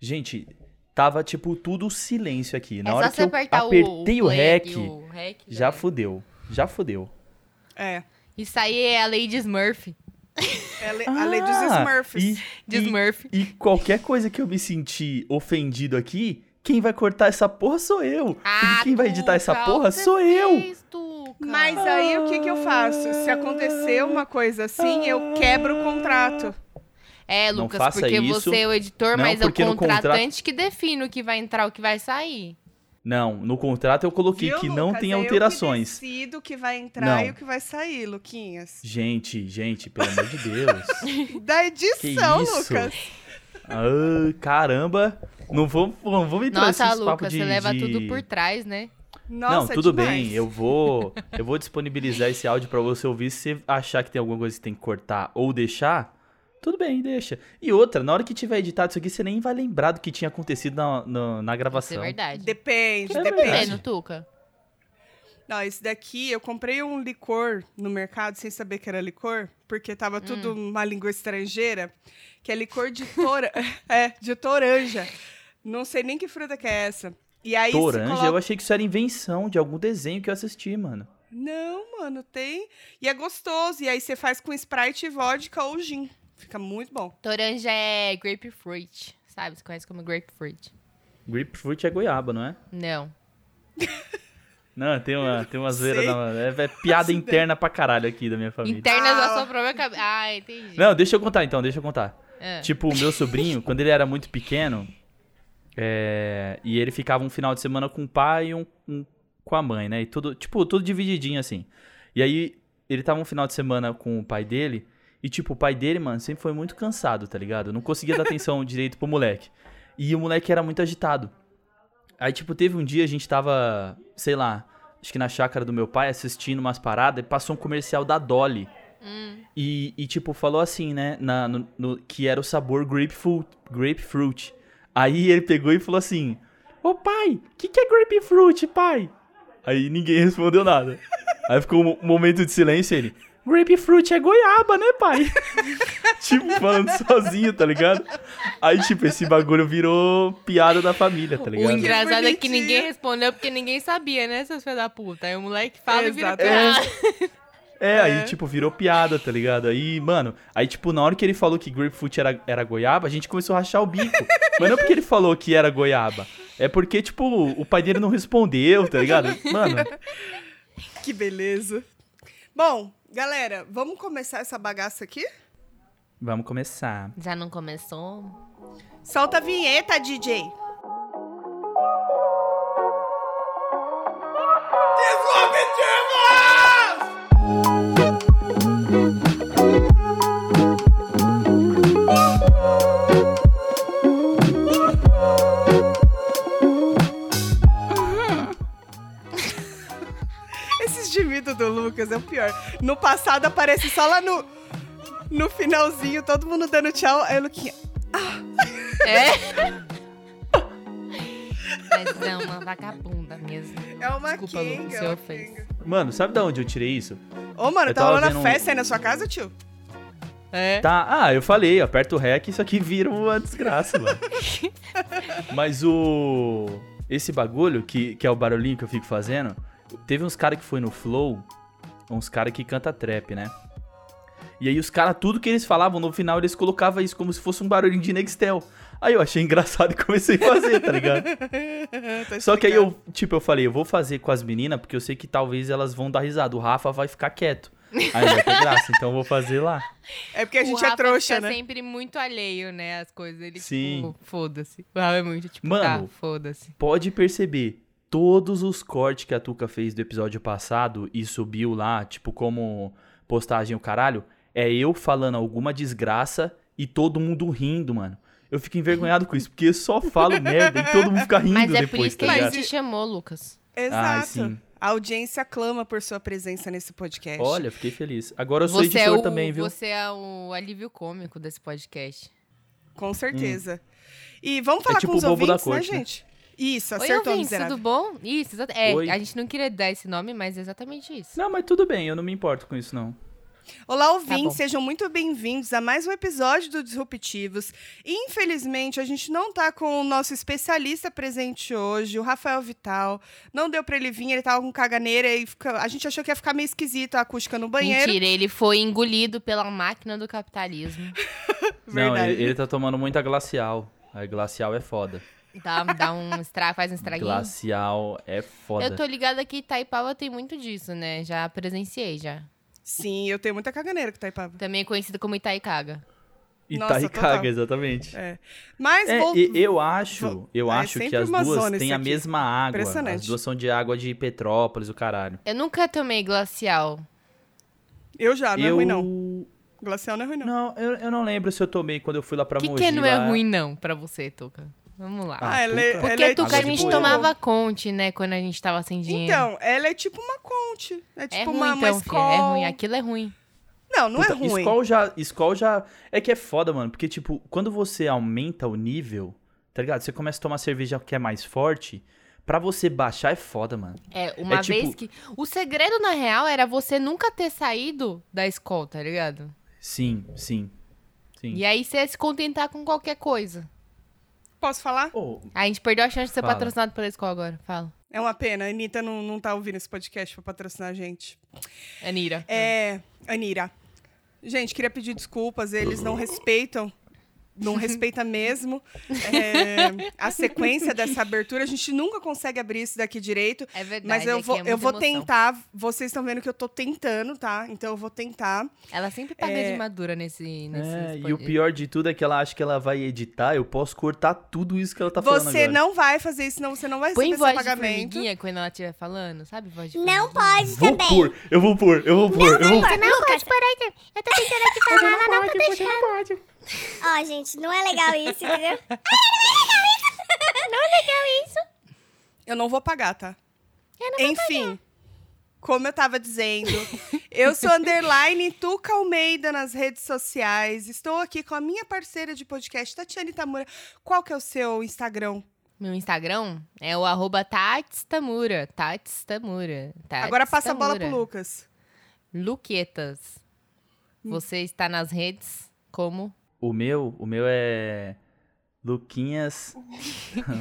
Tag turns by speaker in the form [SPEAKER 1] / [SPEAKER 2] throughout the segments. [SPEAKER 1] Gente, tava tipo tudo silêncio aqui. Na
[SPEAKER 2] é
[SPEAKER 1] hora
[SPEAKER 2] só
[SPEAKER 1] que
[SPEAKER 2] você
[SPEAKER 1] eu
[SPEAKER 2] apertar
[SPEAKER 1] apertei
[SPEAKER 2] o,
[SPEAKER 1] o,
[SPEAKER 2] o, play
[SPEAKER 1] REC,
[SPEAKER 2] aqui, o rec,
[SPEAKER 1] já
[SPEAKER 2] era.
[SPEAKER 1] fudeu. Já fudeu.
[SPEAKER 3] É.
[SPEAKER 2] Isso aí é a lei de Smurf.
[SPEAKER 3] É a le- a lei dos
[SPEAKER 1] Ah,
[SPEAKER 3] Smurfs.
[SPEAKER 1] E,
[SPEAKER 2] De
[SPEAKER 1] e,
[SPEAKER 2] Smurf.
[SPEAKER 1] e qualquer coisa que eu me sentir ofendido aqui, quem vai cortar essa porra sou eu.
[SPEAKER 2] Ah,
[SPEAKER 1] Porque quem vai editar essa
[SPEAKER 2] Tuca,
[SPEAKER 1] porra
[SPEAKER 2] você
[SPEAKER 1] sou eu. Ah.
[SPEAKER 2] fez, Tuca.
[SPEAKER 3] Mas aí o que, que eu faço? Se acontecer uma coisa assim, eu quebro o contrato.
[SPEAKER 2] É,
[SPEAKER 1] Não
[SPEAKER 2] Lucas,
[SPEAKER 1] faça
[SPEAKER 2] porque
[SPEAKER 1] isso.
[SPEAKER 2] você é o editor,
[SPEAKER 1] Não,
[SPEAKER 2] mas é o
[SPEAKER 1] porque no
[SPEAKER 2] contratante
[SPEAKER 1] contrato-
[SPEAKER 2] que define o que vai entrar, o que vai sair.
[SPEAKER 1] Não, no contrato eu coloquei
[SPEAKER 3] Viu,
[SPEAKER 1] que não
[SPEAKER 3] Lucas? É
[SPEAKER 1] tem
[SPEAKER 3] Eu que
[SPEAKER 1] alterações.
[SPEAKER 3] decido o que vai entrar
[SPEAKER 1] Não.
[SPEAKER 3] e o que vai sair, Luquinhas.
[SPEAKER 1] Gente, gente, pelo amor de Deus.
[SPEAKER 3] Da
[SPEAKER 1] Que
[SPEAKER 3] edição,
[SPEAKER 1] isso?
[SPEAKER 3] Lucas.
[SPEAKER 1] Ah, caramba. Não vou, não vou me trazer
[SPEAKER 2] Nossa,
[SPEAKER 1] esses papos
[SPEAKER 2] Lucas,
[SPEAKER 1] de...
[SPEAKER 2] você leva
[SPEAKER 1] de-
[SPEAKER 2] tudo por trás, né?
[SPEAKER 1] não,
[SPEAKER 3] Nossa,
[SPEAKER 1] tudo
[SPEAKER 3] demais.
[SPEAKER 1] bem, eu vou eu vou disponibilizar esse áudio pra você ouvir. Se você achar que tem alguma coisa que tem que cortar ou deixar, tudo bem, deixa. E outra, na hora que tiver editado isso aqui, você nem vai lembrar do que tinha acontecido na, na, na
[SPEAKER 2] Isso é
[SPEAKER 1] gravação.
[SPEAKER 2] verdade.
[SPEAKER 3] Depende,
[SPEAKER 1] É
[SPEAKER 3] depende.
[SPEAKER 1] verdade.
[SPEAKER 2] Vendo, Tuca?
[SPEAKER 3] Não, esse daqui, eu comprei um licor no mercado sem saber que era licor, porque tava
[SPEAKER 1] Hum.
[SPEAKER 3] tudo uma língua estrangeira, que é licor de tora... é, de toranja. Não sei nem que fruta que é essa. E aí se
[SPEAKER 1] Toranja,
[SPEAKER 3] coloca-
[SPEAKER 1] eu achei que isso era invenção de algum desenho que eu assisti, mano.
[SPEAKER 3] Não, mano, tem. E é gostoso. E aí você faz com Sprite, vodka ou gin. Fica muito bom.
[SPEAKER 2] Toranja é grapefruit, sabe? Você conhece como grapefruit.
[SPEAKER 1] Grapefruit é goiaba, não é?
[SPEAKER 2] Não.
[SPEAKER 1] Não, tem uma, tem uma zoeira.
[SPEAKER 3] sei.
[SPEAKER 1] na- é, é piada interna pra caralho aqui da minha família.
[SPEAKER 2] Interna
[SPEAKER 3] Ah.
[SPEAKER 2] da sua própria cabeça. Ah, entendi.
[SPEAKER 1] Não, deixa eu contar então, deixa eu contar.
[SPEAKER 2] Ah.
[SPEAKER 1] Tipo, o meu sobrinho, quando ele era muito pequeno, é, e ele ficava um final de semana com o pai e um, um com a mãe, né? E tudo, tipo, tudo divididinho assim. E aí, ele tava um final de semana com o pai dele, e tipo, o pai dele, mano, sempre foi muito cansado, tá ligado? Não conseguia dar atenção direito pro moleque. E o moleque era muito agitado. Aí, tipo, teve um dia, a gente tava, sei lá, acho que na chácara do meu pai, assistindo umas paradas, e passou um comercial da Dolly. E, e, tipo, falou assim, né? na- no- no- que era o sabor grapefruit, grapefruit. Aí ele pegou e falou assim: Ô pai, o que, que é grapefruit, pai? Aí ninguém respondeu nada. Aí ficou um momento de silêncio e ele. Grapefruit é goiaba, né, pai? tipo, falando sozinho, tá ligado? Aí, tipo, esse bagulho virou piada da família, tá
[SPEAKER 2] O
[SPEAKER 1] ligado?
[SPEAKER 2] engraçado é que
[SPEAKER 3] Bonitinho.
[SPEAKER 2] ninguém respondeu porque ninguém sabia, né, seus filhos da puta? Aí o moleque fala e vira
[SPEAKER 3] Exato.
[SPEAKER 2] piada.
[SPEAKER 1] É, aí, tipo, virou piada, tá ligado? Aí, mano, aí, tipo, na hora que ele falou que grapefruit era, era goiaba, a gente começou a rachar o bico. Mas não é porque ele falou que era goiaba. É porque, tipo, o pai dele não respondeu, tá ligado? Mano,
[SPEAKER 3] Que beleza. Bom, galera, vamos começar essa bagaça aqui?
[SPEAKER 1] vamos começar.
[SPEAKER 2] Já não começou?
[SPEAKER 3] Solta a vinheta, DJ. Uhum. Esses gemidos do Lucas é o pior. No passado aparece só lá no, no finalzinho, todo mundo dando tchau. Aí o Luquinha.
[SPEAKER 2] É? Mas é uma vagabunda mesmo.
[SPEAKER 3] É uma
[SPEAKER 2] Desculpa,
[SPEAKER 3] Kinga.
[SPEAKER 2] Lucas,
[SPEAKER 3] é
[SPEAKER 2] você
[SPEAKER 3] uma
[SPEAKER 2] ofende.
[SPEAKER 3] Kinga.
[SPEAKER 1] Mano, sabe de onde eu tirei isso?
[SPEAKER 3] Ô, mano,
[SPEAKER 1] Eu
[SPEAKER 3] tá
[SPEAKER 1] tava
[SPEAKER 3] rolando
[SPEAKER 1] vendo um-
[SPEAKER 3] festa aí na sua casa, tio?
[SPEAKER 2] É?
[SPEAKER 1] Tá, ah, eu falei, aperta o rec, isso aqui vira uma desgraça, mano. Mas o. Esse bagulho, que, que é o barulhinho que eu fico fazendo, teve uns caras que foi no Flow, uns caras que canta trap, né? E aí os caras, tudo que eles falavam no final, eles colocavam isso como se fosse um barulhinho de Nextel. Aí eu achei engraçado e comecei a fazer, tá ligado?
[SPEAKER 3] Tá
[SPEAKER 1] Só que aí
[SPEAKER 3] explicado.
[SPEAKER 1] eu, tipo, eu falei, eu vou fazer com as meninas, porque eu sei que talvez elas vão dar risada. O Rafa vai ficar quieto. Aí não vai ter graça, então eu vou fazer lá.
[SPEAKER 3] É porque a gente
[SPEAKER 2] o Rafa
[SPEAKER 3] é trouxa,
[SPEAKER 2] fica
[SPEAKER 3] né?
[SPEAKER 2] sempre muito alheio, né, as coisas. Ele,
[SPEAKER 1] Sim.
[SPEAKER 2] tipo, foda-se. O Rafa é muito, tipo,
[SPEAKER 1] Mano.
[SPEAKER 2] tá, foda-se.
[SPEAKER 1] pode perceber todos os cortes que a Tuca fez do episódio passado e subiu lá, tipo, como postagem o caralho, é eu falando alguma desgraça e todo mundo rindo, mano. Eu fico envergonhado com isso, porque eu só falo merda e todo mundo fica rindo
[SPEAKER 2] Mas é
[SPEAKER 1] depois,
[SPEAKER 2] por isso que
[SPEAKER 1] tá
[SPEAKER 2] a
[SPEAKER 1] ligado?
[SPEAKER 2] gente te chamou, Lucas.
[SPEAKER 1] Ai,
[SPEAKER 3] Exato.
[SPEAKER 1] Ah, sim.
[SPEAKER 3] a audiência clama por sua presença nesse podcast.
[SPEAKER 1] Olha, fiquei feliz. Agora eu sou
[SPEAKER 2] Você é,
[SPEAKER 1] editor
[SPEAKER 2] o,
[SPEAKER 1] também, viu?
[SPEAKER 2] você é o alívio cômico desse podcast.
[SPEAKER 3] Com certeza. E vamos falar
[SPEAKER 1] Hum. tipo
[SPEAKER 3] com os
[SPEAKER 1] o bobo da
[SPEAKER 3] ouvintes,
[SPEAKER 1] corte,
[SPEAKER 3] né,
[SPEAKER 1] né?
[SPEAKER 3] gente? Isso,
[SPEAKER 2] Oi,
[SPEAKER 3] acertou,
[SPEAKER 2] ouvintes,
[SPEAKER 3] miserável.
[SPEAKER 2] tudo bom? Isso, exata- é,
[SPEAKER 1] Oi.
[SPEAKER 2] a gente não queria dar esse nome, mas é exatamente isso.
[SPEAKER 1] Não, mas tudo bem, eu não me importo com isso, não.
[SPEAKER 3] Olá,
[SPEAKER 2] bom.
[SPEAKER 3] ouvintes, sejam muito bem-vindos a mais um episódio do Disruptivos. Infelizmente, a gente não tá com o nosso especialista presente hoje, o Rafael Vital. Não deu pra ele vir, ele tava com caganeira e fica- a gente achou que ia ficar meio esquisito a acústica no banheiro.
[SPEAKER 2] Mentira, ele foi engolido pela máquina do capitalismo.
[SPEAKER 1] Não,
[SPEAKER 3] Verdade.
[SPEAKER 1] ele, ele tá tomando muita glacial. A glacial é foda.
[SPEAKER 2] Dá, dá um estra... faz um estraguinho.
[SPEAKER 1] Glacial é foda.
[SPEAKER 2] Eu tô ligada que Itaipava tem muito disso, né? Já presenciei, já.
[SPEAKER 3] Sim, eu tenho muita caganeira com Itaipava.
[SPEAKER 2] Também é conhecido como Itaicaga.
[SPEAKER 3] Nossa,
[SPEAKER 1] Itaicaga,
[SPEAKER 3] total.
[SPEAKER 1] tá exatamente.
[SPEAKER 3] É. Mas
[SPEAKER 1] É,
[SPEAKER 3] vol-
[SPEAKER 1] e- eu acho, eu
[SPEAKER 3] É
[SPEAKER 1] acho que
[SPEAKER 3] sempre
[SPEAKER 1] as
[SPEAKER 3] uma
[SPEAKER 1] duas
[SPEAKER 3] zona
[SPEAKER 1] têm
[SPEAKER 3] isso
[SPEAKER 1] a
[SPEAKER 3] aqui.
[SPEAKER 1] mesma água. As
[SPEAKER 3] Impressionante.
[SPEAKER 1] duas são de água de Petrópolis, o caralho.
[SPEAKER 2] Eu nunca tomei glacial.
[SPEAKER 3] eu já, não é
[SPEAKER 1] eu
[SPEAKER 3] ruim não. Glacial não é ruim não.
[SPEAKER 1] Não, eu, eu não lembro se eu tomei quando eu fui lá pra
[SPEAKER 2] O que,
[SPEAKER 1] Mogi.
[SPEAKER 2] que não é
[SPEAKER 1] lá.
[SPEAKER 2] ruim, não, pra você, Tuca? Vamos lá.
[SPEAKER 1] Ah,
[SPEAKER 3] Ah, ela,
[SPEAKER 1] Tuca.
[SPEAKER 3] é-
[SPEAKER 2] Porque,
[SPEAKER 3] ela é
[SPEAKER 1] tu-
[SPEAKER 2] Tuca, a
[SPEAKER 1] água de
[SPEAKER 2] gente
[SPEAKER 1] boi.
[SPEAKER 2] tomava conte, né? Quando a gente tava sem dinheiro.
[SPEAKER 3] Então, ela é tipo uma conte. É tipo
[SPEAKER 2] é ruim,
[SPEAKER 3] uma, uma
[SPEAKER 2] então, filho. É
[SPEAKER 3] Skol.
[SPEAKER 2] ruim. Aquilo é ruim.
[SPEAKER 3] Não, não
[SPEAKER 1] Puta,
[SPEAKER 3] é ruim.
[SPEAKER 1] Skol já, Skol já. É que é foda, mano. Porque, tipo, quando você aumenta o nível, tá ligado? Você começa a tomar cerveja que é mais forte. Pra você baixar é foda, mano.
[SPEAKER 2] É, uma
[SPEAKER 1] É tipo-
[SPEAKER 2] vez que. O segredo, na real, era você nunca ter saído da escola, tá ligado?
[SPEAKER 1] Sim, sim. Sim.
[SPEAKER 2] E é aí você ia se contentar com qualquer coisa.
[SPEAKER 3] Posso falar?
[SPEAKER 1] Ô,
[SPEAKER 2] A gente perdeu a chance de ser
[SPEAKER 1] Fala.
[SPEAKER 2] patrocinado pela escola agora. Fala.
[SPEAKER 3] É uma pena. A Anitta não, não tá ouvindo esse podcast pra patrocinar a gente.
[SPEAKER 2] Anira.
[SPEAKER 3] É, Anira. Gente, queria pedir desculpas. Eles não respeitam. Não respeita mesmo é, a sequência dessa abertura. A gente nunca consegue abrir isso daqui direito.
[SPEAKER 2] É verdade.
[SPEAKER 3] Mas eu
[SPEAKER 2] é que
[SPEAKER 3] vou,
[SPEAKER 2] é muita
[SPEAKER 3] eu vou
[SPEAKER 2] emoção.
[SPEAKER 3] tentar. Vocês estão vendo que eu tô tentando, tá? Então eu vou tentar.
[SPEAKER 2] Ela sempre paga
[SPEAKER 3] É.
[SPEAKER 2] de madura nesse. nesse
[SPEAKER 1] é, e o pior de tudo é que ela acha que ela vai editar. Eu posso cortar tudo isso que ela tá falando
[SPEAKER 3] você
[SPEAKER 1] agora.
[SPEAKER 3] não vai fazer isso, não. Você não vai
[SPEAKER 2] Põe
[SPEAKER 3] receber
[SPEAKER 2] voz
[SPEAKER 3] esse
[SPEAKER 2] de
[SPEAKER 3] pagamento.
[SPEAKER 2] formiguinha quando ela estiver falando, sabe? Voz de
[SPEAKER 4] Não
[SPEAKER 2] formiguinha.
[SPEAKER 4] pode
[SPEAKER 1] Vou
[SPEAKER 4] também.
[SPEAKER 1] pôr, eu vou pôr, eu vou pôr, eu vou pôr.
[SPEAKER 4] não pode parar aí. Eu tô tentando aqui falar, ela não tá deixando. Ó, gente, não é legal isso, entendeu? Ai, não é legal isso.
[SPEAKER 3] Eu não vou pagar, tá? Enfim, como eu tava dizendo, eu sou underline Tuca Almeida nas redes sociais. Estou aqui com a minha parceira de podcast, Tatiane Tamura. Qual que é o seu Instagram?
[SPEAKER 2] Meu Instagram é o arroba Tats Tamura. Tats Tamura. Tats
[SPEAKER 3] Agora passa a bola
[SPEAKER 2] É, Tamura.
[SPEAKER 3] pro Lucas.
[SPEAKER 2] Luquetas. Você está nas redes como?
[SPEAKER 1] O meu, o meu é. Luquinhas.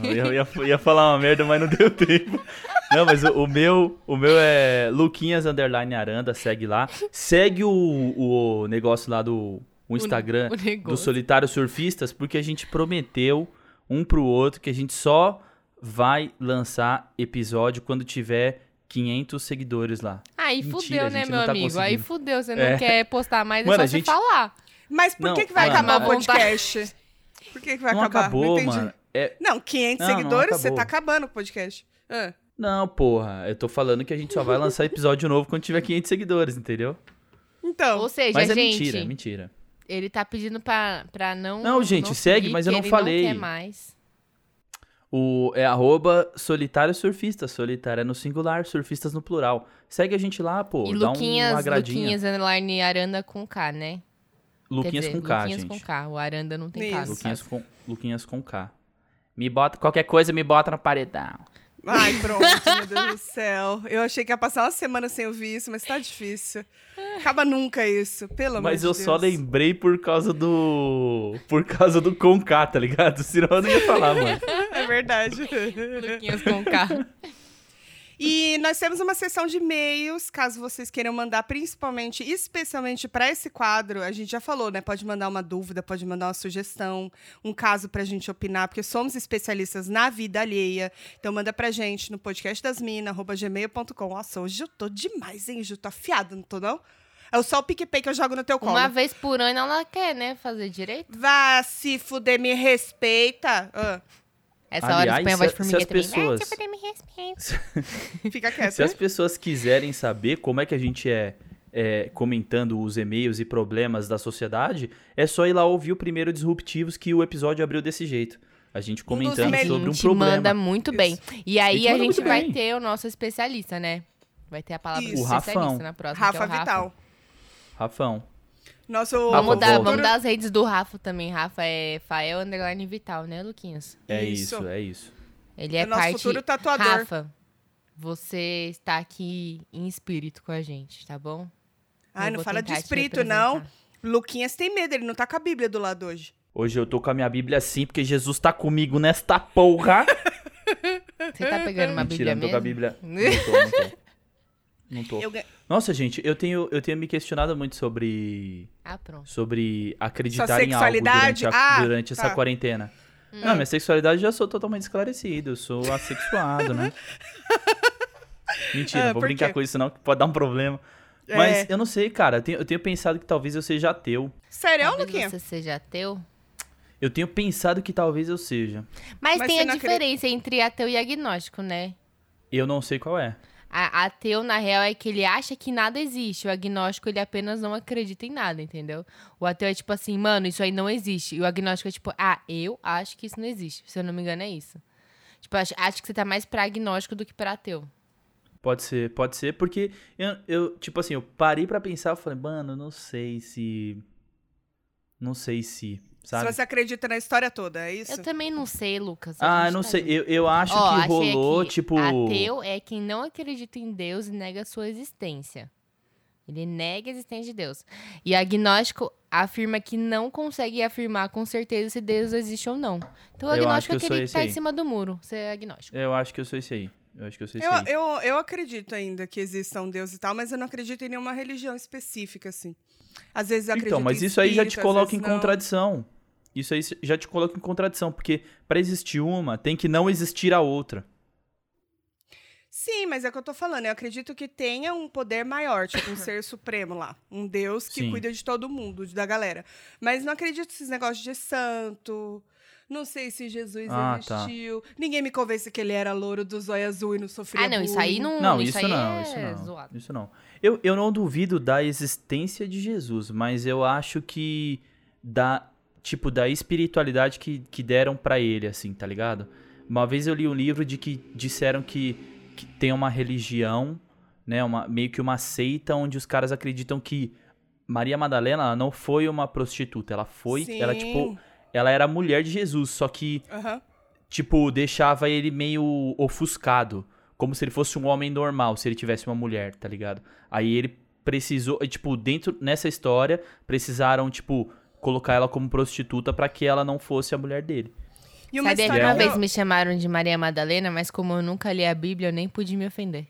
[SPEAKER 1] eu ia, ia falar uma merda, mas não deu tempo. Não, mas o, o meu, o meu é Luquinhas Underline Aranda, segue lá. Segue o, o negócio lá do o Instagram
[SPEAKER 2] o negócio.
[SPEAKER 1] É, do Solitário Surfistas, porque a gente prometeu um pro outro que a gente só vai lançar episódio quando tiver 500 seguidores lá.
[SPEAKER 2] Aí
[SPEAKER 1] Mentira,
[SPEAKER 2] fudeu, né,
[SPEAKER 1] gente,
[SPEAKER 2] meu
[SPEAKER 1] não tá
[SPEAKER 2] amigo? Aí
[SPEAKER 1] conseguindo.
[SPEAKER 2] fudeu, você não
[SPEAKER 1] É.
[SPEAKER 2] quer postar mais,
[SPEAKER 1] Mano,
[SPEAKER 2] é
[SPEAKER 1] a
[SPEAKER 2] só você
[SPEAKER 1] gente-
[SPEAKER 2] falar.
[SPEAKER 3] Mas por
[SPEAKER 1] Não,
[SPEAKER 3] que, que vai
[SPEAKER 1] mano,
[SPEAKER 3] acabar o
[SPEAKER 2] não.
[SPEAKER 3] podcast? Por que, que vai
[SPEAKER 1] não
[SPEAKER 3] acabar?
[SPEAKER 1] acabou,
[SPEAKER 3] não entendi.
[SPEAKER 1] mano. É,
[SPEAKER 3] Não, 500
[SPEAKER 1] Não, não
[SPEAKER 3] seguidores, você
[SPEAKER 1] acabou.
[SPEAKER 3] tá acabando o podcast. Ah,
[SPEAKER 1] Não, porra, eu tô falando que a gente só vai lançar episódio novo quando tiver 500 seguidores, entendeu?
[SPEAKER 3] Então,
[SPEAKER 2] Ou seja,
[SPEAKER 1] Mas é
[SPEAKER 2] gente,
[SPEAKER 1] mentira, é mentira.
[SPEAKER 2] ele tá pedindo pra, pra não.
[SPEAKER 1] Não, gente, segue,
[SPEAKER 2] seguir,
[SPEAKER 1] mas
[SPEAKER 2] que
[SPEAKER 1] eu não
[SPEAKER 2] ele
[SPEAKER 1] falei.
[SPEAKER 2] Não quer mais.
[SPEAKER 1] O é arroba solitário surfista, solitário é no singular, surfistas no plural. Segue a gente lá, pô,
[SPEAKER 2] e
[SPEAKER 1] dá um
[SPEAKER 2] Luquinhas,
[SPEAKER 1] agradinho.
[SPEAKER 2] Luquinhas underline Aranda com K, né? Quer
[SPEAKER 1] Luquinhas,
[SPEAKER 2] dizer,
[SPEAKER 1] com K,
[SPEAKER 2] Luquinhas
[SPEAKER 1] gente.
[SPEAKER 2] com K. O Aranda não tem
[SPEAKER 3] Isso.
[SPEAKER 2] caso.
[SPEAKER 1] Luquinhas com Luquinhas com K. Me bota qualquer coisa, me bota no paredão.
[SPEAKER 3] Ai, pronto, meu Deus do céu. Eu achei que ia passar uma semana sem ouvir isso, mas tá difícil. Acaba nunca isso, pelo amor de
[SPEAKER 1] Mas eu
[SPEAKER 3] Deus.
[SPEAKER 1] só lembrei por causa do por causa do com K, tá ligado? Senão eu não ia falar, mano.
[SPEAKER 3] É verdade.
[SPEAKER 2] Luquinhas com K.
[SPEAKER 3] E nós temos uma sessão de e-mails, caso vocês queiram mandar, principalmente, especialmente para esse quadro. A gente já falou, né? Pode mandar uma dúvida, pode mandar uma sugestão, um caso pra gente opinar, porque somos especialistas na vida alheia. Então manda pra gente no podcastdasmina@gmail.com. Nossa, hoje eu tô demais, hein? Hoje eu tô afiada, não tô não? É só o PicPay que eu jogo no teu colo.
[SPEAKER 1] né?
[SPEAKER 2] Uma vez por ano ela quer, né? Fazer direito.
[SPEAKER 3] Vá se fuder, me respeita. Ah,
[SPEAKER 2] Essa
[SPEAKER 1] Aliás,
[SPEAKER 2] hora põe a voz de
[SPEAKER 1] se- se as
[SPEAKER 2] formiguinha também. "Ah,
[SPEAKER 1] pessoas-
[SPEAKER 2] tipo,
[SPEAKER 4] Ai, você me respeita.
[SPEAKER 3] fica
[SPEAKER 1] Se
[SPEAKER 3] quieto. né?
[SPEAKER 1] as pessoas quiserem saber como é que a gente é, é, comentando os e-mails e problemas da sociedade, é só ir lá ouvir o primeiro Disruptivos que o episódio abriu desse jeito. A gente comentando
[SPEAKER 3] melhores.
[SPEAKER 1] sobre um
[SPEAKER 2] gente
[SPEAKER 1] problema.
[SPEAKER 2] manda muito bem. E aí
[SPEAKER 1] Gente
[SPEAKER 2] a
[SPEAKER 1] manda
[SPEAKER 2] gente
[SPEAKER 1] muito
[SPEAKER 2] vai
[SPEAKER 1] bem.
[SPEAKER 2] ter o nosso especialista, né? Vai ter a palavra do
[SPEAKER 3] Isso.
[SPEAKER 1] O
[SPEAKER 2] especialista
[SPEAKER 1] Rafão.
[SPEAKER 2] na próxima. que é
[SPEAKER 3] Rafa
[SPEAKER 2] o Rafa.
[SPEAKER 3] Vital.
[SPEAKER 1] Rafão.
[SPEAKER 3] Nosso.
[SPEAKER 1] Rafa,
[SPEAKER 2] Vamos dar,
[SPEAKER 1] volta.
[SPEAKER 2] vamos dar as redes do Rafa também. Rafa é Fael Underline Vital, né, Luquinhas?
[SPEAKER 1] É
[SPEAKER 3] Isso.
[SPEAKER 1] isso. é isso.
[SPEAKER 2] Ele é,
[SPEAKER 3] É nosso
[SPEAKER 2] parte...
[SPEAKER 3] futuro tatuador.
[SPEAKER 2] Rafa, você está aqui em espírito com a gente, tá bom?
[SPEAKER 3] Ai,
[SPEAKER 2] Eu
[SPEAKER 3] não
[SPEAKER 2] vou
[SPEAKER 3] fala de
[SPEAKER 2] tentar te
[SPEAKER 3] espírito, não.
[SPEAKER 2] representar.
[SPEAKER 3] Luquinhas tem medo, ele não tá com a Bíblia do lado hoje.
[SPEAKER 1] Hoje eu tô com a minha Bíblia sim, porque Jesus tá comigo nesta porra.
[SPEAKER 2] Você tá pegando uma
[SPEAKER 1] Mentira,
[SPEAKER 2] Bíblia
[SPEAKER 1] não tô com a
[SPEAKER 2] mesmo?
[SPEAKER 1] Bíblia. Não tô, não tô. Não tô.
[SPEAKER 3] Eu ga-
[SPEAKER 1] Nossa, gente, eu tenho, eu tenho me questionado muito sobre
[SPEAKER 2] Ah, pronto.
[SPEAKER 1] sobre acreditar
[SPEAKER 3] Sua
[SPEAKER 1] em algo durante,
[SPEAKER 3] sexualidade?
[SPEAKER 1] a-
[SPEAKER 3] Ah,
[SPEAKER 1] durante essa
[SPEAKER 3] tá. Hum.
[SPEAKER 1] quarentena. Não, minha sexualidade eu já sou totalmente esclarecido, eu sou assexuado, né? Mentira,
[SPEAKER 3] Ah,
[SPEAKER 1] não vou
[SPEAKER 3] por
[SPEAKER 1] brincar
[SPEAKER 3] quê?
[SPEAKER 1] com isso não, que pode dar um problema.
[SPEAKER 3] É.
[SPEAKER 1] Mas eu não sei, cara, eu tenho, eu tenho pensado que talvez eu seja ateu.
[SPEAKER 3] Sério, é,
[SPEAKER 2] Talvez
[SPEAKER 3] Luquinha?
[SPEAKER 2] você seja ateu.
[SPEAKER 1] Eu tenho pensado que talvez eu seja.
[SPEAKER 2] Mas,
[SPEAKER 3] Mas
[SPEAKER 2] tem
[SPEAKER 3] você
[SPEAKER 2] a
[SPEAKER 3] não acredita-
[SPEAKER 2] diferença entre ateu e agnóstico, né?
[SPEAKER 1] Eu não sei qual é.
[SPEAKER 2] A, ateu, na real, é que ele acha que nada existe. O agnóstico, ele apenas não acredita em nada, entendeu? O ateu é tipo assim, mano, isso aí não existe. E o agnóstico é tipo, ah, eu acho que isso não existe. Se eu não me engano, é isso. Tipo, acho, acho que você tá mais pra agnóstico do que pra ateu.
[SPEAKER 1] Pode ser, pode ser, porque eu, eu, tipo assim, eu parei pra pensar, eu falei, mano, não sei se. Não sei se, sabe?
[SPEAKER 3] Se você acredita na história toda, é isso?
[SPEAKER 2] Eu também não sei, Lucas. A
[SPEAKER 1] Ah,
[SPEAKER 2] gente
[SPEAKER 1] não
[SPEAKER 2] tá
[SPEAKER 1] sei,
[SPEAKER 2] junto.
[SPEAKER 1] eu, eu acho
[SPEAKER 2] Ó,
[SPEAKER 1] que
[SPEAKER 2] achei
[SPEAKER 1] rolou,
[SPEAKER 2] aqui,
[SPEAKER 1] tipo.
[SPEAKER 2] Ateu é quem não acredita em Deus e nega sua existência. Ele nega a existência de Deus. E agnóstico afirma que não consegue afirmar com certeza se Deus existe ou não. Então o
[SPEAKER 1] Eu acho
[SPEAKER 2] agnóstico
[SPEAKER 1] que
[SPEAKER 2] é
[SPEAKER 1] eu sou
[SPEAKER 2] aquele que
[SPEAKER 1] esse
[SPEAKER 2] tá
[SPEAKER 1] aí.
[SPEAKER 2] em cima do muro. Você é agnóstico.
[SPEAKER 1] Eu acho que eu sou esse aí. Eu acho que eu sou esse
[SPEAKER 3] Eu,
[SPEAKER 1] aí.
[SPEAKER 3] eu, eu acredito ainda que exista um Deus e tal, mas eu não acredito em nenhuma religião específica, assim. Às vezes eu acredito
[SPEAKER 1] Então, mas
[SPEAKER 3] em
[SPEAKER 1] isso aí já te
[SPEAKER 3] espírito, às
[SPEAKER 1] coloca em
[SPEAKER 3] vezes não.
[SPEAKER 1] contradição. Isso aí já te coloca em contradição, porque pra existir uma, tem que não existir a outra.
[SPEAKER 3] Sim, mas é o que eu tô falando. Eu acredito que tenha um poder maior, tipo um ser supremo lá. Um Deus que
[SPEAKER 1] Sim.
[SPEAKER 3] cuida de todo mundo, de- da galera. Mas não acredito nesses negócios de santo. Não sei se Jesus
[SPEAKER 1] Ah, tá.
[SPEAKER 3] existiu. Ninguém me convence que ele era louro do zóio azul e não sofria
[SPEAKER 2] ah, não, isso aí
[SPEAKER 3] bullying.
[SPEAKER 2] não.
[SPEAKER 1] não,
[SPEAKER 2] isso,
[SPEAKER 1] isso,
[SPEAKER 2] aí
[SPEAKER 1] não,
[SPEAKER 2] é
[SPEAKER 1] isso não.
[SPEAKER 2] zoado.
[SPEAKER 1] Isso não. Eu, eu não duvido da existência de Jesus, mas eu acho que da tipo da espiritualidade que, que deram pra ele assim, tá ligado? Uma vez eu li um livro de que disseram que, que tem uma religião, né, uma meio que uma seita onde os caras acreditam que Maria Madalena ela não foi uma prostituta, ela foi, ela
[SPEAKER 3] Sim.
[SPEAKER 1] tipo, ela era mulher de Jesus, só que
[SPEAKER 3] Aham.
[SPEAKER 1] tipo, deixava ele meio ofuscado. Como se ele fosse um homem normal, se ele tivesse uma mulher, tá ligado? Aí ele precisou, e, tipo, dentro nessa história, precisaram, tipo, colocar ela como prostituta pra que ela não fosse a mulher dele.
[SPEAKER 3] E uma
[SPEAKER 2] Sabia que
[SPEAKER 3] história
[SPEAKER 2] uma
[SPEAKER 1] não.
[SPEAKER 2] vez me chamaram de Maria Madalena, mas como eu nunca li a Bíblia, eu nem pude me ofender.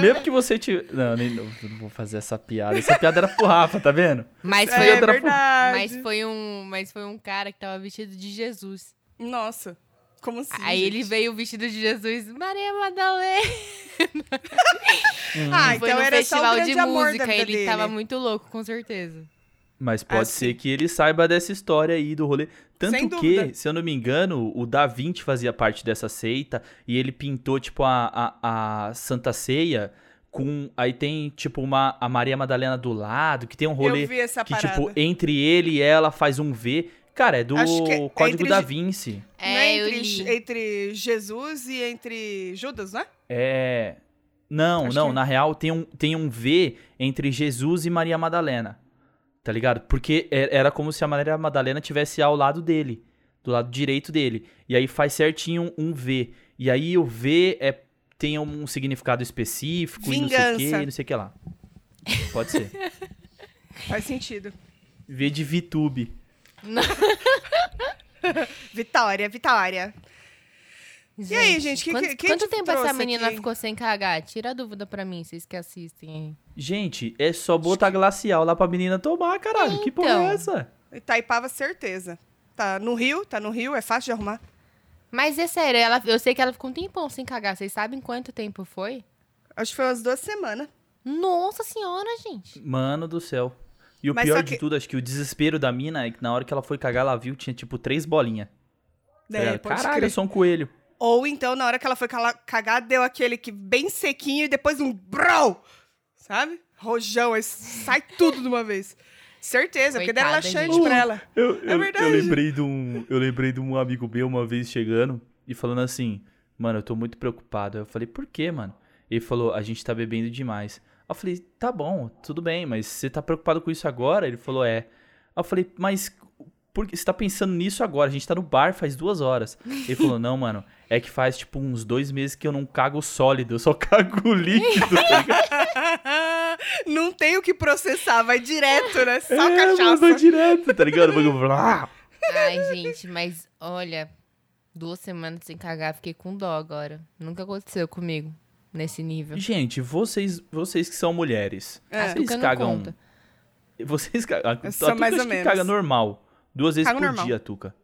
[SPEAKER 1] Mesmo que você tivesse. Não, nem, não, não vou fazer essa piada. Essa piada era pro Rafa, tá vendo?
[SPEAKER 2] Mas
[SPEAKER 1] Isso aí
[SPEAKER 2] foi, um-
[SPEAKER 1] eu
[SPEAKER 3] É
[SPEAKER 1] outra-
[SPEAKER 3] verdade.
[SPEAKER 2] mas foi um, mas foi um cara que tava vestido de Jesus.
[SPEAKER 3] Nossa, como assim?
[SPEAKER 2] Aí ele
[SPEAKER 3] gente?
[SPEAKER 2] veio vestido de Jesus, Maria Madalena.
[SPEAKER 3] Ah,
[SPEAKER 2] Foi
[SPEAKER 3] então
[SPEAKER 2] no
[SPEAKER 3] era só
[SPEAKER 2] festival
[SPEAKER 3] o grande
[SPEAKER 2] de
[SPEAKER 3] amor da
[SPEAKER 2] música,
[SPEAKER 3] vida
[SPEAKER 2] ele
[SPEAKER 3] dele.
[SPEAKER 2] tava muito louco, com certeza.
[SPEAKER 1] Mas pode
[SPEAKER 3] Assim.
[SPEAKER 1] ser que ele saiba dessa história aí do rolê. Tanto
[SPEAKER 3] Sem
[SPEAKER 1] que,
[SPEAKER 3] dúvida.
[SPEAKER 1] se eu não me engano, o Da Vinci fazia parte dessa seita e ele pintou, tipo, a, a, a Santa Ceia com. Aí tem, tipo, uma, a Maria Madalena do lado, que tem um rolê
[SPEAKER 3] Eu vi essa
[SPEAKER 1] que,
[SPEAKER 3] parada.
[SPEAKER 1] tipo, entre ele e ela faz um V. Cara, é do
[SPEAKER 3] Acho que é- é
[SPEAKER 1] Código
[SPEAKER 3] entre
[SPEAKER 1] Da
[SPEAKER 3] Je-
[SPEAKER 1] Vinci.
[SPEAKER 3] Não é
[SPEAKER 2] É, eu
[SPEAKER 3] entre,
[SPEAKER 2] li.
[SPEAKER 3] entre Jesus e entre Judas, né?
[SPEAKER 1] É. Não,
[SPEAKER 3] Acho
[SPEAKER 1] não,
[SPEAKER 3] que-
[SPEAKER 1] na real tem um, tem um V entre Jesus e Maria Madalena. Tá ligado? Porque é- era como se a Maria Madalena tivesse ao lado dele, do lado direito dele. E aí faz certinho um, um V. E aí o V é, tem um significado específico e não sei o
[SPEAKER 3] Vingança.
[SPEAKER 1] que, não sei o que lá. Pode ser.
[SPEAKER 3] Faz sentido.
[SPEAKER 1] V de VTube.
[SPEAKER 3] Vitória, Vitória. E aí, gente, que-
[SPEAKER 2] quanto,
[SPEAKER 3] que- quem
[SPEAKER 2] quanto
[SPEAKER 3] te
[SPEAKER 2] tempo essa
[SPEAKER 3] trouxe
[SPEAKER 2] menina
[SPEAKER 3] aqui?
[SPEAKER 2] ficou sem cagar? Tira a dúvida pra mim, vocês que assistem
[SPEAKER 1] Gente, é só botar glacial lá pra menina tomar, caralho. Que porra
[SPEAKER 2] Então.
[SPEAKER 1] é essa?
[SPEAKER 3] Itaipava, certeza. Tá no Rio, tá no Rio, é fácil de arrumar.
[SPEAKER 2] aí. Mas é sério, ela, eu sei que ela ficou um tempão sem cagar. Vocês sabem quanto tempo foi?
[SPEAKER 3] Acho que foi umas duas semanas.
[SPEAKER 2] Nossa senhora, gente.
[SPEAKER 1] Mano do céu. E o
[SPEAKER 3] Mas
[SPEAKER 1] pior
[SPEAKER 3] só
[SPEAKER 1] de
[SPEAKER 3] que-
[SPEAKER 1] tudo, acho que o desespero da mina é que na hora que ela foi cagar, ela viu que tinha tipo três bolinhas.
[SPEAKER 3] Né?
[SPEAKER 1] Ela,
[SPEAKER 3] Pode
[SPEAKER 1] Caralho,
[SPEAKER 3] crer.
[SPEAKER 1] eu sou um coelho.
[SPEAKER 3] Ou então, na hora que ela foi cala- cagar, deu aquele que bem sequinho e depois um brau, sabe? Rojão, aí sai tudo de uma vez. Certeza, porque deram
[SPEAKER 2] Coitada,
[SPEAKER 3] laxante
[SPEAKER 2] gente.
[SPEAKER 3] pra ela.
[SPEAKER 1] Eu,
[SPEAKER 3] É eu- eu verdade. lembrei
[SPEAKER 1] de um, eu lembrei de um amigo meu uma vez chegando e falando assim: Mano, eu tô muito preocupado. Eu falei: Por quê, mano? Ele falou: A gente tá bebendo demais. Eu falei: Tá bom, tudo bem, mas você tá preocupado com isso agora? Ele falou: É. Eu falei: Mas por que você tá pensando nisso agora? A gente tá no bar faz duas horas. Ele falou, não, mano, é que faz tipo uns dois meses que eu não cago sólido, eu só cago líquido. tá ligado?
[SPEAKER 3] Não tem o que processar, vai direto, né? Só
[SPEAKER 1] É, mas vai
[SPEAKER 3] cachaça.
[SPEAKER 1] direto, tá ligado? Eu vou- Ah!
[SPEAKER 2] Ai, gente, mas olha, duas semanas sem cagar, fiquei com dó agora. Nunca aconteceu comigo nesse nível.
[SPEAKER 1] Gente, vocês, vocês que são mulheres,
[SPEAKER 3] É.
[SPEAKER 2] Açúcar
[SPEAKER 1] vocês
[SPEAKER 2] não
[SPEAKER 1] cagam.
[SPEAKER 2] conta.
[SPEAKER 1] Vocês cagam. A
[SPEAKER 3] sou
[SPEAKER 1] Tuca
[SPEAKER 3] mais ou
[SPEAKER 1] acho que
[SPEAKER 3] menos.
[SPEAKER 1] caga normal. Duas vezes
[SPEAKER 3] Cago
[SPEAKER 1] por
[SPEAKER 3] normal.
[SPEAKER 1] dia, Tuca.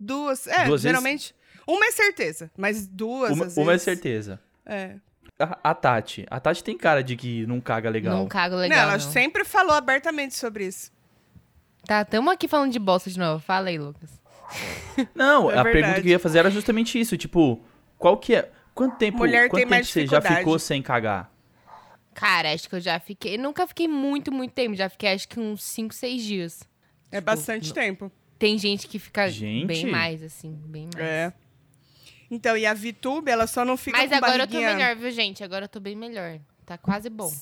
[SPEAKER 3] Duas, é,
[SPEAKER 1] Duas vezes?
[SPEAKER 3] geralmente. Uma é certeza, mas duas
[SPEAKER 1] Uma,
[SPEAKER 3] às
[SPEAKER 1] uma é
[SPEAKER 3] vezes.
[SPEAKER 1] certeza.
[SPEAKER 3] É.
[SPEAKER 1] A, a Tati. A Tati tem cara de que não caga legal.
[SPEAKER 2] Não cago
[SPEAKER 3] não,
[SPEAKER 2] legal.
[SPEAKER 3] ela
[SPEAKER 2] não.
[SPEAKER 3] sempre falou abertamente sobre isso.
[SPEAKER 2] Tá, tamo aqui falando de bosta de novo. Fala aí, Lucas.
[SPEAKER 1] Não,
[SPEAKER 3] É
[SPEAKER 1] a
[SPEAKER 3] verdade.
[SPEAKER 1] pergunta que eu ia fazer era justamente isso. Tipo, qual que é. Quanto tempo,
[SPEAKER 3] Mulher
[SPEAKER 1] quanto
[SPEAKER 3] tem
[SPEAKER 1] tempo
[SPEAKER 3] mais
[SPEAKER 1] você já
[SPEAKER 3] dificuldade.
[SPEAKER 1] ficou sem cagar?
[SPEAKER 2] Cara, acho que eu já fiquei. Nunca fiquei muito, muito tempo. Já fiquei acho que uns 5, 6 dias. Tipo,
[SPEAKER 3] É bastante
[SPEAKER 2] não-
[SPEAKER 3] tempo.
[SPEAKER 2] Tem gente que fica
[SPEAKER 1] Gente.
[SPEAKER 2] bem mais, assim, bem mais.
[SPEAKER 3] É. Então, e a VTube, ela só não fica
[SPEAKER 2] Mas
[SPEAKER 3] com
[SPEAKER 2] agora eu tô
[SPEAKER 3] barriguinha...
[SPEAKER 2] melhor, viu, gente? Agora eu tô bem melhor. Tá quase bom.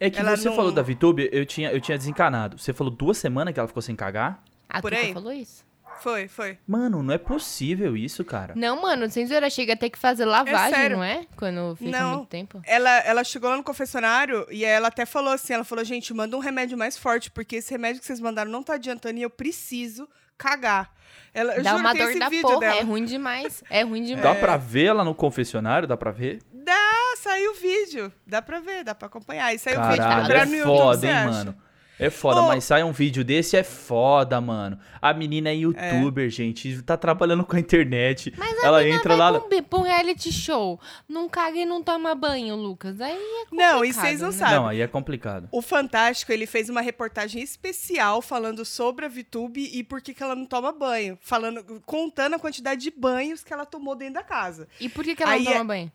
[SPEAKER 1] É que
[SPEAKER 3] Ela
[SPEAKER 1] você
[SPEAKER 3] não-
[SPEAKER 1] falou da Vitube, eu tinha, eu tinha desencanado. Você falou duas semanas que ela ficou sem cagar?
[SPEAKER 2] A
[SPEAKER 3] Por
[SPEAKER 2] Tuca
[SPEAKER 3] aí?
[SPEAKER 2] Ah, falou isso?
[SPEAKER 3] Foi, foi.
[SPEAKER 1] Mano, não é possível isso, cara.
[SPEAKER 2] Não, mano, sem zoeira, chega a ter que fazer lavagem,
[SPEAKER 3] Tá. sério.
[SPEAKER 2] não é? Quando fica
[SPEAKER 3] Não.
[SPEAKER 2] muito tempo.
[SPEAKER 3] Ela, ela chegou lá no confessionário e ela até falou assim, ela falou, gente, manda um remédio mais forte, porque esse remédio que vocês mandaram não tá adiantando e eu preciso cagar. Ela, eu
[SPEAKER 2] Dá
[SPEAKER 3] juro,
[SPEAKER 2] uma
[SPEAKER 3] tem
[SPEAKER 2] dor
[SPEAKER 3] esse
[SPEAKER 2] da
[SPEAKER 3] vídeo
[SPEAKER 2] porra,
[SPEAKER 3] dela.
[SPEAKER 2] é ruim demais. É ruim demais.
[SPEAKER 1] Dá pra ver ela no confessionário? Dá pra ver?
[SPEAKER 3] Ah, saiu o vídeo. Dá pra ver, dá pra acompanhar. E saiu o um vídeo.
[SPEAKER 1] Caralho,
[SPEAKER 3] procurar
[SPEAKER 1] é
[SPEAKER 3] no YouTube,
[SPEAKER 1] foda,
[SPEAKER 3] você
[SPEAKER 1] hein,
[SPEAKER 3] acha?
[SPEAKER 1] mano. É foda,
[SPEAKER 3] Ô.
[SPEAKER 1] mas sai um vídeo desse, é foda, mano. A menina é youtuber, gente, tá trabalhando com a internet. ela entra
[SPEAKER 2] Vai
[SPEAKER 1] lá.
[SPEAKER 2] pra um, bi- pra um reality show. Não caga e não toma banho, Lucas. Aí é
[SPEAKER 3] Não, e
[SPEAKER 2] complicado,
[SPEAKER 3] vocês não
[SPEAKER 2] né?
[SPEAKER 3] sabem.
[SPEAKER 1] Não, aí é complicado.
[SPEAKER 3] O Fantástico, ele fez uma reportagem especial falando sobre a VTube e por que, que ela não toma banho. Falando, contando a quantidade de banhos que ela tomou dentro da casa.
[SPEAKER 2] E por que, que ela
[SPEAKER 3] Aí
[SPEAKER 2] não
[SPEAKER 3] é-
[SPEAKER 2] toma banho?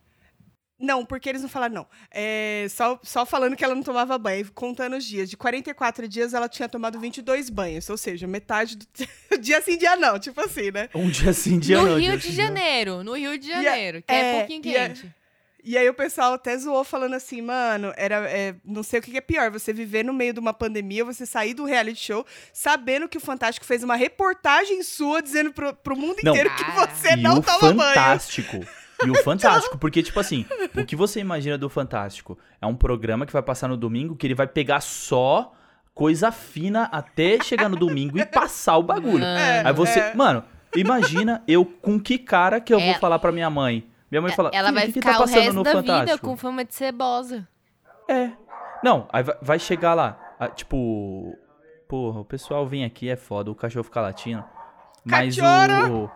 [SPEAKER 3] Não, porque eles não falaram, não. É, só, só falando que ela não tomava banho, contando os dias. De 44 dias, ela tinha tomado 22 banhos, ou seja, metade do dia sim, dia não, tipo assim, né?
[SPEAKER 1] Um dia sim, dia
[SPEAKER 2] no
[SPEAKER 1] não.
[SPEAKER 2] Rio
[SPEAKER 1] dia
[SPEAKER 2] de
[SPEAKER 1] sim, dia não.
[SPEAKER 2] Janeiro, no Rio de
[SPEAKER 3] a-
[SPEAKER 2] Janeiro, que é,
[SPEAKER 3] é,
[SPEAKER 2] pouquinho
[SPEAKER 3] e a-
[SPEAKER 2] quente.
[SPEAKER 3] E aí o pessoal até zoou falando assim, mano, era é, não sei o que que é pior, você viver no meio de uma pandemia, você sair do reality show, sabendo que o Fantástico fez uma reportagem sua dizendo pro, pro mundo
[SPEAKER 1] Não.
[SPEAKER 3] inteiro que
[SPEAKER 2] Cara.
[SPEAKER 3] você
[SPEAKER 1] e
[SPEAKER 3] não
[SPEAKER 1] o
[SPEAKER 3] toma banho.
[SPEAKER 1] Fantástico. E o Fantástico, porque, tipo assim, o que você imagina do Fantástico? É um programa que vai passar no domingo que ele vai pegar só coisa fina até chegar no domingo e passar o bagulho.
[SPEAKER 2] Mano.
[SPEAKER 1] Aí você.
[SPEAKER 3] É.
[SPEAKER 1] Mano, imagina eu com que cara que eu
[SPEAKER 2] É.
[SPEAKER 1] vou falar pra minha mãe. Minha mãe fala,
[SPEAKER 2] ela
[SPEAKER 1] "Filho,
[SPEAKER 2] vai
[SPEAKER 1] o que que
[SPEAKER 2] ficar
[SPEAKER 1] tá
[SPEAKER 2] o
[SPEAKER 1] passando
[SPEAKER 2] resto
[SPEAKER 1] no
[SPEAKER 2] da vida
[SPEAKER 1] Fantástico?
[SPEAKER 2] com fama de cebosa.
[SPEAKER 1] É. Não, aí vai, vai chegar lá. ah, tipo. Porra, o pessoal vem aqui, é foda, o cachorro fica latindo. Mas o.
[SPEAKER 3] Cachorro!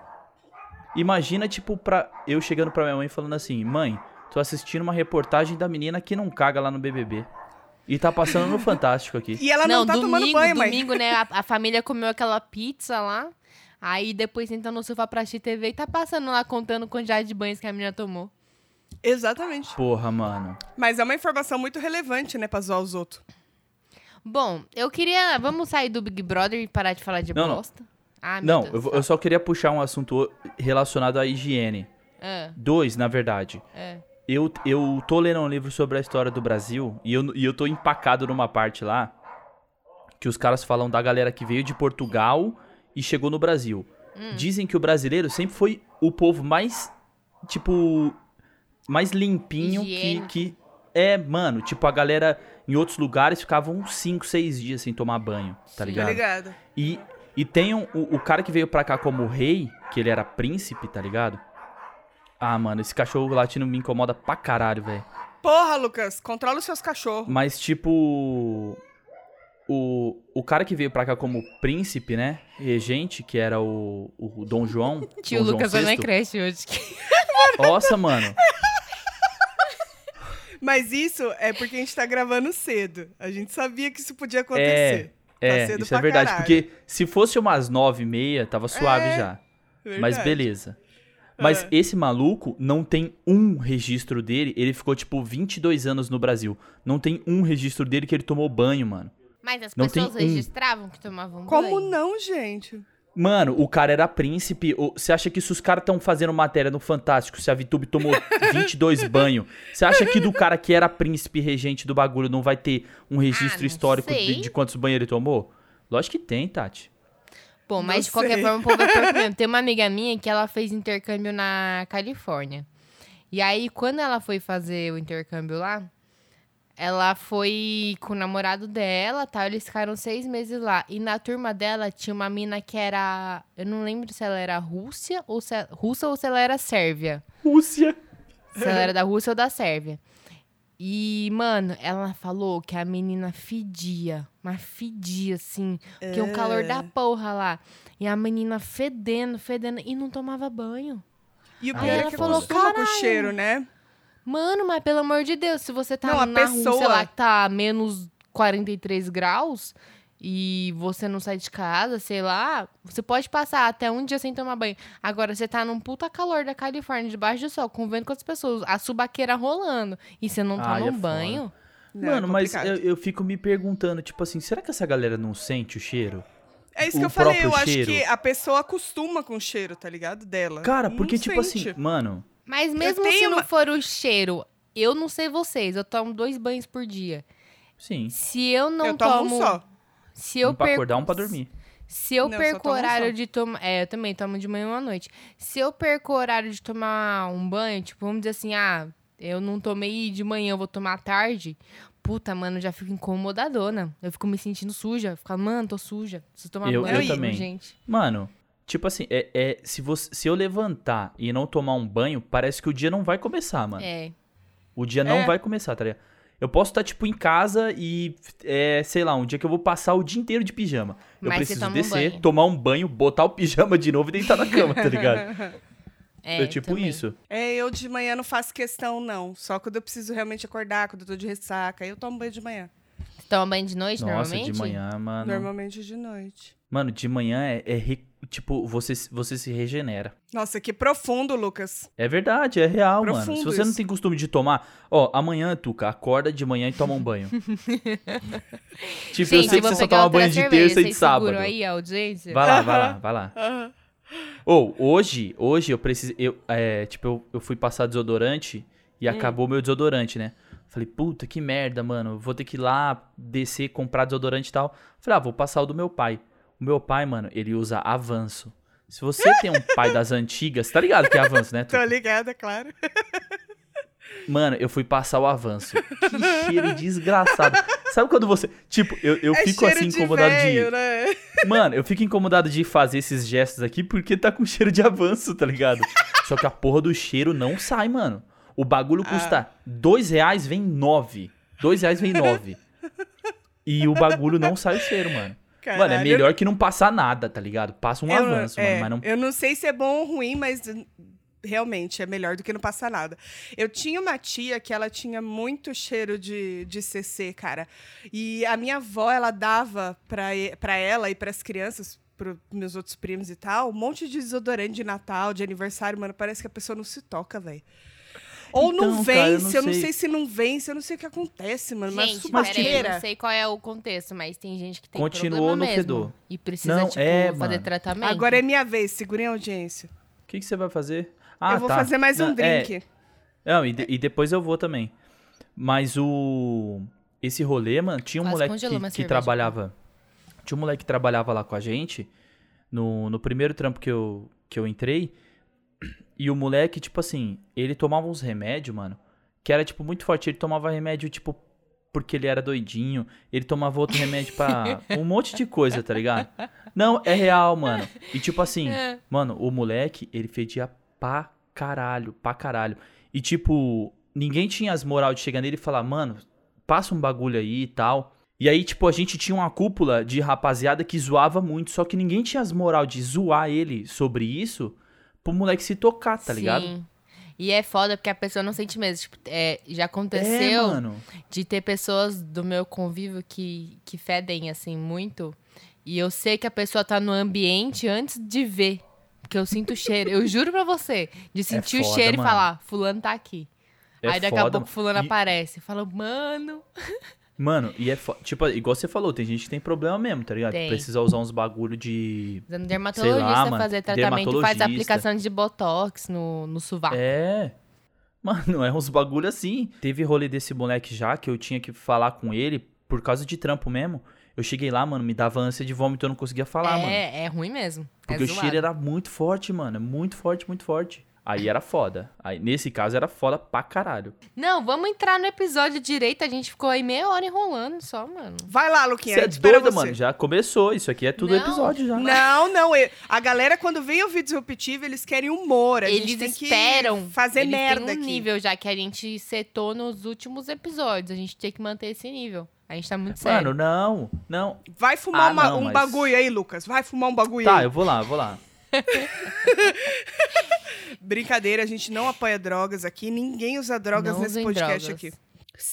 [SPEAKER 1] Imagina, tipo, pra eu chegando pra minha mãe e falando assim: mãe, tô assistindo uma reportagem da menina que não caga lá no BBB. E tá passando no Fantástico aqui.
[SPEAKER 3] E ela não, tá
[SPEAKER 2] domingo,
[SPEAKER 3] tomando banho, mãe.
[SPEAKER 2] domingo, né? A, a família comeu aquela pizza lá. Aí depois senta no sofá pra assistir TV e tá passando lá contando a quantidade de banhos que a menina tomou.
[SPEAKER 3] Exatamente.
[SPEAKER 1] Porra, mano.
[SPEAKER 3] Mas é uma informação muito relevante, né, pra zoar os outros.
[SPEAKER 2] Bom, eu queria. Vamos sair do Big Brother e parar de falar de
[SPEAKER 1] Não, não.
[SPEAKER 2] bosta? Ah, meu
[SPEAKER 1] Não,
[SPEAKER 2] Deus.
[SPEAKER 1] eu, vou- eu só queria puxar um assunto relacionado à higiene.
[SPEAKER 2] Ah,
[SPEAKER 1] Dois, na verdade.
[SPEAKER 2] é.
[SPEAKER 1] Eu, eu tô lendo um livro sobre a história do Brasil e eu, e eu tô empacado numa parte lá que os caras falam da galera que veio de Portugal e chegou no Brasil.
[SPEAKER 2] Hum.
[SPEAKER 1] Dizem que o brasileiro sempre foi o povo mais, tipo, mais limpinho que,
[SPEAKER 2] Higiênico.
[SPEAKER 1] que. É, mano, tipo, a galera em outros lugares ficavam 5, 6 dias sem tomar banho, tá
[SPEAKER 2] Sim.
[SPEAKER 1] ligado?
[SPEAKER 3] Tá ligado?
[SPEAKER 1] E, e tem um, o, o cara que veio pra cá como rei, que ele era príncipe, tá ligado? Ah, mano, esse cachorro latino me incomoda pra caralho, velho.
[SPEAKER 3] Porra, Lucas, controla os seus cachorros.
[SPEAKER 1] Mas, tipo. O, o cara que veio pra cá como príncipe, né? Regente, que era o, o Dom João.
[SPEAKER 2] Tio
[SPEAKER 1] Dom
[SPEAKER 2] Lucas
[SPEAKER 1] João
[SPEAKER 2] vai na
[SPEAKER 3] né,
[SPEAKER 1] VI.
[SPEAKER 2] creche hoje.
[SPEAKER 1] Nossa, mano.
[SPEAKER 3] Tá Mas isso é porque a gente tá gravando cedo. A gente sabia que isso podia acontecer.
[SPEAKER 1] É,
[SPEAKER 3] cedo
[SPEAKER 1] isso é
[SPEAKER 3] pra
[SPEAKER 1] verdade.
[SPEAKER 3] caralho.
[SPEAKER 1] Porque se fosse umas nove e meia, tava suave
[SPEAKER 3] É,
[SPEAKER 1] já. Mas
[SPEAKER 3] Verdade.
[SPEAKER 1] beleza. Mas
[SPEAKER 3] Ah.
[SPEAKER 1] esse maluco não tem um registro dele. Ele ficou, tipo, 22 anos no Brasil. Não tem um registro dele que ele tomou banho, mano.
[SPEAKER 2] Mas as
[SPEAKER 1] Não tem
[SPEAKER 2] pessoas
[SPEAKER 1] um.
[SPEAKER 2] registravam que tomavam
[SPEAKER 3] Como
[SPEAKER 2] banho.
[SPEAKER 3] não, gente?
[SPEAKER 1] Mano, o cara era príncipe. o- Você acha que se os caras estão fazendo matéria no Fantástico, se a Vitube tomou 22 banhos, você acha que do cara que era príncipe e regente do bagulho não vai ter um registro
[SPEAKER 3] Ah,
[SPEAKER 2] não
[SPEAKER 1] histórico
[SPEAKER 2] sei.
[SPEAKER 1] de, de quantos banhos ele tomou? Lógico que tem, Tati.
[SPEAKER 2] Bom, mas
[SPEAKER 3] Não
[SPEAKER 2] de qualquer
[SPEAKER 3] sei.
[SPEAKER 2] forma, o povo é porco mesmo. Tem uma amiga minha que ela fez intercâmbio na Califórnia. E aí, quando ela foi fazer o intercâmbio lá, ela foi com o namorado dela, tá? Eles ficaram seis meses lá. E na turma dela tinha uma mina que era. Eu não lembro se ela era Rússia ou se, russa ou se ela era Sérvia.
[SPEAKER 1] Rússia.
[SPEAKER 2] Se ela era da Rússia ou da Sérvia. E, mano, ela falou que a menina fedia. Mas fedia, assim. Porque é um calor da porra lá. E a menina fedendo, fedendo. E não tomava banho.
[SPEAKER 3] E o
[SPEAKER 1] Aí
[SPEAKER 3] pior
[SPEAKER 1] ela
[SPEAKER 3] é que
[SPEAKER 1] falou,
[SPEAKER 3] acostuma com o
[SPEAKER 2] "Caralho".
[SPEAKER 3] cheiro, né?
[SPEAKER 2] Mano, mas pelo amor de Deus, se você tá
[SPEAKER 3] Não, a
[SPEAKER 2] na Rússia
[SPEAKER 3] pessoa-
[SPEAKER 2] lá que tá menos 43 graus e você não sai de casa, sei lá, você pode passar até um dia sem tomar banho. Agora, você tá num puta calor da Califórnia, debaixo do sol, convivendo com as pessoas, a subaqueira rolando, e você não
[SPEAKER 1] Ai,
[SPEAKER 2] toma
[SPEAKER 1] é
[SPEAKER 2] um banho.
[SPEAKER 3] Não, é
[SPEAKER 1] Mano, mas
[SPEAKER 3] complicado.
[SPEAKER 1] eu, eu fico me perguntando, tipo assim, será que essa galera não sente o cheiro?
[SPEAKER 3] É isso
[SPEAKER 1] o
[SPEAKER 3] que eu falei,
[SPEAKER 1] próprio
[SPEAKER 3] eu acho
[SPEAKER 1] cheiro.
[SPEAKER 3] que a pessoa acostuma com o cheiro, tá ligado? Dela.
[SPEAKER 1] Cara,
[SPEAKER 3] Não
[SPEAKER 1] porque, tipo
[SPEAKER 3] sente.
[SPEAKER 1] assim, mano,
[SPEAKER 2] Mas mesmo se
[SPEAKER 3] tenho
[SPEAKER 2] não
[SPEAKER 3] uma-
[SPEAKER 2] for o cheiro, eu não sei vocês, eu tomo dois banhos por dia.
[SPEAKER 1] sim.
[SPEAKER 2] Se eu não
[SPEAKER 3] eu tomo um só.
[SPEAKER 2] Se eu
[SPEAKER 1] um pra
[SPEAKER 2] perco-
[SPEAKER 1] acordar, um pra dormir.
[SPEAKER 2] Se eu
[SPEAKER 3] Não, eu só
[SPEAKER 2] perco o
[SPEAKER 3] tomo um
[SPEAKER 2] horário
[SPEAKER 3] só.
[SPEAKER 2] de tomar. É, eu também tomo de manhã e à noite. Se eu perco o horário de tomar um banho, tipo, vamos dizer assim, ah, eu não tomei de manhã, eu vou tomar à tarde. Puta, mano, eu já fico incomodadona. Eu fico me sentindo suja. Fico, mano, tô suja. Preciso tomar
[SPEAKER 1] Eu-
[SPEAKER 2] banho.
[SPEAKER 3] eu também.
[SPEAKER 2] Gente.
[SPEAKER 1] Mano, tipo assim, é, é- se, você, se eu levantar e não tomar um banho, parece que o dia não vai começar, mano.
[SPEAKER 2] É.
[SPEAKER 1] O dia não
[SPEAKER 3] É.
[SPEAKER 1] vai começar, tá ligado? Eu posso estar, tipo, em casa e, é, sei lá, um dia que eu vou passar o dia inteiro de pijama. Eu
[SPEAKER 2] Mas você
[SPEAKER 1] preciso
[SPEAKER 2] toma um
[SPEAKER 1] descer,
[SPEAKER 2] banho.
[SPEAKER 1] tomar um banho, botar o pijama de novo e deitar na cama, tá ligado?
[SPEAKER 2] É,
[SPEAKER 1] É, tipo
[SPEAKER 2] também.
[SPEAKER 1] isso.
[SPEAKER 3] É, eu de manhã não faço questão, não. Só quando eu preciso realmente acordar, quando eu tô de ressaca. Aí eu tomo banho de manhã.
[SPEAKER 2] Você toma banho de noite,
[SPEAKER 1] Nossa,
[SPEAKER 2] normalmente?
[SPEAKER 1] de manhã, mano.
[SPEAKER 3] Normalmente de noite.
[SPEAKER 1] Mano, de manhã é, é re- tipo, você, você se regenera.
[SPEAKER 3] Nossa, que profundo, Lucas.
[SPEAKER 1] É verdade, é real, mano.
[SPEAKER 3] Profundo
[SPEAKER 1] Se você não
[SPEAKER 3] isso.
[SPEAKER 1] tem costume de tomar, ó, amanhã, Tuca, acorda de manhã e toma um banho. tipo, eu
[SPEAKER 2] Gente,
[SPEAKER 1] sei que
[SPEAKER 2] vou
[SPEAKER 1] você só
[SPEAKER 2] pegar
[SPEAKER 1] toma
[SPEAKER 2] outra
[SPEAKER 1] banho de
[SPEAKER 2] cerveja,
[SPEAKER 1] terça e de
[SPEAKER 2] vocês
[SPEAKER 1] sábado.
[SPEAKER 2] seguram aí a audiência?
[SPEAKER 1] Vai lá, vai lá, vai lá. Ou, hoje, hoje eu preciso. Eu, é, tipo, eu, eu fui passar desodorante
[SPEAKER 3] Hum.
[SPEAKER 1] e acabou meu desodorante, né? Falei, puta que merda, mano. Vou ter que ir lá descer, comprar desodorante e tal. Falei, ah, vou passar o do meu pai. O meu pai, mano, ele usa avanço. Se você tem um pai das antigas, tá ligado que é avanço, né?
[SPEAKER 3] Tô
[SPEAKER 1] Tuca?
[SPEAKER 3] ligada, é claro.
[SPEAKER 1] Mano, eu fui passar o avanço. Que cheiro desgraçado. Sabe quando você. Tipo, eu, eu
[SPEAKER 3] é
[SPEAKER 1] fico
[SPEAKER 3] cheiro
[SPEAKER 1] assim
[SPEAKER 3] de
[SPEAKER 1] incomodado
[SPEAKER 3] véio,
[SPEAKER 1] de.
[SPEAKER 3] Né?
[SPEAKER 1] Mano, eu fico incomodado de fazer esses gestos aqui porque tá com cheiro de avanço, tá ligado? Só que a porra do cheiro não sai, mano. O bagulho
[SPEAKER 3] Ah.
[SPEAKER 1] custa dois reais, vem nove. Dois reais vem nove. E o bagulho não sai o cheiro, mano. Mano, é
[SPEAKER 3] Caralho,
[SPEAKER 1] melhor que não passar nada, tá ligado? Passa um
[SPEAKER 3] eu-
[SPEAKER 1] avanço, mano.
[SPEAKER 3] é,
[SPEAKER 1] Mas não.
[SPEAKER 3] Eu não sei se é bom ou ruim, mas hum, realmente é melhor do que não passar nada. Eu tinha uma tia que ela tinha muito cheiro de, de CC, cara. E a minha avó, ela dava pra, e- pra ela e pras crianças, pros meus outros primos e tal, um monte de desodorante de Natal, de aniversário, mano. Parece que a pessoa não se toca, velho. Ou não
[SPEAKER 1] Então,
[SPEAKER 3] vence,
[SPEAKER 1] cara, eu
[SPEAKER 3] eu,
[SPEAKER 1] não
[SPEAKER 3] não
[SPEAKER 1] sei.
[SPEAKER 3] sei se não vence, eu não sei o que acontece, mano. mas
[SPEAKER 2] Gente,
[SPEAKER 1] mas
[SPEAKER 2] peraí,
[SPEAKER 3] subaqueira.
[SPEAKER 2] eu não sei qual é o contexto, mas tem gente que tem
[SPEAKER 1] Continuou
[SPEAKER 2] problema
[SPEAKER 1] no
[SPEAKER 2] mesmo
[SPEAKER 1] fedor.
[SPEAKER 2] E precisa,
[SPEAKER 1] Não,
[SPEAKER 2] tipo,
[SPEAKER 1] é,
[SPEAKER 2] fazer
[SPEAKER 1] mano.
[SPEAKER 2] tratamento.
[SPEAKER 3] Agora é minha vez, segurem a audiência.
[SPEAKER 1] O que, que você vai fazer? Ah,
[SPEAKER 3] eu vou
[SPEAKER 1] tá.
[SPEAKER 3] fazer mais um
[SPEAKER 1] Não, é,
[SPEAKER 3] drink.
[SPEAKER 1] Não, e, de- e depois eu vou também. Mas o. Esse rolê, mano, tinha um
[SPEAKER 2] Quase
[SPEAKER 1] moleque
[SPEAKER 2] congelou minha
[SPEAKER 1] que, que
[SPEAKER 2] cerveja. né?
[SPEAKER 1] trabalhava. Tinha um moleque que trabalhava lá com a gente. No, no primeiro trampo que eu, que eu entrei. E o moleque, tipo assim, ele tomava uns remédios, mano. Que era, tipo, muito forte. Ele tomava remédio, tipo, porque ele era doidinho. Ele tomava outro remédio pra. Um monte de coisa, tá ligado? Não, é real, mano. E tipo assim,
[SPEAKER 2] É.
[SPEAKER 1] mano, o moleque, ele fedia pra caralho, pra caralho. E tipo, ninguém tinha as moral de chegar nele e falar, mano, passa um bagulho aí e tal. E aí, tipo, a gente tinha uma cúpula de rapaziada que zoava muito, só que ninguém tinha as moral de zoar ele sobre isso pro moleque se tocar, tá ligado?
[SPEAKER 2] Sim. E é foda porque a pessoa não sente mesmo. Tipo, é, já
[SPEAKER 1] É,
[SPEAKER 2] aconteceu
[SPEAKER 1] mano.
[SPEAKER 2] de ter pessoas do meu convívio que, que fedem, assim, muito. E eu sei que a pessoa tá no ambiente antes de ver. Porque eu sinto o cheiro. Eu juro pra você. De sentir o
[SPEAKER 1] É foda,
[SPEAKER 2] cheiro
[SPEAKER 1] mano.
[SPEAKER 2] e falar, fulano tá aqui.
[SPEAKER 1] É
[SPEAKER 2] Aí daqui
[SPEAKER 1] foda,
[SPEAKER 2] a pouco
[SPEAKER 1] mano.
[SPEAKER 2] fulano
[SPEAKER 1] E-
[SPEAKER 2] aparece. Fala, mano.
[SPEAKER 1] Mano, e é fo... tipo, igual você falou, tem gente que tem problema mesmo, tá ligado?
[SPEAKER 2] Tem.
[SPEAKER 1] Precisa usar uns bagulho de.
[SPEAKER 2] Precisando de dermatologista
[SPEAKER 1] mano,
[SPEAKER 2] fazer tratamento, faz
[SPEAKER 1] dermatologista.
[SPEAKER 2] aplicação de botox no, no sovaco.
[SPEAKER 1] É. Mano, é uns bagulho assim. Teve rolê desse moleque já que eu tinha que falar com ele por causa de trampo mesmo. Eu cheguei lá, mano, me dava ânsia de vômito, eu não conseguia falar,
[SPEAKER 2] é,
[SPEAKER 1] mano.
[SPEAKER 2] é ruim mesmo.
[SPEAKER 1] Porque
[SPEAKER 2] é
[SPEAKER 1] o cheiro era muito forte, mano. é Muito forte, muito forte. Aí era foda. Aí, nesse caso, era foda pra caralho.
[SPEAKER 2] Não, vamos entrar no episódio direito. A gente ficou aí meia hora enrolando só, mano.
[SPEAKER 3] Vai lá,
[SPEAKER 1] Você
[SPEAKER 3] Luquinha.
[SPEAKER 1] é
[SPEAKER 3] espera
[SPEAKER 1] doida,
[SPEAKER 3] você.
[SPEAKER 1] mano. Já começou. Isso aqui é tudo
[SPEAKER 2] Não.
[SPEAKER 1] episódio já.
[SPEAKER 3] Não, não. eu- A galera, quando vem ouvir disruptivo, eles querem humor. A
[SPEAKER 2] Eles
[SPEAKER 3] gente tem que
[SPEAKER 2] esperam
[SPEAKER 3] fazer
[SPEAKER 2] eles
[SPEAKER 3] merda
[SPEAKER 2] têm um
[SPEAKER 3] aqui.
[SPEAKER 2] nível já que a gente setou nos últimos episódios. A gente tem que manter esse nível. A gente tá muito sério.
[SPEAKER 1] Mano, não. Não.
[SPEAKER 3] Vai fumar
[SPEAKER 1] Ah,
[SPEAKER 3] uma-
[SPEAKER 1] não,
[SPEAKER 3] um
[SPEAKER 1] mas-
[SPEAKER 3] bagulho aí, Lucas. Vai fumar um bagulho
[SPEAKER 1] Tá,
[SPEAKER 3] aí.
[SPEAKER 1] eu vou lá, eu vou lá.
[SPEAKER 3] Brincadeira, a gente não apoia drogas aqui. Ninguém usa drogas
[SPEAKER 2] Não
[SPEAKER 3] nesse
[SPEAKER 2] usem
[SPEAKER 3] podcast
[SPEAKER 2] drogas.
[SPEAKER 3] aqui.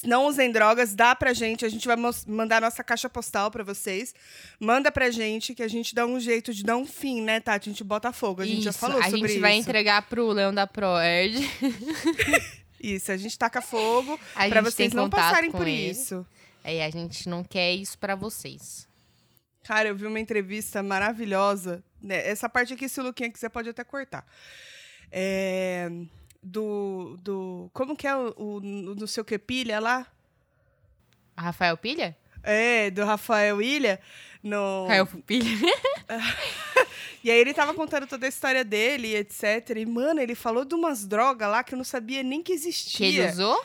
[SPEAKER 3] Não usem drogas, dá pra gente. A gente vai mos- mandar nossa caixa postal pra vocês. Manda pra gente que a gente dá um jeito de dar um fim, né, Tati? A gente bota fogo. A gente já
[SPEAKER 2] Isso,
[SPEAKER 3] falou
[SPEAKER 2] a
[SPEAKER 3] sobre
[SPEAKER 2] gente
[SPEAKER 3] isso.
[SPEAKER 2] vai entregar pro Leão da Proerd.
[SPEAKER 3] Isso, a gente taca fogo
[SPEAKER 2] A
[SPEAKER 3] pra
[SPEAKER 2] gente
[SPEAKER 3] vocês
[SPEAKER 2] tem
[SPEAKER 3] não
[SPEAKER 2] contato
[SPEAKER 3] passarem
[SPEAKER 2] com
[SPEAKER 3] por
[SPEAKER 2] ele.
[SPEAKER 3] isso.
[SPEAKER 2] É, a gente não quer isso pra vocês.
[SPEAKER 3] Cara, eu vi uma entrevista maravilhosa. né? Essa parte aqui, se o Luquinha quiser, pode até cortar. É, Do, do. Como que é o, o, o não sei o que pilha lá?
[SPEAKER 2] A Rafael Pilha?
[SPEAKER 3] É, do Rafael Ilha. No...
[SPEAKER 2] Rafael Pilha.
[SPEAKER 3] E aí ele tava contando toda a história dele, e etc. E, mano, ele falou de umas drogas lá que eu não sabia nem que
[SPEAKER 2] Que ele
[SPEAKER 3] existia.
[SPEAKER 2] usou?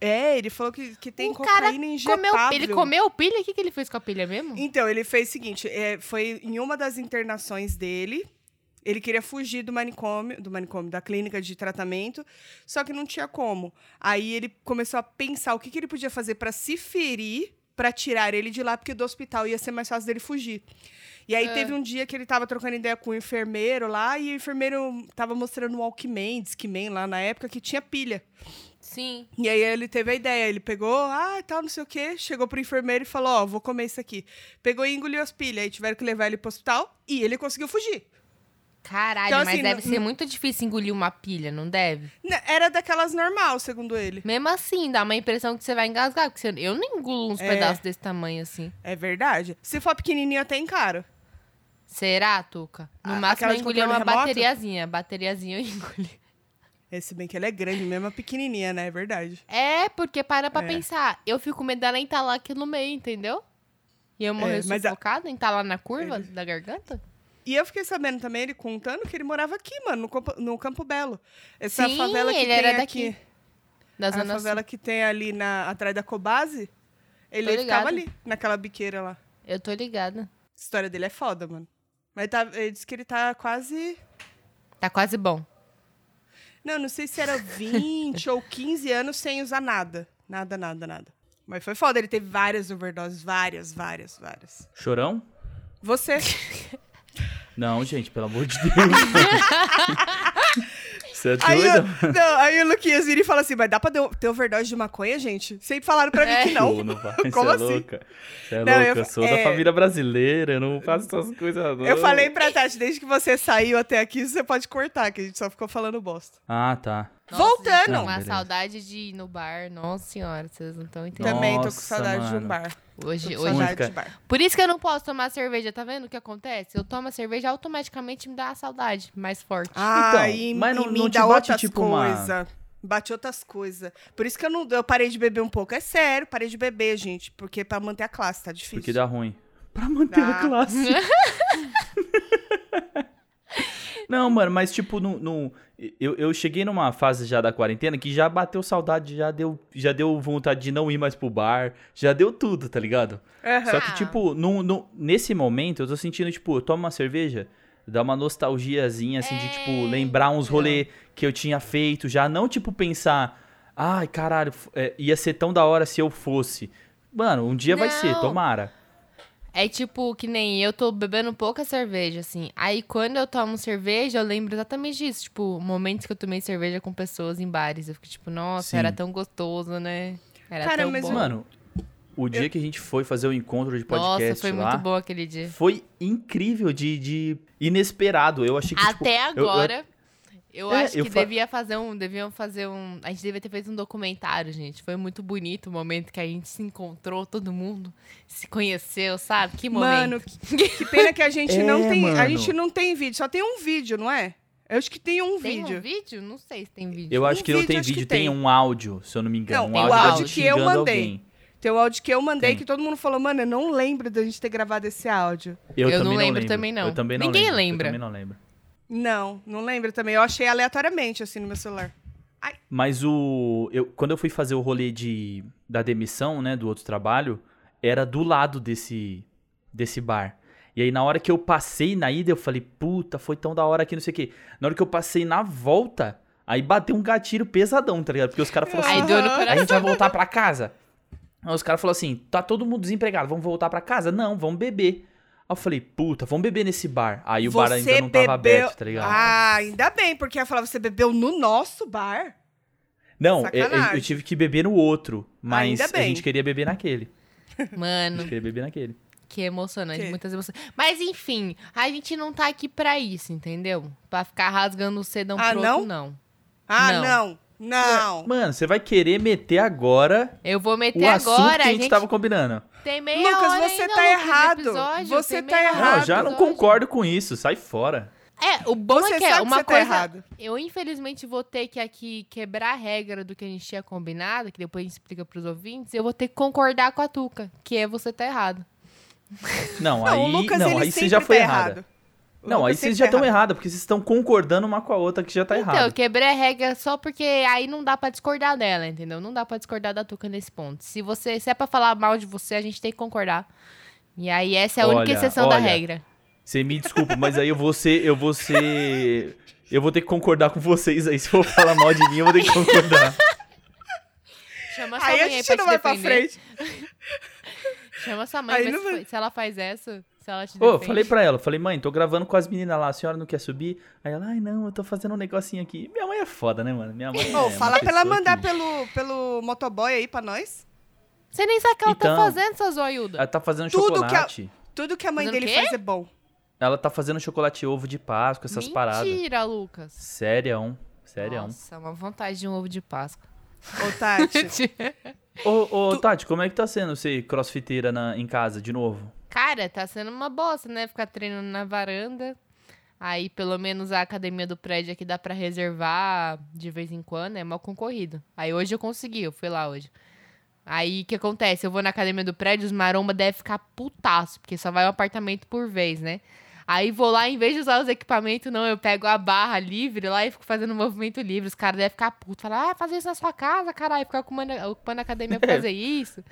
[SPEAKER 3] É, ele falou que, que tem
[SPEAKER 2] O cara
[SPEAKER 3] cocaína injetável.
[SPEAKER 2] Comeu, ele comeu pilha? O que, que ele fez com a pilha mesmo?
[SPEAKER 3] Então, ele fez o seguinte, é, foi em uma das internações dele, ele queria fugir do manicômio, do manicômio, da clínica de tratamento, só que não tinha como. Aí ele começou a pensar o que, que ele podia fazer para se ferir, para tirar ele de lá, porque do hospital ia ser mais fácil dele fugir. E aí
[SPEAKER 2] Ah.
[SPEAKER 3] teve um dia que ele tava trocando ideia com o enfermeiro lá, e o enfermeiro tava mostrando um Walkman, Discman lá na época, que tinha pilha.
[SPEAKER 2] Sim.
[SPEAKER 3] E aí ele teve a ideia, ele pegou, ah, tal, não sei o quê, chegou pro enfermeiro e falou, ó, vou comer isso aqui. Pegou e engoliu as pilhas, aí tiveram que levar ele pro hospital e ele conseguiu fugir.
[SPEAKER 2] Caralho,
[SPEAKER 3] Então,
[SPEAKER 2] mas
[SPEAKER 3] assim,
[SPEAKER 2] deve
[SPEAKER 3] não-
[SPEAKER 2] ser muito difícil engolir uma pilha, não deve?
[SPEAKER 3] Né, Era daquelas normal, segundo ele.
[SPEAKER 2] Mesmo assim, dá uma impressão que você vai engasgar, porque você- eu não engulo uns
[SPEAKER 3] É.
[SPEAKER 2] pedaços desse tamanho assim.
[SPEAKER 3] É verdade. Se for pequenininho, até encaro.
[SPEAKER 2] Será, Tuca? No
[SPEAKER 3] A-
[SPEAKER 2] máximo
[SPEAKER 3] aquela
[SPEAKER 2] eu
[SPEAKER 3] de
[SPEAKER 2] engoli uma
[SPEAKER 3] controle remoto?
[SPEAKER 2] bateriazinha. Bateriazinha eu engoli.
[SPEAKER 3] É, se bem que ela é grande mesmo, é pequenininha, né? É verdade.
[SPEAKER 2] É, porque para pra
[SPEAKER 3] É.
[SPEAKER 2] pensar. Eu fico com medo dela entalar aqui no meio, entendeu? E eu morrer
[SPEAKER 3] É, mas a-
[SPEAKER 2] sufocada, entalar na curva da garganta?
[SPEAKER 3] E eu fiquei sabendo também, ele contando que ele morava aqui, mano, no Campo, no Campo Belo. Essa
[SPEAKER 2] Sim,
[SPEAKER 3] favela que
[SPEAKER 2] ele
[SPEAKER 3] tem
[SPEAKER 2] era
[SPEAKER 3] aqui.
[SPEAKER 2] daqui. Da
[SPEAKER 3] A
[SPEAKER 2] zona
[SPEAKER 3] favela que tem ali na, atrás da Cobase, ele
[SPEAKER 2] Tô
[SPEAKER 3] ficava
[SPEAKER 2] ligada.
[SPEAKER 3] ali, naquela biqueira lá.
[SPEAKER 2] sul. Eu tô ligada.
[SPEAKER 3] A história dele é foda, mano. Mas tá, ele disse que ele tá quase.
[SPEAKER 2] Tá quase bom.
[SPEAKER 3] Não, não sei se era 20 ou 15 anos sem usar nada. Nada, nada, nada. Mas foi foda, ele teve várias overdoses, várias, várias, várias.
[SPEAKER 1] Chorão?
[SPEAKER 3] Você.
[SPEAKER 1] Não, gente, pelo amor de Deus. Você é
[SPEAKER 3] Aí,
[SPEAKER 1] doida?
[SPEAKER 3] o- não, aí o Luquinhas vira e fala assim: mas dá pra deu- ter overdose de maconha, gente? Sempre falaram pra mim
[SPEAKER 2] É.
[SPEAKER 3] que
[SPEAKER 1] Pô,
[SPEAKER 3] não.
[SPEAKER 1] não vai,
[SPEAKER 3] Como
[SPEAKER 1] você
[SPEAKER 3] assim?
[SPEAKER 1] é louca. Você é
[SPEAKER 3] Não, eu
[SPEAKER 1] louca, eu,
[SPEAKER 3] fa-
[SPEAKER 1] sou
[SPEAKER 3] é.
[SPEAKER 1] da família brasileira, eu não faço essas coisas não.
[SPEAKER 3] Eu falei pra Tati, desde que você saiu até aqui, você pode cortar, que a gente só ficou falando bosta.
[SPEAKER 1] Ah, tá.
[SPEAKER 2] Nossa, então,
[SPEAKER 3] Voltando.
[SPEAKER 2] gente,
[SPEAKER 1] Não,
[SPEAKER 2] uma
[SPEAKER 1] beleza.
[SPEAKER 2] saudade de ir no bar. Nossa senhora, vocês não estão entendendo.
[SPEAKER 3] Também tô com
[SPEAKER 1] Nossa,
[SPEAKER 3] saudade de um
[SPEAKER 1] mano.
[SPEAKER 3] bar. Tô
[SPEAKER 2] Hoje,
[SPEAKER 3] com
[SPEAKER 2] hoje.
[SPEAKER 3] saudade de
[SPEAKER 1] Música.
[SPEAKER 3] bar.
[SPEAKER 2] Por isso que eu não posso tomar cerveja, tá vendo o que acontece? Eu tomo a cerveja, automaticamente me dá uma saudade mais forte.
[SPEAKER 3] Ah,
[SPEAKER 1] Então,
[SPEAKER 3] e,
[SPEAKER 1] mas
[SPEAKER 3] e
[SPEAKER 1] não-
[SPEAKER 3] me
[SPEAKER 1] não te
[SPEAKER 3] dá
[SPEAKER 1] bate,
[SPEAKER 3] outras
[SPEAKER 1] tipo, uma-
[SPEAKER 3] coisas. Bate outras coisas. Por isso que eu não eu parei de beber um pouco. É sério, parei de beber, gente. Porque pra manter a classe tá difícil.
[SPEAKER 1] Porque dá ruim. Pra manter
[SPEAKER 3] Dá.
[SPEAKER 1] a classe. não, mano, mas tipo, não, não- eu, eu cheguei numa fase já da quarentena que já bateu saudade, já deu, já deu vontade de não ir mais pro bar, já deu tudo, tá ligado?
[SPEAKER 3] Aham.
[SPEAKER 1] Só que, tipo, num- num- nesse momento eu tô sentindo, tipo, eu tomo uma cerveja, dá uma nostalgiazinha, assim, de, tipo,
[SPEAKER 2] É,
[SPEAKER 1] lembrar uns rolê que eu tinha feito, já não, tipo, pensar, ai, caralho, f- é, ia ser tão da hora se eu fosse. Mano, um dia vai ser,
[SPEAKER 2] Não.
[SPEAKER 1] tomara.
[SPEAKER 2] É tipo que nem eu tô bebendo pouca cerveja, assim. Aí quando eu tomo cerveja, eu lembro exatamente disso. Tipo, momentos que eu tomei cerveja com pessoas em bares. Eu fico tipo, nossa,
[SPEAKER 1] Sim.
[SPEAKER 2] era tão gostoso, né? Era
[SPEAKER 3] Cara,
[SPEAKER 2] tão
[SPEAKER 3] mas,
[SPEAKER 2] bom.
[SPEAKER 1] Mano, o dia que a gente foi fazer o encontro de podcast
[SPEAKER 2] nossa, foi
[SPEAKER 1] lá,
[SPEAKER 2] muito bom aquele dia.
[SPEAKER 1] foi incrível de, de inesperado. Eu achei que tipo,
[SPEAKER 2] Até
[SPEAKER 1] eu- eu-
[SPEAKER 2] agora, eu,
[SPEAKER 1] É,
[SPEAKER 2] acho que
[SPEAKER 1] eu fa-
[SPEAKER 2] devia fazer um, deviam fazer um, a gente devia ter feito um documentário, gente. Foi muito bonito o momento que a gente se encontrou, todo mundo se conheceu, sabe? Que momento.
[SPEAKER 3] Mano, que, que pena que a gente não
[SPEAKER 1] É,
[SPEAKER 3] tem. A
[SPEAKER 1] mano.
[SPEAKER 3] gente não tem vídeo, só tem um vídeo, não é? Eu acho que tem um
[SPEAKER 2] tem
[SPEAKER 3] vídeo.
[SPEAKER 2] um vídeo? Não sei se tem vídeo.
[SPEAKER 1] eu acho
[SPEAKER 3] um
[SPEAKER 1] que não
[SPEAKER 3] vídeo,
[SPEAKER 1] tem
[SPEAKER 3] acho que
[SPEAKER 1] vídeo, tem
[SPEAKER 3] tem.
[SPEAKER 1] um áudio, se eu não me engano.
[SPEAKER 3] Não,
[SPEAKER 1] um
[SPEAKER 3] tem
[SPEAKER 1] áudio,
[SPEAKER 2] o
[SPEAKER 1] da
[SPEAKER 2] áudio
[SPEAKER 1] gente
[SPEAKER 3] que eu
[SPEAKER 1] xingando
[SPEAKER 3] mandei.
[SPEAKER 1] alguém.
[SPEAKER 3] Tem um áudio que eu mandei
[SPEAKER 1] Tem.
[SPEAKER 3] que todo mundo falou, mano, eu não lembro da gente ter gravado esse áudio.
[SPEAKER 1] Eu,
[SPEAKER 2] Eu não
[SPEAKER 1] também não
[SPEAKER 2] lembro também, não.
[SPEAKER 1] Eu também não
[SPEAKER 2] Ninguém
[SPEAKER 1] lembro.
[SPEAKER 2] lembra.
[SPEAKER 1] Eu também não lembro.
[SPEAKER 3] Não, não lembro também. Eu achei aleatoriamente, assim, no meu celular.
[SPEAKER 1] Mas o. Eu, quando eu fui fazer o rolê de, da demissão, né? Do outro trabalho, era do lado desse, desse bar. E aí, na hora que eu passei na ida, eu falei, puta, foi tão da hora aqui, não sei o quê. Na hora que eu passei na volta, aí bateu um gatilho pesadão, tá ligado? Porque os caras falaram
[SPEAKER 2] Aí
[SPEAKER 1] assim.
[SPEAKER 2] deu no
[SPEAKER 3] Aham.
[SPEAKER 1] A gente
[SPEAKER 2] coração.
[SPEAKER 1] vai voltar pra casa. Aí os caras falaram assim: tá todo mundo desempregado, vamos voltar pra casa? Não, vamos beber. Aí eu falei, puta, vamos beber nesse bar. Aí o bar ainda não tava aberto, tá ligado?
[SPEAKER 3] Ah, ainda bem, porque eu ia falar, você bebeu no nosso bar?
[SPEAKER 1] não, eu,
[SPEAKER 3] sacanagem.
[SPEAKER 1] eu tive que beber no outro, mas
[SPEAKER 3] Ainda
[SPEAKER 1] a
[SPEAKER 3] bem. Hum.
[SPEAKER 1] gente queria beber naquele. A gente
[SPEAKER 2] Mano,
[SPEAKER 1] queria beber naquele.
[SPEAKER 2] que emocionante,
[SPEAKER 3] Que?
[SPEAKER 2] muitas emoções. Mas enfim, a gente não tá aqui pra isso, entendeu? Pra ficar rasgando o sedão
[SPEAKER 3] Ah,
[SPEAKER 2] pro
[SPEAKER 3] não?
[SPEAKER 2] outro, não.
[SPEAKER 3] Ah,
[SPEAKER 2] Não.
[SPEAKER 3] não. Não.
[SPEAKER 1] Mano, você vai querer meter agora
[SPEAKER 2] Eu vou meter
[SPEAKER 1] o assunto
[SPEAKER 2] agora,
[SPEAKER 1] que a
[SPEAKER 2] a
[SPEAKER 1] gente, tava combinando.
[SPEAKER 2] tem meia
[SPEAKER 3] Lucas,
[SPEAKER 2] hora
[SPEAKER 3] você
[SPEAKER 2] ainda,
[SPEAKER 3] tá
[SPEAKER 2] Lucas, de
[SPEAKER 3] errado.
[SPEAKER 2] episódio, tem
[SPEAKER 3] Você tá
[SPEAKER 2] meia hora de
[SPEAKER 1] Não,
[SPEAKER 3] errado.
[SPEAKER 1] eu já não
[SPEAKER 2] episódio.
[SPEAKER 1] concordo com isso, sai fora.
[SPEAKER 2] É, o bom
[SPEAKER 3] Você
[SPEAKER 2] é que é
[SPEAKER 3] sabe que
[SPEAKER 2] uma
[SPEAKER 3] você tá
[SPEAKER 2] coisa.
[SPEAKER 3] errado.
[SPEAKER 2] Eu infelizmente vou ter que aqui quebrar a regra do que a gente tinha combinado, que depois a gente explica pros ouvintes. Eu vou ter que concordar com a Tuca, que é você tá errado.
[SPEAKER 1] Não,
[SPEAKER 3] Não,
[SPEAKER 1] aí,
[SPEAKER 3] o Lucas,
[SPEAKER 1] não,
[SPEAKER 3] ele
[SPEAKER 1] aí você
[SPEAKER 3] sempre
[SPEAKER 1] já foi
[SPEAKER 3] tá
[SPEAKER 1] errada.
[SPEAKER 3] errado. O
[SPEAKER 1] Não,
[SPEAKER 3] Lucas
[SPEAKER 1] aí vocês
[SPEAKER 3] sempre
[SPEAKER 1] já
[SPEAKER 3] tá
[SPEAKER 1] estão
[SPEAKER 3] errado.
[SPEAKER 1] errada, porque vocês estão concordando uma com a outra que já tá
[SPEAKER 2] então,
[SPEAKER 1] errado.
[SPEAKER 2] eu quebrei a regra só porque aí não dá pra discordar dela, entendeu? Não dá pra discordar da Tuca nesse ponto. Se você, se é pra falar mal de você, a gente tem que concordar. E aí essa é a única
[SPEAKER 1] Olha,
[SPEAKER 2] exceção da
[SPEAKER 1] olha.
[SPEAKER 2] regra.
[SPEAKER 1] Você me desculpa, mas aí eu vou ser. Eu vou ser. Eu vou ter que concordar com vocês aí. Se for falar mal de mim, eu vou ter que concordar.
[SPEAKER 2] Chama sua
[SPEAKER 3] Aí
[SPEAKER 2] mãe
[SPEAKER 3] a
[SPEAKER 2] aí pra
[SPEAKER 3] gente
[SPEAKER 2] te
[SPEAKER 3] não vai pra
[SPEAKER 2] defender.
[SPEAKER 3] frente.
[SPEAKER 2] Chama sua mãe,
[SPEAKER 3] Aí
[SPEAKER 2] mas
[SPEAKER 3] não
[SPEAKER 2] se
[SPEAKER 3] vai-
[SPEAKER 2] fa- se ela faz essa, se ela te
[SPEAKER 1] Ô,
[SPEAKER 2] defende.
[SPEAKER 1] falei pra ela, falei, mãe, tô gravando com as meninas lá, a senhora não quer subir? Aí ela, ai não, eu tô fazendo um negocinho aqui. Minha mãe é foda, né, mano? Minha mãe. é
[SPEAKER 3] Ô,
[SPEAKER 1] uma
[SPEAKER 3] fala pra ela
[SPEAKER 1] pessoa
[SPEAKER 3] mandar
[SPEAKER 1] que-
[SPEAKER 3] pelo, pelo motoboy aí pra nós.
[SPEAKER 2] Você nem sabe o que ela tá
[SPEAKER 1] Então.
[SPEAKER 2] fazendo, sua zoiuda.
[SPEAKER 1] Ela tá fazendo
[SPEAKER 3] Tudo que ela-
[SPEAKER 1] chocolate.
[SPEAKER 3] Tudo que a mãe
[SPEAKER 2] Fazendo
[SPEAKER 3] dele
[SPEAKER 2] o quê?
[SPEAKER 3] faz é bom.
[SPEAKER 1] Ela tá fazendo chocolate e ovo de Páscoa, essas
[SPEAKER 2] Mentira,
[SPEAKER 1] paradas.
[SPEAKER 2] Mentira, Lucas.
[SPEAKER 1] Sério, sério.
[SPEAKER 2] Nossa, uma vontade de um ovo de Páscoa.
[SPEAKER 3] Ô, Tati.
[SPEAKER 1] Ô, ô, Tati, como é que tá sendo ser crossfiteira na, em casa de novo?
[SPEAKER 2] Cara, tá sendo uma bosta, né? Ficar treinando na varanda. Aí, pelo menos, a academia do prédio aqui dá pra reservar de vez em quando. É mal concorrido. Aí, hoje eu consegui. Eu fui lá hoje. Aí, o que acontece? Eu vou na academia do prédio, os maromba devem ficar putaço. Porque só vai um apartamento por vez, né? Aí, vou lá, em vez de usar os equipamentos, não. Eu pego a barra livre lá e fico fazendo um movimento livre. Os caras devem ficar putos. Falar, ah, fazer isso na sua casa, caralho. Ficar ocupando, ocupando a academia pra fazer isso.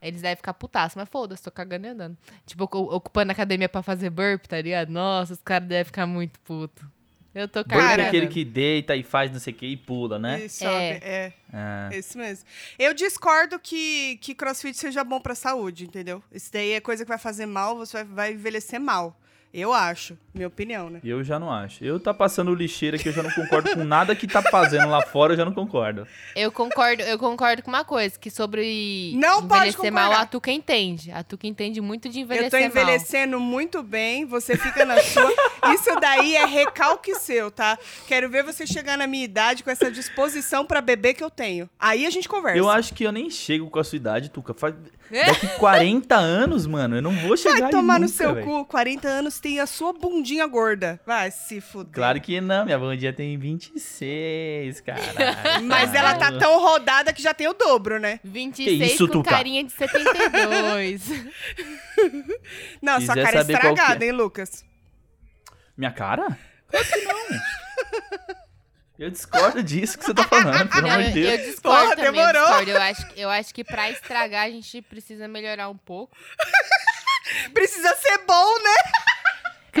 [SPEAKER 2] Eles devem ficar putaço, mas foda-se, tô cagando e andando. Tipo, ocu- ocupando a academia pra fazer burp, tá ligado? Nossa, os caras devem ficar muito puto. Eu tô
[SPEAKER 1] Burp
[SPEAKER 2] cagando.
[SPEAKER 1] é aquele que deita e faz não sei o que e pula, né?
[SPEAKER 3] Isso, sobe, é.
[SPEAKER 1] Ah.
[SPEAKER 3] Esse mesmo. Eu discordo que, que crossfit seja bom pra saúde, entendeu? Isso daí é coisa que vai fazer mal, você vai, vai envelhecer mal. Eu acho. Minha opinião, né?
[SPEAKER 1] Eu já não acho. Eu tá passando lixeira que eu já não concordo com nada que tá fazendo lá fora, eu já não concordo.
[SPEAKER 2] Eu concordo, eu concordo com uma coisa, que sobre
[SPEAKER 3] Não pode
[SPEAKER 2] envelhecer mal,
[SPEAKER 3] concordar.
[SPEAKER 2] a Tuca entende. A Tuca entende muito de
[SPEAKER 3] Eu
[SPEAKER 2] envelhecer
[SPEAKER 3] tô envelhecendo muito bem, você fica na sua. Isso daí é recalque seu, tá? Quero ver você chegar na minha idade com essa disposição pra beber que eu tenho. Aí a gente conversa.
[SPEAKER 1] Eu acho que eu nem chego com a sua idade, Tuca. Faz...
[SPEAKER 2] É?
[SPEAKER 1] Daqui 40 anos, mano, eu não vou chegar
[SPEAKER 3] Vai
[SPEAKER 1] aí
[SPEAKER 3] tomar no
[SPEAKER 1] nunca,
[SPEAKER 3] seu
[SPEAKER 1] velho.
[SPEAKER 3] cu, 40 anos tem a sua bundinha gorda. Vai se fuder.
[SPEAKER 1] Claro que não, minha bandinha tem 26, cara.
[SPEAKER 3] Mas
[SPEAKER 1] né?
[SPEAKER 3] ela tá tão rodada que já tem o dobro, né?
[SPEAKER 2] mal. 26
[SPEAKER 1] isso,
[SPEAKER 2] com
[SPEAKER 1] Tuca?
[SPEAKER 2] carinha de 72.
[SPEAKER 3] Não, sua
[SPEAKER 1] Quiser
[SPEAKER 3] cara é
[SPEAKER 1] saber qual que
[SPEAKER 3] estragada,
[SPEAKER 1] é.
[SPEAKER 3] hein, Lucas?
[SPEAKER 1] Minha cara? Claro que não. Eu discordo disso que você tá falando, pelo amor
[SPEAKER 3] É.
[SPEAKER 2] Não,
[SPEAKER 1] de
[SPEAKER 2] eu, eu
[SPEAKER 1] Deus.
[SPEAKER 2] discordo
[SPEAKER 3] Porra,
[SPEAKER 2] também,
[SPEAKER 3] demorou.
[SPEAKER 2] eu discordo. Eu acho, eu acho que pra estragar a gente precisa melhorar um pouco.
[SPEAKER 3] Precisa ser bom, né?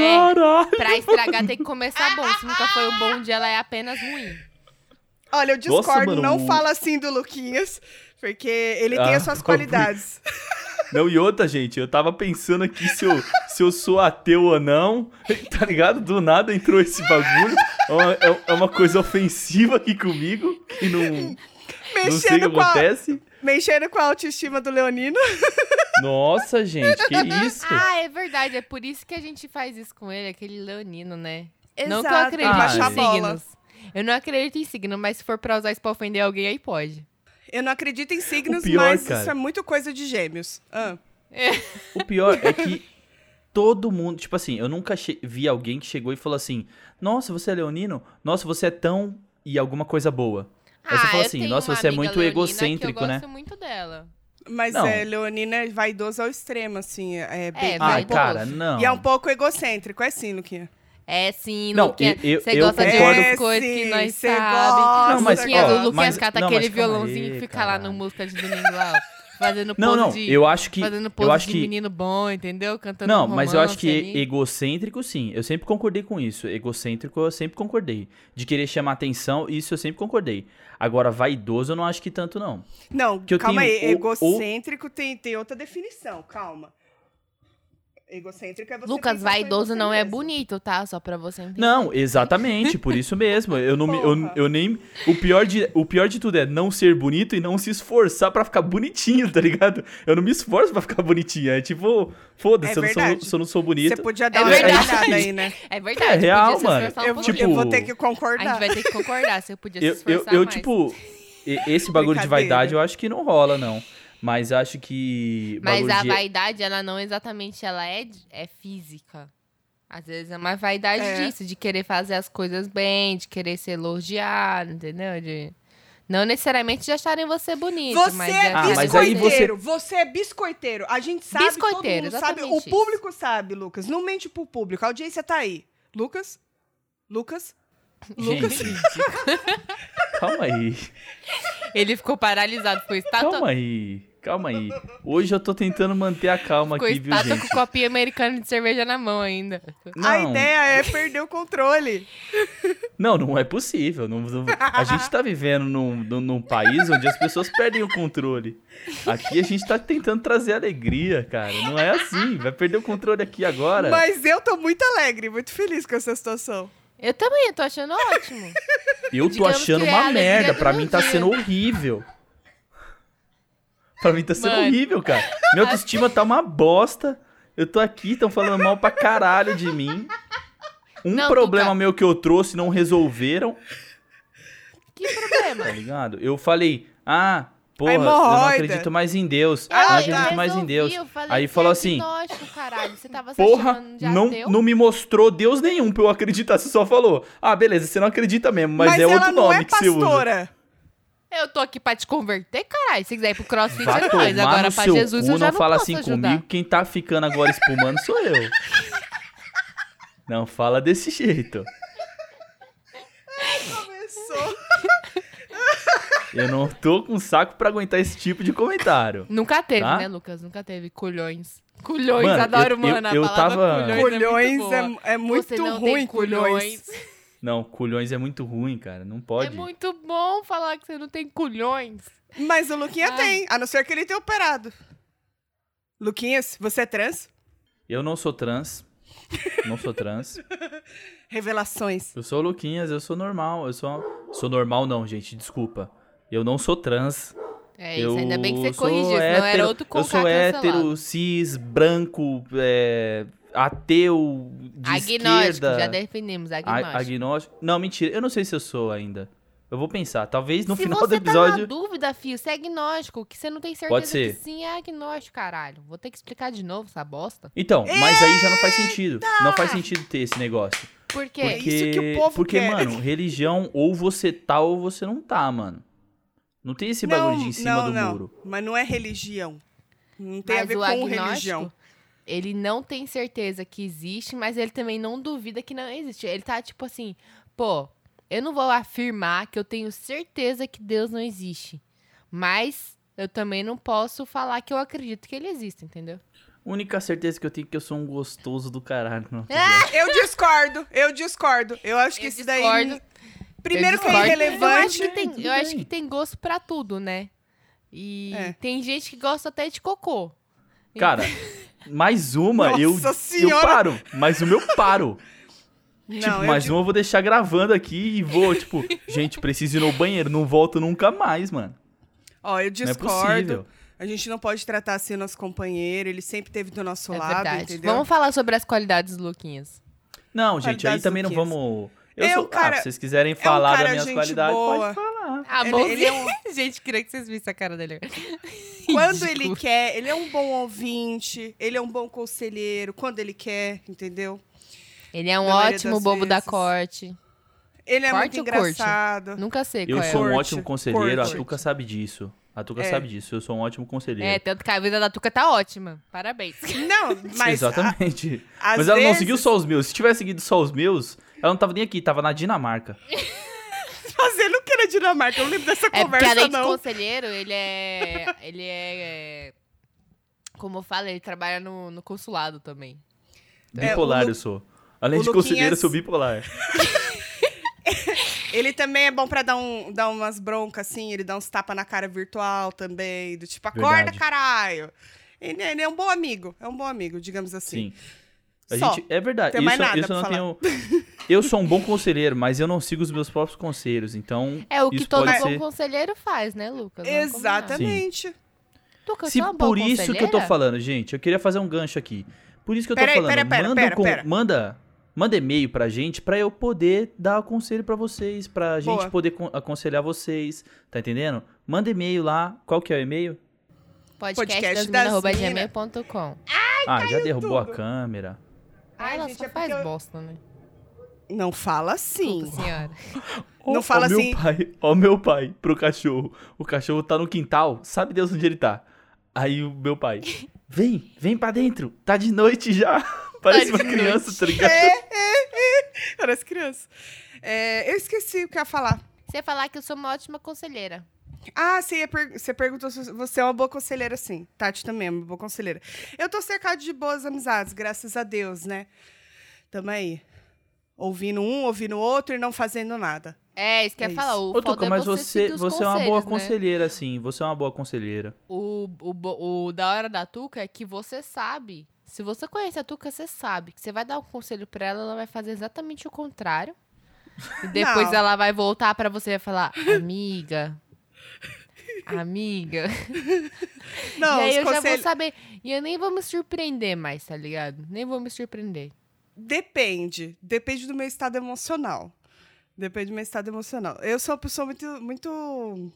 [SPEAKER 2] É,
[SPEAKER 1] Caralho!
[SPEAKER 2] pra estragar tem que começar bom. Se nunca foi um bom dia, ela é apenas ruim.
[SPEAKER 3] Olha, eu discordo,
[SPEAKER 1] mano,
[SPEAKER 3] não
[SPEAKER 1] o-
[SPEAKER 3] fala assim do Luquinhas, porque ele tem
[SPEAKER 1] Ah,
[SPEAKER 3] as suas
[SPEAKER 1] eu fui-
[SPEAKER 3] qualidades.
[SPEAKER 1] Não, e outra, gente, eu tava pensando aqui se eu, se eu sou ateu ou não, tá ligado? Do nada entrou esse bagulho. É uma, é- é uma coisa ofensiva aqui comigo, que não, não sei o que
[SPEAKER 3] Mexendo com, a,
[SPEAKER 1] acontece.
[SPEAKER 3] mexendo com a autoestima do Leonino.
[SPEAKER 1] Nossa, gente, que isso?
[SPEAKER 2] Ah, é verdade. É por isso que a gente faz isso com ele, aquele leonino, né? Não que eu
[SPEAKER 3] Exato,
[SPEAKER 2] acredite
[SPEAKER 1] baixar
[SPEAKER 2] em
[SPEAKER 1] a
[SPEAKER 3] bola.
[SPEAKER 2] Ah, signos. Eu não acredito em signo, mas se for pra usar isso pra ofender alguém, aí pode.
[SPEAKER 3] Eu não acredito em signos,
[SPEAKER 1] O pior,
[SPEAKER 3] mas
[SPEAKER 1] cara.
[SPEAKER 3] isso é muito coisa de gêmeos. Ah,
[SPEAKER 1] O pior é que todo mundo, tipo assim, eu nunca che- vi alguém que chegou e falou assim: Nossa, você é leonino? Nossa, você é tão. e alguma coisa boa. Aí você fala assim,
[SPEAKER 2] Ah, tenho
[SPEAKER 1] nossa,
[SPEAKER 2] uma
[SPEAKER 1] você é
[SPEAKER 2] amiga
[SPEAKER 1] muito
[SPEAKER 2] leonina
[SPEAKER 1] egocêntrico,
[SPEAKER 2] que eu
[SPEAKER 1] né?
[SPEAKER 2] gosto muito dela.
[SPEAKER 3] Mas
[SPEAKER 1] Não.
[SPEAKER 3] é, Leonina é vaidosa ao extremo, assim. É, bem-
[SPEAKER 2] É,
[SPEAKER 1] Ai,
[SPEAKER 2] vaidoso.
[SPEAKER 1] cara, não.
[SPEAKER 3] E é um pouco egocêntrico, é sim, Luquinha.
[SPEAKER 2] É sim,
[SPEAKER 1] Não,
[SPEAKER 2] Luquinha.
[SPEAKER 1] eu- eu-
[SPEAKER 2] Você
[SPEAKER 1] eu
[SPEAKER 2] gosta de
[SPEAKER 1] concordo-
[SPEAKER 2] umas coisas que
[SPEAKER 3] É,
[SPEAKER 2] nós
[SPEAKER 3] sim, cê
[SPEAKER 2] sabemos.
[SPEAKER 3] gosta,
[SPEAKER 1] Não, mas,
[SPEAKER 2] Luquinha,
[SPEAKER 1] ó,
[SPEAKER 2] o Luquinha
[SPEAKER 1] mas-
[SPEAKER 2] cata
[SPEAKER 1] não, mas
[SPEAKER 2] aquele
[SPEAKER 1] calma aí,
[SPEAKER 2] violãozinho e fica lá no
[SPEAKER 1] caralho.
[SPEAKER 2] música de domingo lá, ó, fazendo pose
[SPEAKER 1] Não, não,
[SPEAKER 2] de...
[SPEAKER 1] eu acho que.
[SPEAKER 2] Fazendo pose
[SPEAKER 1] Eu acho
[SPEAKER 2] de
[SPEAKER 1] que
[SPEAKER 2] menino bom, entendeu? Cantando
[SPEAKER 1] Não,
[SPEAKER 2] um
[SPEAKER 1] mas eu acho
[SPEAKER 2] romance
[SPEAKER 1] que
[SPEAKER 2] ali.
[SPEAKER 1] egocêntrico, sim. Eu sempre concordei com isso. Egocêntrico, eu sempre concordei. De querer chamar atenção, isso eu sempre concordei. Agora, vaidoso, eu não acho que tanto, não.
[SPEAKER 3] Não,
[SPEAKER 1] Que eu
[SPEAKER 3] calma
[SPEAKER 1] tenho
[SPEAKER 3] aí.
[SPEAKER 1] o-
[SPEAKER 3] egocêntrico tem, tem outra definição, calma. Egocêntrico é você.
[SPEAKER 2] Lucas,
[SPEAKER 3] pensar só em
[SPEAKER 2] vaidoso
[SPEAKER 3] você
[SPEAKER 2] não é
[SPEAKER 3] mesmo.
[SPEAKER 2] bonito, tá? Só pra você entender.
[SPEAKER 1] Não, exatamente, por isso mesmo. Eu não me, eu,
[SPEAKER 3] Porra.
[SPEAKER 1] eu nem o pior de o pior de tudo é não ser bonito e não se esforçar pra ficar bonitinho, tá ligado? Eu não me esforço pra ficar bonitinho, é tipo, foda-se,
[SPEAKER 3] É
[SPEAKER 1] eu, não sou-
[SPEAKER 3] verdade.
[SPEAKER 1] se eu não sou
[SPEAKER 3] Você
[SPEAKER 1] bonito.
[SPEAKER 3] podia
[SPEAKER 2] É
[SPEAKER 3] dar uma
[SPEAKER 2] verdade.
[SPEAKER 3] olhada aí, né?
[SPEAKER 2] É
[SPEAKER 1] É
[SPEAKER 2] verdade,
[SPEAKER 1] real,
[SPEAKER 2] podia se
[SPEAKER 1] mano.
[SPEAKER 2] esforçar um
[SPEAKER 3] Eu, vou-
[SPEAKER 2] pouquinho.
[SPEAKER 1] tipo-
[SPEAKER 3] eu vou ter que
[SPEAKER 2] A gente
[SPEAKER 3] concordar.
[SPEAKER 2] vai ter que concordar, você podia
[SPEAKER 1] Eu,
[SPEAKER 2] se
[SPEAKER 1] eu,
[SPEAKER 2] esforçar
[SPEAKER 1] eu,
[SPEAKER 2] mais.
[SPEAKER 1] tipo, e- esse bagulho de
[SPEAKER 3] Brincadeira.
[SPEAKER 1] vaidade eu acho que não rola não, mas acho que
[SPEAKER 2] Mas
[SPEAKER 1] bagulho
[SPEAKER 2] a
[SPEAKER 1] de-
[SPEAKER 2] vaidade, ela não exatamente ela é, de- é física. Às vezes é uma vaidade
[SPEAKER 3] É.
[SPEAKER 2] disso, de querer fazer as coisas bem, de querer ser elogiado, entendeu? De... Não necessariamente de acharem você bonito,
[SPEAKER 3] Você
[SPEAKER 2] mas
[SPEAKER 3] é
[SPEAKER 1] Ah,
[SPEAKER 2] aquela
[SPEAKER 1] mas aí
[SPEAKER 2] coisa-
[SPEAKER 1] você-
[SPEAKER 3] biscoiteiro, você... é biscoiteiro. A gente sabe,
[SPEAKER 2] Biscoiteiro,
[SPEAKER 3] todo mundo sabe, o
[SPEAKER 2] exatamente isso.
[SPEAKER 3] público sabe, Lucas. Não mente pro público, a audiência tá aí. Lucas, Lucas, Lucas.
[SPEAKER 1] Gente, calma aí.
[SPEAKER 2] Ele ficou paralisado, ficou estátua,
[SPEAKER 1] Calma aí, calma aí. Hoje eu tô tentando manter a calma
[SPEAKER 2] ficou
[SPEAKER 1] aqui, viu,
[SPEAKER 2] estátua
[SPEAKER 1] gente?
[SPEAKER 2] com um copinho americano de cerveja na mão ainda.
[SPEAKER 3] a
[SPEAKER 1] Não.
[SPEAKER 3] ideia é perder o controle.
[SPEAKER 1] Não, não é possível. não- não- a gente tá vivendo num, num, num país onde as pessoas perdem o controle. Aqui a gente tá tentando trazer alegria, cara. Não é assim. Vai perder o controle aqui agora.
[SPEAKER 3] Mas eu tô muito alegre, muito feliz com essa situação.
[SPEAKER 2] Eu também, eu tô achando ótimo.
[SPEAKER 1] Eu tô
[SPEAKER 2] digamos
[SPEAKER 1] achando
[SPEAKER 2] que é a
[SPEAKER 1] uma
[SPEAKER 2] alegria
[SPEAKER 1] merda.
[SPEAKER 2] do
[SPEAKER 1] Pra mim tá
[SPEAKER 2] dia.
[SPEAKER 1] sendo horrível. Pra mim tá sendo
[SPEAKER 2] Mano.
[SPEAKER 1] horrível, cara. Minha autoestima tá uma bosta. Eu tô aqui, tão falando mal pra caralho de mim. Um
[SPEAKER 2] Não,
[SPEAKER 1] problema
[SPEAKER 2] Tuca.
[SPEAKER 1] meu que eu trouxe não resolveram.
[SPEAKER 2] Que problema?
[SPEAKER 1] Tá ligado? Eu falei, ah, porra, eu não
[SPEAKER 3] hemorroida.
[SPEAKER 1] acredito mais em Deus.
[SPEAKER 3] Ah,
[SPEAKER 1] eu não
[SPEAKER 3] tá.
[SPEAKER 1] acredito mais em
[SPEAKER 2] resolvi,
[SPEAKER 1] Deus.
[SPEAKER 2] eu falei
[SPEAKER 1] Aí
[SPEAKER 2] que
[SPEAKER 1] falou
[SPEAKER 2] é
[SPEAKER 1] assim,
[SPEAKER 2] agnóstico, caralho, você tava se
[SPEAKER 1] Porra,
[SPEAKER 2] achando de
[SPEAKER 1] não,
[SPEAKER 2] ateu?
[SPEAKER 1] não me mostrou Deus nenhum pra eu acreditar. Você só falou, ah, beleza, você não acredita mesmo, mas, é
[SPEAKER 3] ela
[SPEAKER 1] outro
[SPEAKER 3] não
[SPEAKER 1] nome
[SPEAKER 3] é
[SPEAKER 1] que você usa.
[SPEAKER 3] pastora.
[SPEAKER 2] Eu tô aqui pra te converter, caralho. Se quiser ir pro crossfit,
[SPEAKER 1] Vá
[SPEAKER 2] você faz.
[SPEAKER 1] tomar
[SPEAKER 2] Agora
[SPEAKER 1] no
[SPEAKER 2] pra
[SPEAKER 1] seu
[SPEAKER 2] Jesus,
[SPEAKER 1] cu,
[SPEAKER 2] eu já
[SPEAKER 1] não
[SPEAKER 2] não
[SPEAKER 1] fala
[SPEAKER 2] posso
[SPEAKER 1] assim
[SPEAKER 2] ajudar.
[SPEAKER 1] comigo. Quem tá ficando agora espumando sou eu. Não fala desse jeito.
[SPEAKER 3] Começou.
[SPEAKER 1] Eu não tô com saco pra aguentar esse tipo de comentário.
[SPEAKER 2] Nunca teve,
[SPEAKER 1] Tá?
[SPEAKER 2] né, Lucas? Nunca teve. Culhões. Culhões,
[SPEAKER 1] Mano,
[SPEAKER 2] adoro,
[SPEAKER 1] eu-
[SPEAKER 2] mano.
[SPEAKER 1] eu- eu
[SPEAKER 2] a palavra
[SPEAKER 1] tava-
[SPEAKER 2] culhões, é
[SPEAKER 3] Culhões
[SPEAKER 2] muito, boa.
[SPEAKER 3] é, é muito
[SPEAKER 2] Você não tem
[SPEAKER 3] ruim, culhões.
[SPEAKER 1] Não, culhões é muito ruim, cara. Não pode.
[SPEAKER 2] É muito bom falar que você não tem culhões.
[SPEAKER 3] Mas o Luquinha
[SPEAKER 2] Ah.
[SPEAKER 3] tem, a não ser que ele tenha operado. Luquinhas, você é trans?
[SPEAKER 1] Eu não sou trans. Não sou trans.
[SPEAKER 3] Revelações.
[SPEAKER 1] Eu sou o Luquinhas, eu sou normal. Eu sou. Sou normal, não, gente. Desculpa. Eu não sou trans.
[SPEAKER 2] É isso,
[SPEAKER 1] eu
[SPEAKER 2] ainda bem que você
[SPEAKER 1] sou
[SPEAKER 2] corrigiu, senão era
[SPEAKER 1] hétero,
[SPEAKER 2] outro
[SPEAKER 1] Eu
[SPEAKER 2] contato
[SPEAKER 1] sou
[SPEAKER 2] cancelado.
[SPEAKER 1] hétero, cis, branco, é, ateu, de
[SPEAKER 2] Agnóstico,
[SPEAKER 1] esquerda.
[SPEAKER 2] já definimos,
[SPEAKER 1] a-
[SPEAKER 2] agnóstico.
[SPEAKER 1] agnóstico. Não, mentira. Eu não sei se eu sou ainda. Eu vou pensar. Talvez no
[SPEAKER 2] Se
[SPEAKER 1] final do
[SPEAKER 2] você tá na
[SPEAKER 1] episódio.
[SPEAKER 2] dúvida, filho, você é agnóstico, que você não tem certeza
[SPEAKER 1] Pode
[SPEAKER 2] que
[SPEAKER 1] ser.
[SPEAKER 2] sim é agnóstico, caralho. Vou ter que explicar de novo essa bosta.
[SPEAKER 1] Então, mas aí já não faz sentido. Não faz sentido ter esse negócio.
[SPEAKER 2] Por quê?
[SPEAKER 1] Porque,
[SPEAKER 3] É isso que o povo
[SPEAKER 1] porque
[SPEAKER 3] quer.
[SPEAKER 1] mano, religião ou você tá ou você não tá, mano. Não tem esse bagulho de em cima
[SPEAKER 3] não,
[SPEAKER 1] do
[SPEAKER 3] não.
[SPEAKER 1] muro.
[SPEAKER 3] Mas não é religião. Não tem a ver com religião.
[SPEAKER 2] Ele não tem certeza que existe, mas ele também não duvida que não existe. Ele tá tipo assim, pô, eu não vou afirmar que eu tenho certeza que Deus não existe, mas eu também não posso falar que eu acredito que ele existe, entendeu?
[SPEAKER 1] A única certeza que eu tenho é que eu sou um gostoso do caralho. Não,
[SPEAKER 3] Eu discordo, eu discordo. Eu acho que
[SPEAKER 2] Eu
[SPEAKER 3] isso daí.
[SPEAKER 2] discordo.
[SPEAKER 3] Primeiro
[SPEAKER 2] Eu
[SPEAKER 3] que é
[SPEAKER 2] discordo. Eu
[SPEAKER 3] irrelevante.
[SPEAKER 2] acho que tem,
[SPEAKER 1] Tudo
[SPEAKER 2] eu acho
[SPEAKER 1] bem.
[SPEAKER 2] que tem gosto pra tudo, né? E
[SPEAKER 3] É.
[SPEAKER 2] tem gente que gosta até de cocô.
[SPEAKER 1] é. Cara, mais uma, eu,
[SPEAKER 3] Nossa
[SPEAKER 1] eu
[SPEAKER 3] senhora!
[SPEAKER 1] paro. Mais uma eu paro.
[SPEAKER 3] Não,
[SPEAKER 1] tipo,
[SPEAKER 3] eu
[SPEAKER 1] mais
[SPEAKER 3] di-
[SPEAKER 1] uma eu vou deixar gravando aqui e vou, tipo, gente, preciso ir no banheiro, não volto nunca mais, mano.
[SPEAKER 3] Ó,
[SPEAKER 1] Não
[SPEAKER 3] eu
[SPEAKER 1] é
[SPEAKER 3] discordo.
[SPEAKER 1] possível.
[SPEAKER 3] a gente não pode tratar assim o nosso companheiro, ele sempre teve do nosso
[SPEAKER 2] É
[SPEAKER 3] lado,
[SPEAKER 2] verdade.
[SPEAKER 3] entendeu?
[SPEAKER 2] Vamos falar sobre as qualidades do Luquinhas.
[SPEAKER 1] Não, gente, aí
[SPEAKER 3] Qualidades
[SPEAKER 1] também não
[SPEAKER 3] do Kiss.
[SPEAKER 1] vamos. Eu
[SPEAKER 3] É
[SPEAKER 1] sou,
[SPEAKER 3] um cara-
[SPEAKER 1] ah, se vocês quiserem
[SPEAKER 3] um
[SPEAKER 1] falar
[SPEAKER 3] cara
[SPEAKER 1] das minhas
[SPEAKER 3] gente
[SPEAKER 1] qualidades, pode
[SPEAKER 3] boa.
[SPEAKER 1] falar.
[SPEAKER 2] A
[SPEAKER 3] Ele-
[SPEAKER 2] mãozinha.
[SPEAKER 3] ele é um-
[SPEAKER 2] Gente, queria que vocês vissem a cara dele.
[SPEAKER 3] Quando
[SPEAKER 2] Ridículo.
[SPEAKER 3] ele quer, ele é um bom ouvinte, ele é um bom conselheiro, quando ele quer, entendeu?
[SPEAKER 2] Ele é um
[SPEAKER 3] Na maioria
[SPEAKER 2] ótimo
[SPEAKER 3] das
[SPEAKER 2] bobo da
[SPEAKER 3] vezes.
[SPEAKER 2] corte.
[SPEAKER 3] Ele é
[SPEAKER 2] Corte
[SPEAKER 3] muito
[SPEAKER 2] ou corte?
[SPEAKER 3] engraçado.
[SPEAKER 2] Nunca sei
[SPEAKER 1] Eu sou
[SPEAKER 2] qual é.
[SPEAKER 1] um
[SPEAKER 3] Corte,
[SPEAKER 1] ótimo conselheiro, a
[SPEAKER 3] corte.
[SPEAKER 1] Tuca sabe disso. A Tuca
[SPEAKER 3] É.
[SPEAKER 1] sabe disso, eu sou um ótimo conselheiro.
[SPEAKER 2] É, tanto que a vida da Tuca tá ótima. Parabéns. É
[SPEAKER 3] Não, É, mas. ah,
[SPEAKER 1] Exatamente.
[SPEAKER 3] a- às
[SPEAKER 1] Mas ela não
[SPEAKER 3] vezes-
[SPEAKER 1] seguiu só os meus. Se tivesse seguido só os meus, ela não tava nem aqui, tava na Dinamarca.
[SPEAKER 3] É, Fazendo o que na Dinamarca? Eu não lembro dessa
[SPEAKER 2] É porque
[SPEAKER 3] conversa,
[SPEAKER 2] além de
[SPEAKER 3] não.
[SPEAKER 2] conselheiro, ele é. Ele é. é, Como eu falo, ele trabalha no, no consulado também.
[SPEAKER 3] É,
[SPEAKER 1] Bipolar
[SPEAKER 3] o Lu-
[SPEAKER 1] eu sou. Além
[SPEAKER 3] o
[SPEAKER 1] de
[SPEAKER 3] Luquinhas-
[SPEAKER 1] conselheiro, eu sou bipolar.
[SPEAKER 3] Ele também é bom pra dar, um, dar umas broncas, assim. Ele dá uns tapas na cara virtual também. Do tipo, acorda,
[SPEAKER 1] Verdade.
[SPEAKER 3] caralho. Ele, ele é um bom amigo. É um bom amigo, digamos assim.
[SPEAKER 1] Sim. A
[SPEAKER 3] Só.
[SPEAKER 1] gente, é verdade.
[SPEAKER 3] Tem
[SPEAKER 1] isso,
[SPEAKER 3] mais nada
[SPEAKER 1] isso eu não
[SPEAKER 3] pra
[SPEAKER 1] tenho. Eu sou um bom conselheiro, mas eu não sigo os meus próprios conselhos. Então,
[SPEAKER 2] É o que
[SPEAKER 1] isso
[SPEAKER 2] todo
[SPEAKER 1] pode
[SPEAKER 2] bom
[SPEAKER 1] ser.
[SPEAKER 2] conselheiro faz, né, Lucas? Vamos combinar.
[SPEAKER 3] Exatamente.
[SPEAKER 2] Tuca, eu
[SPEAKER 1] Se
[SPEAKER 2] sou uma boa
[SPEAKER 1] por isso que eu tô
[SPEAKER 2] um conselheira?
[SPEAKER 1] falando, gente, eu queria fazer um gancho aqui. Por isso que eu tô
[SPEAKER 3] Pera aí,
[SPEAKER 1] falando,
[SPEAKER 3] pera, pera,
[SPEAKER 1] manda,
[SPEAKER 3] pera,
[SPEAKER 1] com-
[SPEAKER 3] pera.
[SPEAKER 1] manda manda e-mail pra gente pra eu poder dar conselho pra vocês, pra gente
[SPEAKER 3] Boa.
[SPEAKER 1] poder con- aconselhar vocês, tá entendendo? Manda e-mail lá, qual que é o e-mail?
[SPEAKER 2] Podcast,
[SPEAKER 3] Podcast
[SPEAKER 2] das
[SPEAKER 3] das
[SPEAKER 2] mina, arroba
[SPEAKER 3] mina.
[SPEAKER 2] gmail.com.
[SPEAKER 1] ah, já derrubou
[SPEAKER 3] tudo.
[SPEAKER 1] a câmera.
[SPEAKER 2] Ai,
[SPEAKER 3] Ai,
[SPEAKER 2] ela
[SPEAKER 3] gente,
[SPEAKER 2] só
[SPEAKER 3] é porque
[SPEAKER 2] faz
[SPEAKER 3] eu-
[SPEAKER 2] bosta, né?
[SPEAKER 3] Não fala assim.
[SPEAKER 2] Puta senhora.
[SPEAKER 1] Ó,
[SPEAKER 3] Não fala
[SPEAKER 1] ó meu
[SPEAKER 3] assim.
[SPEAKER 1] pai, ó meu pai pro cachorro. O cachorro tá no quintal, sabe Deus onde ele tá. Aí o meu pai, vem, vem pra dentro, tá de noite já. Parece
[SPEAKER 2] de
[SPEAKER 1] uma
[SPEAKER 2] noite. É.
[SPEAKER 1] criança, tá ligado?
[SPEAKER 3] Era as crianças. É, eu esqueci o que eu ia falar.
[SPEAKER 2] Você ia falar que eu sou uma ótima conselheira.
[SPEAKER 3] Ah, você, ia per- você perguntou se você é uma boa conselheira, sim. Tati também é uma boa conselheira. Eu tô cercada de boas amizades, graças a Deus, né? Tamo aí. Ouvindo um, ouvindo outro e não fazendo nada.
[SPEAKER 2] É, isso que eu
[SPEAKER 3] É
[SPEAKER 2] ia falar. O
[SPEAKER 1] Ô,
[SPEAKER 2] foda
[SPEAKER 1] Tuca,
[SPEAKER 2] é
[SPEAKER 1] mas
[SPEAKER 2] você,
[SPEAKER 1] você,
[SPEAKER 2] seguir os
[SPEAKER 1] você é uma boa
[SPEAKER 2] conselhos, né?
[SPEAKER 1] conselheira, sim. Você é uma boa conselheira.
[SPEAKER 2] O, o, bo- o da hora da Tuca é que você sabe. Se você conhece a Tuca, você sabe. Que você vai dar um conselho pra ela, ela vai fazer exatamente o contrário. E depois
[SPEAKER 3] Não.
[SPEAKER 2] ela vai voltar pra você e vai falar, amiga. Amiga.
[SPEAKER 3] Não,
[SPEAKER 2] e aí
[SPEAKER 3] os
[SPEAKER 2] eu já
[SPEAKER 3] conselhos.
[SPEAKER 2] vou saber. E eu nem vou me surpreender mais, tá ligado? Nem vou me surpreender.
[SPEAKER 3] Depende. Depende do meu estado emocional. Depende do meu estado emocional. Eu sou uma pessoa muito. muito...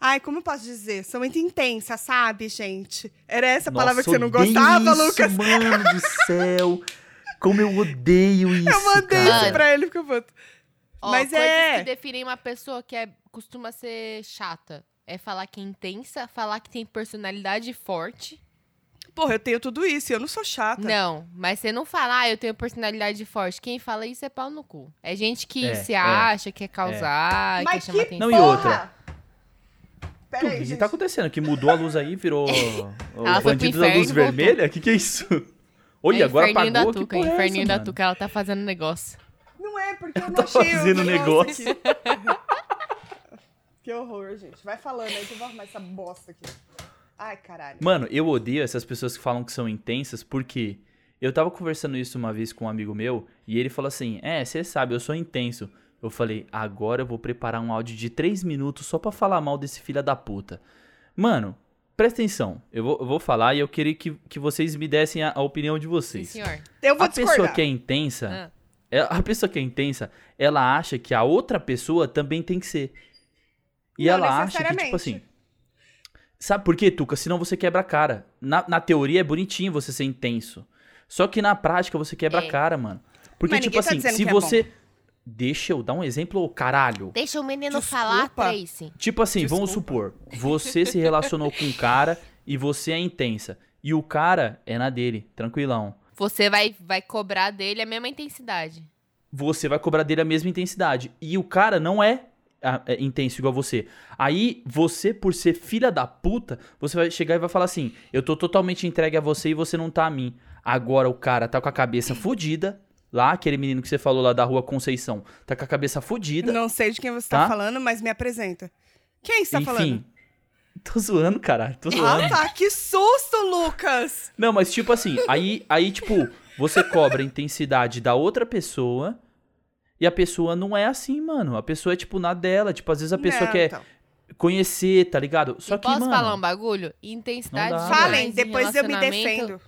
[SPEAKER 3] Ai, como eu posso dizer? Sou muito intensa, sabe, gente? Era essa a palavra que você não
[SPEAKER 1] odeio
[SPEAKER 3] gostava,
[SPEAKER 1] isso,
[SPEAKER 3] Lucas?
[SPEAKER 1] Mano do céu. Como eu odeio isso.
[SPEAKER 3] Eu mandei
[SPEAKER 1] cara.
[SPEAKER 3] isso pra ele, ficou puto.
[SPEAKER 2] Ó,
[SPEAKER 3] Mas
[SPEAKER 2] coisas
[SPEAKER 3] é-
[SPEAKER 2] que definem uma pessoa que é, costuma ser chata. É falar que é intensa, falar que tem personalidade forte.
[SPEAKER 3] Porra, eu tenho tudo isso e eu não sou chata.
[SPEAKER 2] Não, mas você não fala, ah, eu tenho personalidade forte. Quem fala isso é pau no cu. É gente que
[SPEAKER 1] É,
[SPEAKER 2] se
[SPEAKER 1] é,
[SPEAKER 2] acha, quer causar, quer
[SPEAKER 3] Mas
[SPEAKER 2] chamar
[SPEAKER 3] que
[SPEAKER 2] atenção.
[SPEAKER 1] Não, e outra?
[SPEAKER 2] É
[SPEAKER 1] Tuca,
[SPEAKER 3] Pera
[SPEAKER 1] O
[SPEAKER 3] aí,
[SPEAKER 1] que
[SPEAKER 3] gente.
[SPEAKER 1] tá acontecendo? Que mudou a luz aí, virou o
[SPEAKER 2] Ela foi pro
[SPEAKER 1] bandido da luz
[SPEAKER 2] inferno e voltou.
[SPEAKER 1] vermelha? Que que é isso? Olha,
[SPEAKER 2] É
[SPEAKER 1] agora
[SPEAKER 2] inferninho
[SPEAKER 1] apagou.
[SPEAKER 2] da
[SPEAKER 1] Que
[SPEAKER 2] Tuca,
[SPEAKER 1] porra é essa,
[SPEAKER 2] inferninho da
[SPEAKER 1] mano?
[SPEAKER 2] Tuca, ela tá fazendo negócio.
[SPEAKER 3] Não é, porque eu não
[SPEAKER 1] Tá
[SPEAKER 3] achei o
[SPEAKER 1] fazendo
[SPEAKER 3] negócio aqui. que horror, gente. Vai falando aí que eu vou arrumar essa bosta aqui. Ai, caralho.
[SPEAKER 1] Mano, eu odeio essas pessoas que falam que são intensas, porque eu tava conversando isso uma vez com um amigo meu, e ele falou assim: É, você sabe, eu sou intenso. Eu falei, agora eu vou preparar um áudio de 3 minutos só pra falar mal desse filho da puta. Mano, presta atenção. Eu vou, eu vou falar e eu queria que, que vocês me dessem a, a opinião de
[SPEAKER 2] Sim,
[SPEAKER 1] vocês.
[SPEAKER 2] senhor.
[SPEAKER 3] Eu vou
[SPEAKER 1] a pessoa
[SPEAKER 3] discordar.
[SPEAKER 1] que é intensa,
[SPEAKER 2] Ah.
[SPEAKER 1] ela- a pessoa que é intensa, ela acha que a outra pessoa também tem que ser. E
[SPEAKER 3] Não
[SPEAKER 1] ela acha que, tipo assim.
[SPEAKER 3] necessariamente.
[SPEAKER 1] Sabe por quê, Tuca? Senão você quebra a cara. Na, na teoria é bonitinho você ser intenso. Só que na prática você quebra
[SPEAKER 2] É.
[SPEAKER 1] a cara, mano. Porque,
[SPEAKER 3] Mas
[SPEAKER 1] tipo
[SPEAKER 3] ninguém tá
[SPEAKER 1] assim,
[SPEAKER 3] dizendo
[SPEAKER 1] se
[SPEAKER 3] que é
[SPEAKER 1] você. Deixa eu dar um exemplo, ô caralho.
[SPEAKER 2] Deixa o menino
[SPEAKER 3] Desculpa.
[SPEAKER 2] falar, Tracy.
[SPEAKER 1] Tipo assim, vamos supor, você se relacionou com um cara e você é intensa. E o cara é na dele, tranquilão.
[SPEAKER 2] Você vai, vai cobrar dele a mesma intensidade.
[SPEAKER 1] você vai cobrar dele a mesma intensidade. E o cara não é, ah, é, intenso igual você. Aí você, por ser filha da puta, você vai chegar e vai falar assim: eu tô totalmente entregue a você e você não tá a mim. Agora o cara tá com a cabeça fodida. Lá, aquele menino que você falou lá da rua Conceição, tá com a cabeça fodida.
[SPEAKER 3] Não sei de quem você tá,
[SPEAKER 1] Tá?
[SPEAKER 3] falando, mas me apresenta. Quem você tá
[SPEAKER 1] Enfim.
[SPEAKER 3] falando?
[SPEAKER 1] Tô zoando, caralho. Tô zoando.
[SPEAKER 3] Ah, tá. Que susto, Lucas!
[SPEAKER 1] Não, mas tipo assim, aí, aí tipo, você cobra a intensidade da outra pessoa e a pessoa não é assim, mano. A pessoa é tipo na dela, tipo, às vezes a pessoa
[SPEAKER 3] Não,
[SPEAKER 1] quer
[SPEAKER 3] então.
[SPEAKER 1] conhecer, tá ligado? Só
[SPEAKER 2] e
[SPEAKER 1] que,
[SPEAKER 2] posso
[SPEAKER 1] mano,
[SPEAKER 2] falar um bagulho? Intensidade
[SPEAKER 1] Não dá,
[SPEAKER 2] demais
[SPEAKER 3] Falem,
[SPEAKER 2] em
[SPEAKER 3] depois eu me
[SPEAKER 2] relacionamento-
[SPEAKER 3] defendo.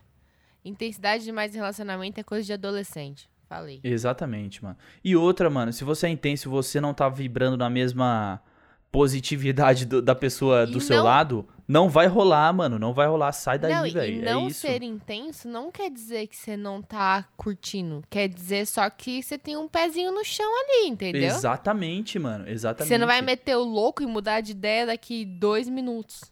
[SPEAKER 2] Intensidade demais em relacionamento é coisa de adolescente. Falei.
[SPEAKER 1] exatamente, mano. E outra, mano, se você é intenso, e você não tá vibrando na mesma positividade do- da pessoa do
[SPEAKER 2] E
[SPEAKER 1] seu
[SPEAKER 2] não-
[SPEAKER 1] lado, não vai rolar, mano. Não vai rolar. Sai
[SPEAKER 2] não,
[SPEAKER 1] daí,
[SPEAKER 2] e
[SPEAKER 1] velho. É
[SPEAKER 2] não
[SPEAKER 1] isso.
[SPEAKER 2] ser intenso não quer dizer que você não tá curtindo. Quer dizer só que você tem um pezinho no chão ali, entendeu?
[SPEAKER 1] Exatamente, mano. Exatamente.
[SPEAKER 2] Você não vai meter o louco e mudar de ideia daqui dois minutos.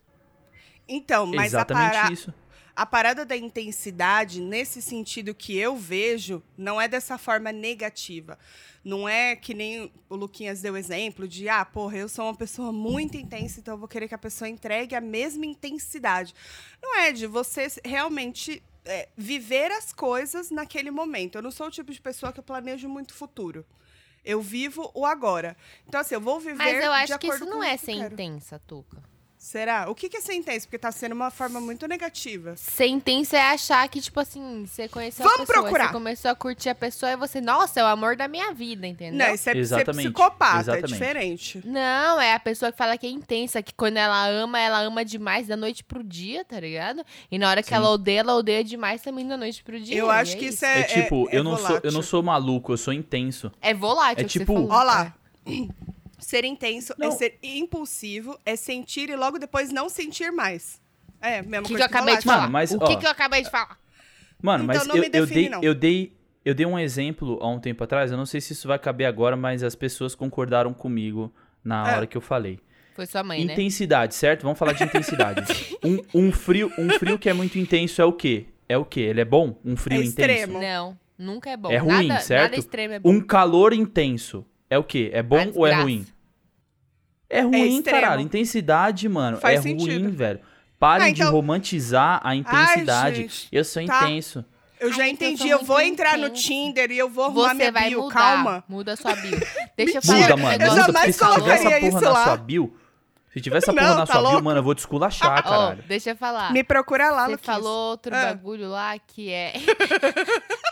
[SPEAKER 3] Então, mas a,
[SPEAKER 1] Exatamente
[SPEAKER 3] para-
[SPEAKER 1] isso.
[SPEAKER 3] a parada da intensidade, nesse sentido que eu vejo, não é dessa forma negativa. Não é que nem o Luquinhas deu exemplo de, ah, porra, eu sou uma pessoa muito intensa, então eu vou querer que a pessoa entregue a mesma intensidade. Não é de você realmente é, viver as coisas naquele momento. Eu não sou o tipo de pessoa que eu planejo muito futuro. Eu vivo o agora. Então, assim, eu vou viver.
[SPEAKER 2] Mas eu
[SPEAKER 3] de
[SPEAKER 2] acho que
[SPEAKER 3] acordo
[SPEAKER 2] isso
[SPEAKER 3] com
[SPEAKER 2] não
[SPEAKER 3] o
[SPEAKER 2] é
[SPEAKER 3] eu
[SPEAKER 2] ser
[SPEAKER 3] quero.
[SPEAKER 2] intensa, Tuca.
[SPEAKER 3] Será? O que que é ser intenso? Porque tá sendo uma forma muito negativa.
[SPEAKER 2] Ser intensa é achar que, tipo assim, você conheceu a
[SPEAKER 3] Vamos
[SPEAKER 2] pessoa,
[SPEAKER 3] procurar.
[SPEAKER 2] você começou a curtir a pessoa e você, nossa, é o amor da minha vida, entendeu?
[SPEAKER 3] Não, isso é, isso é
[SPEAKER 1] Exatamente.
[SPEAKER 3] psicopata,
[SPEAKER 1] Exatamente.
[SPEAKER 3] é diferente.
[SPEAKER 2] Não, é a pessoa que fala que é intensa, que quando ela ama, ela ama demais da noite pro dia, tá ligado? E na hora que
[SPEAKER 1] Sim.
[SPEAKER 2] ela odeia, ela odeia demais também da noite pro dia.
[SPEAKER 3] eu
[SPEAKER 2] e
[SPEAKER 3] acho
[SPEAKER 2] é
[SPEAKER 3] que isso é.
[SPEAKER 1] É tipo,
[SPEAKER 3] é- é
[SPEAKER 1] eu, não sou, eu não
[SPEAKER 3] volátil.
[SPEAKER 1] sou maluco, eu sou intenso.
[SPEAKER 2] É volátil.
[SPEAKER 1] é
[SPEAKER 2] o que você
[SPEAKER 1] tipo-
[SPEAKER 2] falou,
[SPEAKER 3] Ó lá.
[SPEAKER 2] é.
[SPEAKER 3] Ser intenso é
[SPEAKER 1] Não.
[SPEAKER 3] ser impulsivo, é sentir e logo depois não sentir mais. É, mesmo
[SPEAKER 2] O
[SPEAKER 3] coisa
[SPEAKER 2] que, que eu acabei de
[SPEAKER 3] volátil.
[SPEAKER 2] falar?
[SPEAKER 1] Mano, mas,
[SPEAKER 2] o
[SPEAKER 1] ó,
[SPEAKER 2] que, que eu acabei de falar?
[SPEAKER 1] Mano,
[SPEAKER 3] Então
[SPEAKER 1] mas
[SPEAKER 3] não
[SPEAKER 1] eu,
[SPEAKER 3] me
[SPEAKER 1] eu
[SPEAKER 3] define,
[SPEAKER 1] dei,
[SPEAKER 3] não.
[SPEAKER 1] eu dei. Eu dei um exemplo há um tempo atrás, eu não sei se isso vai caber agora, mas as pessoas concordaram comigo na
[SPEAKER 3] É.
[SPEAKER 1] hora que eu falei.
[SPEAKER 2] Foi sua mãe, né?
[SPEAKER 1] intensidade, certo? Vamos falar de intensidade. um, um frio, um frio que é muito intenso é o quê? É o quê? Ele é bom? Um frio
[SPEAKER 3] É
[SPEAKER 1] intenso.
[SPEAKER 3] extremo.
[SPEAKER 2] Não, nunca é bom.
[SPEAKER 1] É ruim,
[SPEAKER 2] nada,
[SPEAKER 1] certo?
[SPEAKER 2] Nada extremo é bom.
[SPEAKER 1] Um calor intenso é o quê? É bom
[SPEAKER 2] Uma
[SPEAKER 1] ou é
[SPEAKER 2] desgraça.
[SPEAKER 1] ruim? É ruim,
[SPEAKER 3] extremo.
[SPEAKER 1] caralho. Intensidade, mano,
[SPEAKER 3] Faz
[SPEAKER 1] é
[SPEAKER 3] sentido.
[SPEAKER 1] ruim, velho. Parem
[SPEAKER 3] Ah, então-
[SPEAKER 1] de romantizar a intensidade.
[SPEAKER 3] gente,
[SPEAKER 1] eu sou
[SPEAKER 3] tá.
[SPEAKER 1] intenso.
[SPEAKER 3] Eu já
[SPEAKER 2] Ai, então eu
[SPEAKER 3] entendi.
[SPEAKER 2] sou
[SPEAKER 3] Eu vou
[SPEAKER 2] muito
[SPEAKER 3] entrar no
[SPEAKER 2] intenso.
[SPEAKER 3] Tinder e eu vou arrumar
[SPEAKER 2] Você
[SPEAKER 3] minha
[SPEAKER 2] vai
[SPEAKER 3] bio.
[SPEAKER 2] mudar.
[SPEAKER 3] Calma.
[SPEAKER 2] Muda sua bio. Deixa eu falar.
[SPEAKER 1] Muda,
[SPEAKER 2] um
[SPEAKER 1] mano.
[SPEAKER 3] eu
[SPEAKER 2] negócio.
[SPEAKER 1] muda, porque
[SPEAKER 3] jamais
[SPEAKER 1] se tiver essa
[SPEAKER 3] colocaria
[SPEAKER 1] porra
[SPEAKER 3] isso
[SPEAKER 1] na
[SPEAKER 3] lá.
[SPEAKER 1] sua bio, se tiver essa porra
[SPEAKER 3] Não,
[SPEAKER 1] na
[SPEAKER 3] tá
[SPEAKER 1] sua bio,
[SPEAKER 3] louco?
[SPEAKER 1] mano, eu vou te esculachar,
[SPEAKER 2] Ah, Ó,
[SPEAKER 1] caralho.
[SPEAKER 2] deixa eu falar.
[SPEAKER 3] Me procura lá,
[SPEAKER 2] Ah, Você
[SPEAKER 3] Luquinhas.
[SPEAKER 2] falou outro
[SPEAKER 3] Ah.
[SPEAKER 2] bagulho lá que é.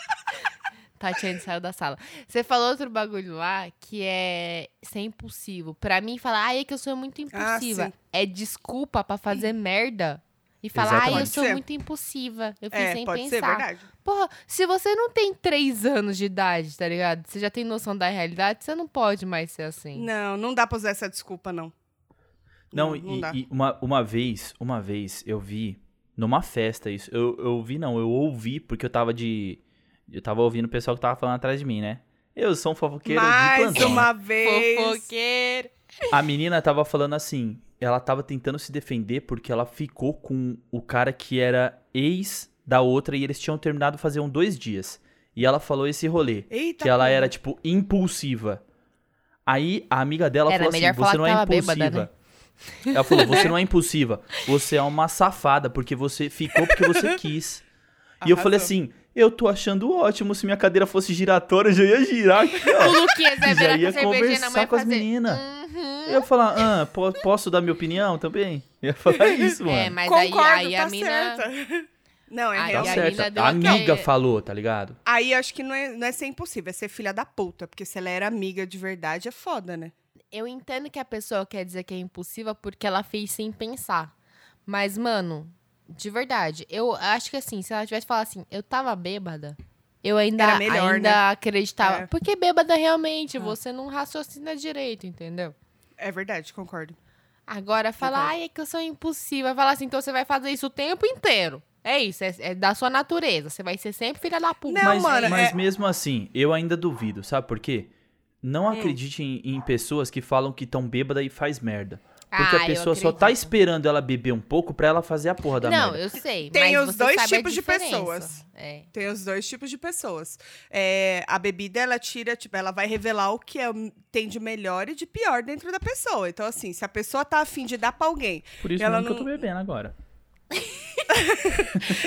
[SPEAKER 2] Tatiane saiu da sala. Você falou outro bagulho lá que é ser impulsivo. Pra mim, falar, ai, é que eu sou muito impulsiva.
[SPEAKER 3] Ah, sim.
[SPEAKER 2] é desculpa pra fazer merda. E falar, ai, eu
[SPEAKER 1] Exatamente.
[SPEAKER 2] sou
[SPEAKER 3] Pode ser.
[SPEAKER 2] muito impulsiva. Eu fiz
[SPEAKER 3] É,
[SPEAKER 2] sem
[SPEAKER 3] pode ser,
[SPEAKER 2] pensar.
[SPEAKER 3] verdade.
[SPEAKER 2] Porra, se você não tem três anos de idade, tá ligado? Você já tem noção da realidade, você não pode mais ser assim.
[SPEAKER 3] Não, não dá pra usar essa desculpa, não.
[SPEAKER 1] Não,
[SPEAKER 3] não
[SPEAKER 1] e,
[SPEAKER 3] dá.
[SPEAKER 1] e uma, uma vez, uma vez eu vi numa festa isso. Eu, eu vi, não, eu ouvi, porque eu tava de. Eu tava ouvindo o pessoal que tava falando atrás de mim, né? Eu sou um fofoqueiro de
[SPEAKER 3] Mais
[SPEAKER 1] plantão. né?
[SPEAKER 3] uma vez.
[SPEAKER 2] Fofoqueiro.
[SPEAKER 1] A menina tava falando assim, ela tava tentando se defender porque ela ficou com o cara que era ex da outra e eles tinham terminado fazer um dois dias. E ela falou esse rolê.
[SPEAKER 3] Eita.
[SPEAKER 1] que ela
[SPEAKER 3] porra.
[SPEAKER 1] era, tipo, impulsiva. Aí a amiga dela
[SPEAKER 2] Era
[SPEAKER 1] falou assim:
[SPEAKER 2] melhor falar
[SPEAKER 1] você não
[SPEAKER 2] que
[SPEAKER 1] é
[SPEAKER 2] tava
[SPEAKER 1] impulsiva.
[SPEAKER 2] bêbada, né?
[SPEAKER 1] Ela falou: você não é impulsiva, você é uma safada, porque você ficou porque você quis. E eu
[SPEAKER 3] Arrasou.
[SPEAKER 1] falei assim: eu tô achando ótimo, se minha cadeira fosse giratória, eu já ia girar aqui, ó.
[SPEAKER 2] O Luquinhas vai
[SPEAKER 1] E já
[SPEAKER 2] virar com
[SPEAKER 1] ia
[SPEAKER 2] a cervejinha na mão
[SPEAKER 1] conversar
[SPEAKER 2] e
[SPEAKER 1] com as
[SPEAKER 2] fazer.
[SPEAKER 1] meninas.
[SPEAKER 2] Uhum.
[SPEAKER 1] Eu ia falar: ah, po- posso dar minha opinião também? Eu ia falar isso, mano.
[SPEAKER 2] É, mas
[SPEAKER 3] Concordo,
[SPEAKER 2] aí, aí
[SPEAKER 3] tá
[SPEAKER 2] a mina.
[SPEAKER 3] certa. Não, é
[SPEAKER 2] Aí
[SPEAKER 1] tá
[SPEAKER 2] a
[SPEAKER 3] realmente.
[SPEAKER 1] certo.
[SPEAKER 2] mina deu
[SPEAKER 1] A
[SPEAKER 2] aquele-
[SPEAKER 1] amiga falou, tá ligado?
[SPEAKER 3] Aí acho que não é, não é ser impossível, é ser filha da puta. Porque se ela era amiga de verdade, é foda, né?
[SPEAKER 2] Eu entendo que a pessoa quer dizer que é impulsiva porque ela fez sem pensar. Mas, mano, de verdade, eu acho que assim, se ela tivesse falado assim, eu tava bêbada, eu ainda,
[SPEAKER 3] Era melhor,
[SPEAKER 2] ainda
[SPEAKER 3] né?
[SPEAKER 2] acreditava.
[SPEAKER 3] É.
[SPEAKER 2] Porque bêbada realmente,
[SPEAKER 3] É.
[SPEAKER 2] você não raciocina direito, entendeu?
[SPEAKER 3] É verdade, concordo.
[SPEAKER 2] Agora, falar, ai, é que eu sou impulsiva. Falar assim, então você vai fazer isso o tempo inteiro. É isso, é, é da sua natureza. Você vai ser sempre filha da puta.
[SPEAKER 3] Não,
[SPEAKER 1] mas,
[SPEAKER 3] mano,
[SPEAKER 1] mas
[SPEAKER 3] é-
[SPEAKER 1] mesmo assim, eu ainda duvido, sabe por quê?
[SPEAKER 3] Hum.
[SPEAKER 1] Não acredite em, em pessoas que falam que estão bêbada e faz merda. Porque
[SPEAKER 2] Ah,
[SPEAKER 1] a
[SPEAKER 2] eu
[SPEAKER 1] pessoa só tá
[SPEAKER 2] acredito.
[SPEAKER 1] esperando ela beber um pouco pra ela fazer a porra da
[SPEAKER 2] Não,
[SPEAKER 1] merda.
[SPEAKER 2] eu sei.
[SPEAKER 3] Tem
[SPEAKER 2] mas
[SPEAKER 3] os
[SPEAKER 2] você
[SPEAKER 3] dois
[SPEAKER 2] sabe a
[SPEAKER 3] tipos de
[SPEAKER 2] diferença.
[SPEAKER 3] pessoas.
[SPEAKER 2] É.
[SPEAKER 3] Tem os dois tipos de pessoas. É, a bebida, ela tira, tipo, ela vai revelar o que é- tem de melhor e de pior dentro da pessoa. Então, assim, se a pessoa tá afim de dar pra alguém,
[SPEAKER 1] Por isso
[SPEAKER 3] ela
[SPEAKER 1] mesmo que eu tô
[SPEAKER 3] não-
[SPEAKER 1] bebendo agora.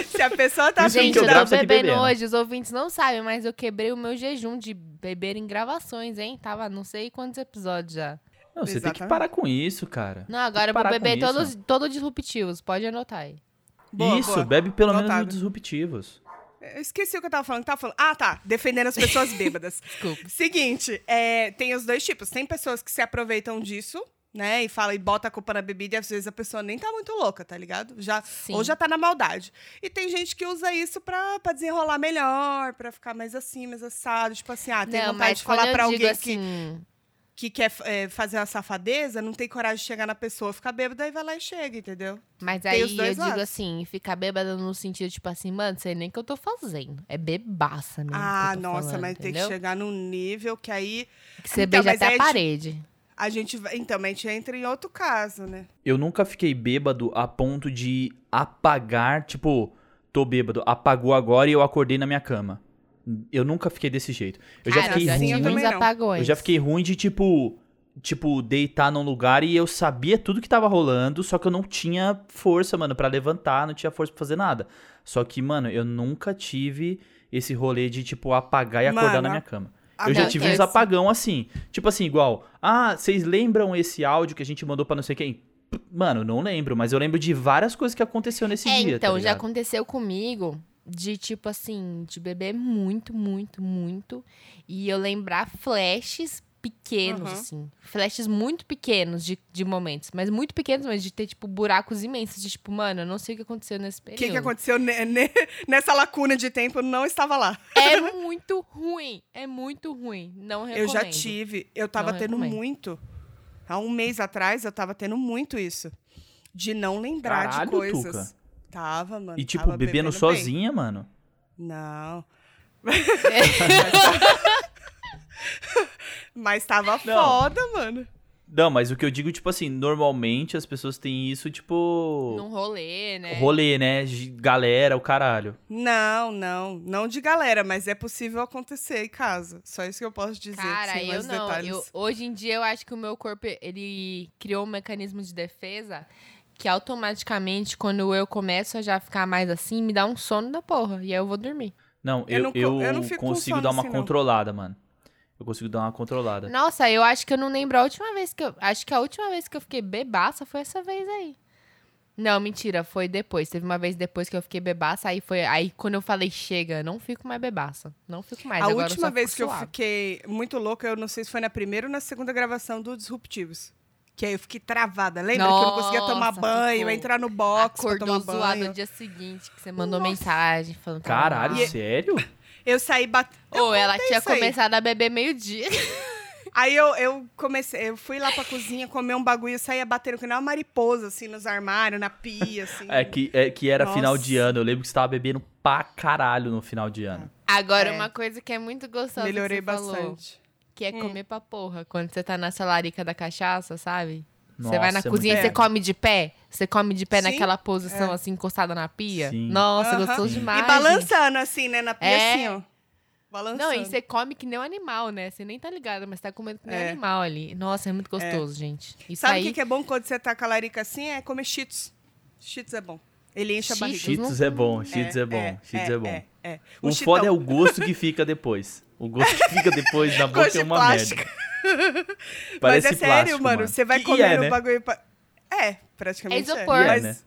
[SPEAKER 3] se a pessoa tá
[SPEAKER 1] Isso
[SPEAKER 3] afim
[SPEAKER 2] Gente,
[SPEAKER 1] que
[SPEAKER 3] de
[SPEAKER 1] eu
[SPEAKER 2] eu
[SPEAKER 3] dar.
[SPEAKER 2] tô
[SPEAKER 1] gravo, você tá
[SPEAKER 2] bebendo
[SPEAKER 1] aqui bebendo.
[SPEAKER 2] hoje, os ouvintes não sabem, mas eu quebrei o meu jejum de beber em gravações, hein? Tava não sei quantos episódios já.
[SPEAKER 1] Não, você tem que
[SPEAKER 3] Exatamente.
[SPEAKER 1] parar com isso, cara.
[SPEAKER 2] Não, agora eu vou
[SPEAKER 1] parar com
[SPEAKER 2] beber
[SPEAKER 1] isso.
[SPEAKER 2] todos, todo disruptivos, pode anotar aí.
[SPEAKER 3] Boa,
[SPEAKER 1] isso,
[SPEAKER 3] boa.
[SPEAKER 1] bebe pelo menos
[SPEAKER 3] Notado.
[SPEAKER 1] os disruptivos.
[SPEAKER 3] Eu esqueci o que eu tava falando. Tava falando. Ah, tá. Defendendo as pessoas bêbadas.
[SPEAKER 2] Desculpa.
[SPEAKER 3] Seguinte, é, tem os dois tipos. Tem pessoas que se aproveitam disso, né? E fala e bota a culpa na bebida, e às vezes a pessoa nem tá muito louca, tá ligado? Já,
[SPEAKER 2] Sim.
[SPEAKER 3] ou já tá na maldade. E tem gente que usa isso pra, pra desenrolar melhor, pra ficar mais assim, mais assado. Tipo assim, ah, tem
[SPEAKER 2] não,
[SPEAKER 3] vontade
[SPEAKER 2] mas
[SPEAKER 3] de
[SPEAKER 2] quando
[SPEAKER 3] falar
[SPEAKER 2] eu
[SPEAKER 3] pra
[SPEAKER 2] digo
[SPEAKER 3] alguém que,
[SPEAKER 2] assim,
[SPEAKER 3] que quer é, fazer uma safadeza, não tem coragem de chegar na pessoa, fica bêbada e vai lá e chega, entendeu?
[SPEAKER 2] Mas
[SPEAKER 3] Tem
[SPEAKER 2] aí eu
[SPEAKER 3] os dois
[SPEAKER 2] digo
[SPEAKER 3] lados.
[SPEAKER 2] assim, ficar bêbada no sentido, tipo assim, mano, sei nem o que eu tô fazendo. É bebaça mesmo. que eu
[SPEAKER 3] ah,
[SPEAKER 2] tô
[SPEAKER 3] nossa,
[SPEAKER 2] falando,
[SPEAKER 3] mas tem
[SPEAKER 2] entendeu?
[SPEAKER 3] que chegar num nível que aí
[SPEAKER 2] Que você
[SPEAKER 3] Então,
[SPEAKER 2] beija
[SPEAKER 3] mas
[SPEAKER 2] até
[SPEAKER 3] aí
[SPEAKER 2] a
[SPEAKER 3] a gente-
[SPEAKER 2] parede.
[SPEAKER 3] a gente vai. Então, mas a gente entra em outro caso, né?
[SPEAKER 1] Eu nunca fiquei bêbado a ponto de apagar, tipo, tô bêbado, apagou agora e eu acordei na minha cama. Eu nunca fiquei desse jeito. Eu já
[SPEAKER 2] Cara, assim,
[SPEAKER 1] fiquei
[SPEAKER 3] já
[SPEAKER 1] ruim.
[SPEAKER 3] tinha
[SPEAKER 2] muitos
[SPEAKER 3] também Ah, não.
[SPEAKER 2] apagões.
[SPEAKER 1] Eu já fiquei ruim de tipo, tipo deitar num lugar e eu sabia tudo que tava rolando, só que eu não tinha força, mano, pra levantar, não tinha força pra fazer nada. Só que, mano, eu nunca tive esse rolê de tipo apagar e acordar
[SPEAKER 3] Mano,
[SPEAKER 1] na
[SPEAKER 3] a-
[SPEAKER 1] minha cama.
[SPEAKER 3] Agora-
[SPEAKER 1] Eu já tive uns
[SPEAKER 2] Acontece.
[SPEAKER 1] apagão assim. Tipo assim, igual. Ah, vocês lembram esse áudio que a gente mandou pra não sei quem? Mano, não lembro, mas eu lembro de várias coisas que aconteceu nesse
[SPEAKER 2] É,
[SPEAKER 1] dia.
[SPEAKER 2] então,
[SPEAKER 1] tá
[SPEAKER 2] já
[SPEAKER 1] ligado?
[SPEAKER 2] aconteceu comigo de, tipo assim, de beber muito, muito, muito. E eu lembrar flashes pequenos,
[SPEAKER 3] Aham.
[SPEAKER 2] assim. Flashes muito pequenos de, de momentos. Mas muito pequenos, mas de ter, tipo, buracos imensos. De, tipo, mano, eu não sei o que aconteceu nesse
[SPEAKER 3] O
[SPEAKER 2] período.
[SPEAKER 3] que, que aconteceu ne- ne- nessa lacuna de tempo? eu Não estava lá.
[SPEAKER 2] É muito ruim. É muito ruim. Não recomendo.
[SPEAKER 3] Eu já tive. Eu tava
[SPEAKER 2] Não
[SPEAKER 3] tendo
[SPEAKER 2] recomendo.
[SPEAKER 3] muito. Há um mês atrás, eu tava tendo muito isso. De não lembrar
[SPEAKER 1] Caralho,
[SPEAKER 3] de coisas.
[SPEAKER 1] Tuca.
[SPEAKER 3] Tava, mano.
[SPEAKER 1] E tipo,
[SPEAKER 3] tava
[SPEAKER 1] bebendo,
[SPEAKER 3] bem.
[SPEAKER 1] sozinha, mano.
[SPEAKER 3] Não.
[SPEAKER 2] É.
[SPEAKER 3] Mas tava foda, mano.
[SPEAKER 1] Não, mas o que eu digo, tipo assim, normalmente as pessoas têm isso, tipo.
[SPEAKER 2] Num rolê,
[SPEAKER 3] É.
[SPEAKER 2] né?
[SPEAKER 1] Rolê, né? G- Galera, o caralho.
[SPEAKER 3] Não, não. Não de galera, mas é possível acontecer em casa. Só isso que eu posso dizer.
[SPEAKER 2] Cara,
[SPEAKER 3] sem
[SPEAKER 2] eu
[SPEAKER 3] mais
[SPEAKER 2] não.
[SPEAKER 3] detalhes.
[SPEAKER 2] Eu, hoje em dia eu acho que o meu corpo ele criou um mecanismo de defesa que automaticamente quando eu começo a já ficar mais assim, me dá um sono da porra e aí eu vou dormir.
[SPEAKER 1] Não,
[SPEAKER 3] Eu
[SPEAKER 1] eu,
[SPEAKER 3] não co-
[SPEAKER 1] eu,
[SPEAKER 3] eu não fico com
[SPEAKER 1] consigo
[SPEAKER 3] sono
[SPEAKER 1] dar uma
[SPEAKER 3] assim, não.
[SPEAKER 1] controlada, mano. Eu consigo dar uma controlada.
[SPEAKER 2] Nossa, eu acho que eu não lembro a última vez que eu acho que a última vez que eu fiquei bebaça foi essa vez aí. Não, mentira, foi depois. Teve uma vez depois que eu fiquei bebaça, aí foi aí quando eu falei chega, não fico mais bebaça, não fico mais.
[SPEAKER 3] a
[SPEAKER 2] agora eu
[SPEAKER 3] última
[SPEAKER 2] só
[SPEAKER 3] vez
[SPEAKER 2] fico
[SPEAKER 3] que eu
[SPEAKER 2] suave.
[SPEAKER 3] fiquei muito louca, eu não sei se foi na primeira ou na segunda gravação do Disruptivos. Que aí eu fiquei travada. Lembra que eu não conseguia tomar
[SPEAKER 2] Nossa,
[SPEAKER 3] banho,
[SPEAKER 2] ficou.
[SPEAKER 3] entrar no box pra
[SPEAKER 2] acordou
[SPEAKER 3] tomar
[SPEAKER 2] zoado
[SPEAKER 3] banho.
[SPEAKER 2] no dia seguinte que você mandou mensagem falando que tava
[SPEAKER 1] Caralho,
[SPEAKER 3] é-
[SPEAKER 2] mal.
[SPEAKER 1] sério?
[SPEAKER 3] Eu saí batendo.
[SPEAKER 2] Ou ela tinha
[SPEAKER 3] isso aí.
[SPEAKER 2] começado a beber meio-dia.
[SPEAKER 3] Aí eu, eu comecei, eu fui lá pra cozinha comer um bagulho e saía batendo que nem uma mariposa, assim, nos armários, na pia, assim.
[SPEAKER 1] É que, é que era
[SPEAKER 3] Nossa.
[SPEAKER 1] final de ano. Eu lembro que você tava bebendo pra caralho no final de ano.
[SPEAKER 2] Agora,
[SPEAKER 3] É.
[SPEAKER 2] uma coisa que é muito gostosa
[SPEAKER 3] Melhorei
[SPEAKER 2] que você falou,
[SPEAKER 3] bastante. Hum.
[SPEAKER 2] que é comer pra porra. Quando você tá nessa larica da cachaça, sabe?
[SPEAKER 1] Nossa,
[SPEAKER 2] você vai na
[SPEAKER 1] é muito
[SPEAKER 2] cozinha e você
[SPEAKER 1] bom.
[SPEAKER 2] come de pé. Você come de pé
[SPEAKER 3] Sim, é.
[SPEAKER 2] naquela posição, assim, encostada na pia.
[SPEAKER 1] Sim.
[SPEAKER 2] Nossa,
[SPEAKER 3] Aham.
[SPEAKER 2] gostoso
[SPEAKER 1] Sim.
[SPEAKER 2] demais.
[SPEAKER 3] E balançando, assim, né, na pia,
[SPEAKER 2] É.
[SPEAKER 3] assim, ó. Balançando.
[SPEAKER 2] Não, e você come que nem um animal, né? Você nem tá ligado, mas tá comendo que nem um
[SPEAKER 3] É.
[SPEAKER 2] animal ali. Nossa, é muito gostoso, gente. Isso
[SPEAKER 3] Sabe o
[SPEAKER 2] aí,
[SPEAKER 3] que, que é bom quando você tá com a larica assim? É comer cheetos. Cheetos é bom. Ele enche a barriga.
[SPEAKER 1] Cheetos é bom, Cheetos é, bom, Cheetos é, bom.
[SPEAKER 3] É, é.
[SPEAKER 1] O
[SPEAKER 3] Um
[SPEAKER 1] foda é
[SPEAKER 3] cheetão.
[SPEAKER 1] o gosto que fica depois. O gosto que fica depois na boca
[SPEAKER 3] Gosto
[SPEAKER 1] é
[SPEAKER 3] de
[SPEAKER 1] uma
[SPEAKER 3] plástico.
[SPEAKER 1] merda. Parece
[SPEAKER 3] Mas é sério,
[SPEAKER 1] plástico,
[SPEAKER 3] mano.
[SPEAKER 1] mano.
[SPEAKER 3] Você vai
[SPEAKER 1] E é,
[SPEAKER 3] comer o
[SPEAKER 1] né?
[SPEAKER 3] bagulho... pra- É, praticamente
[SPEAKER 2] É isopor.
[SPEAKER 1] E é,
[SPEAKER 3] Mas
[SPEAKER 1] né?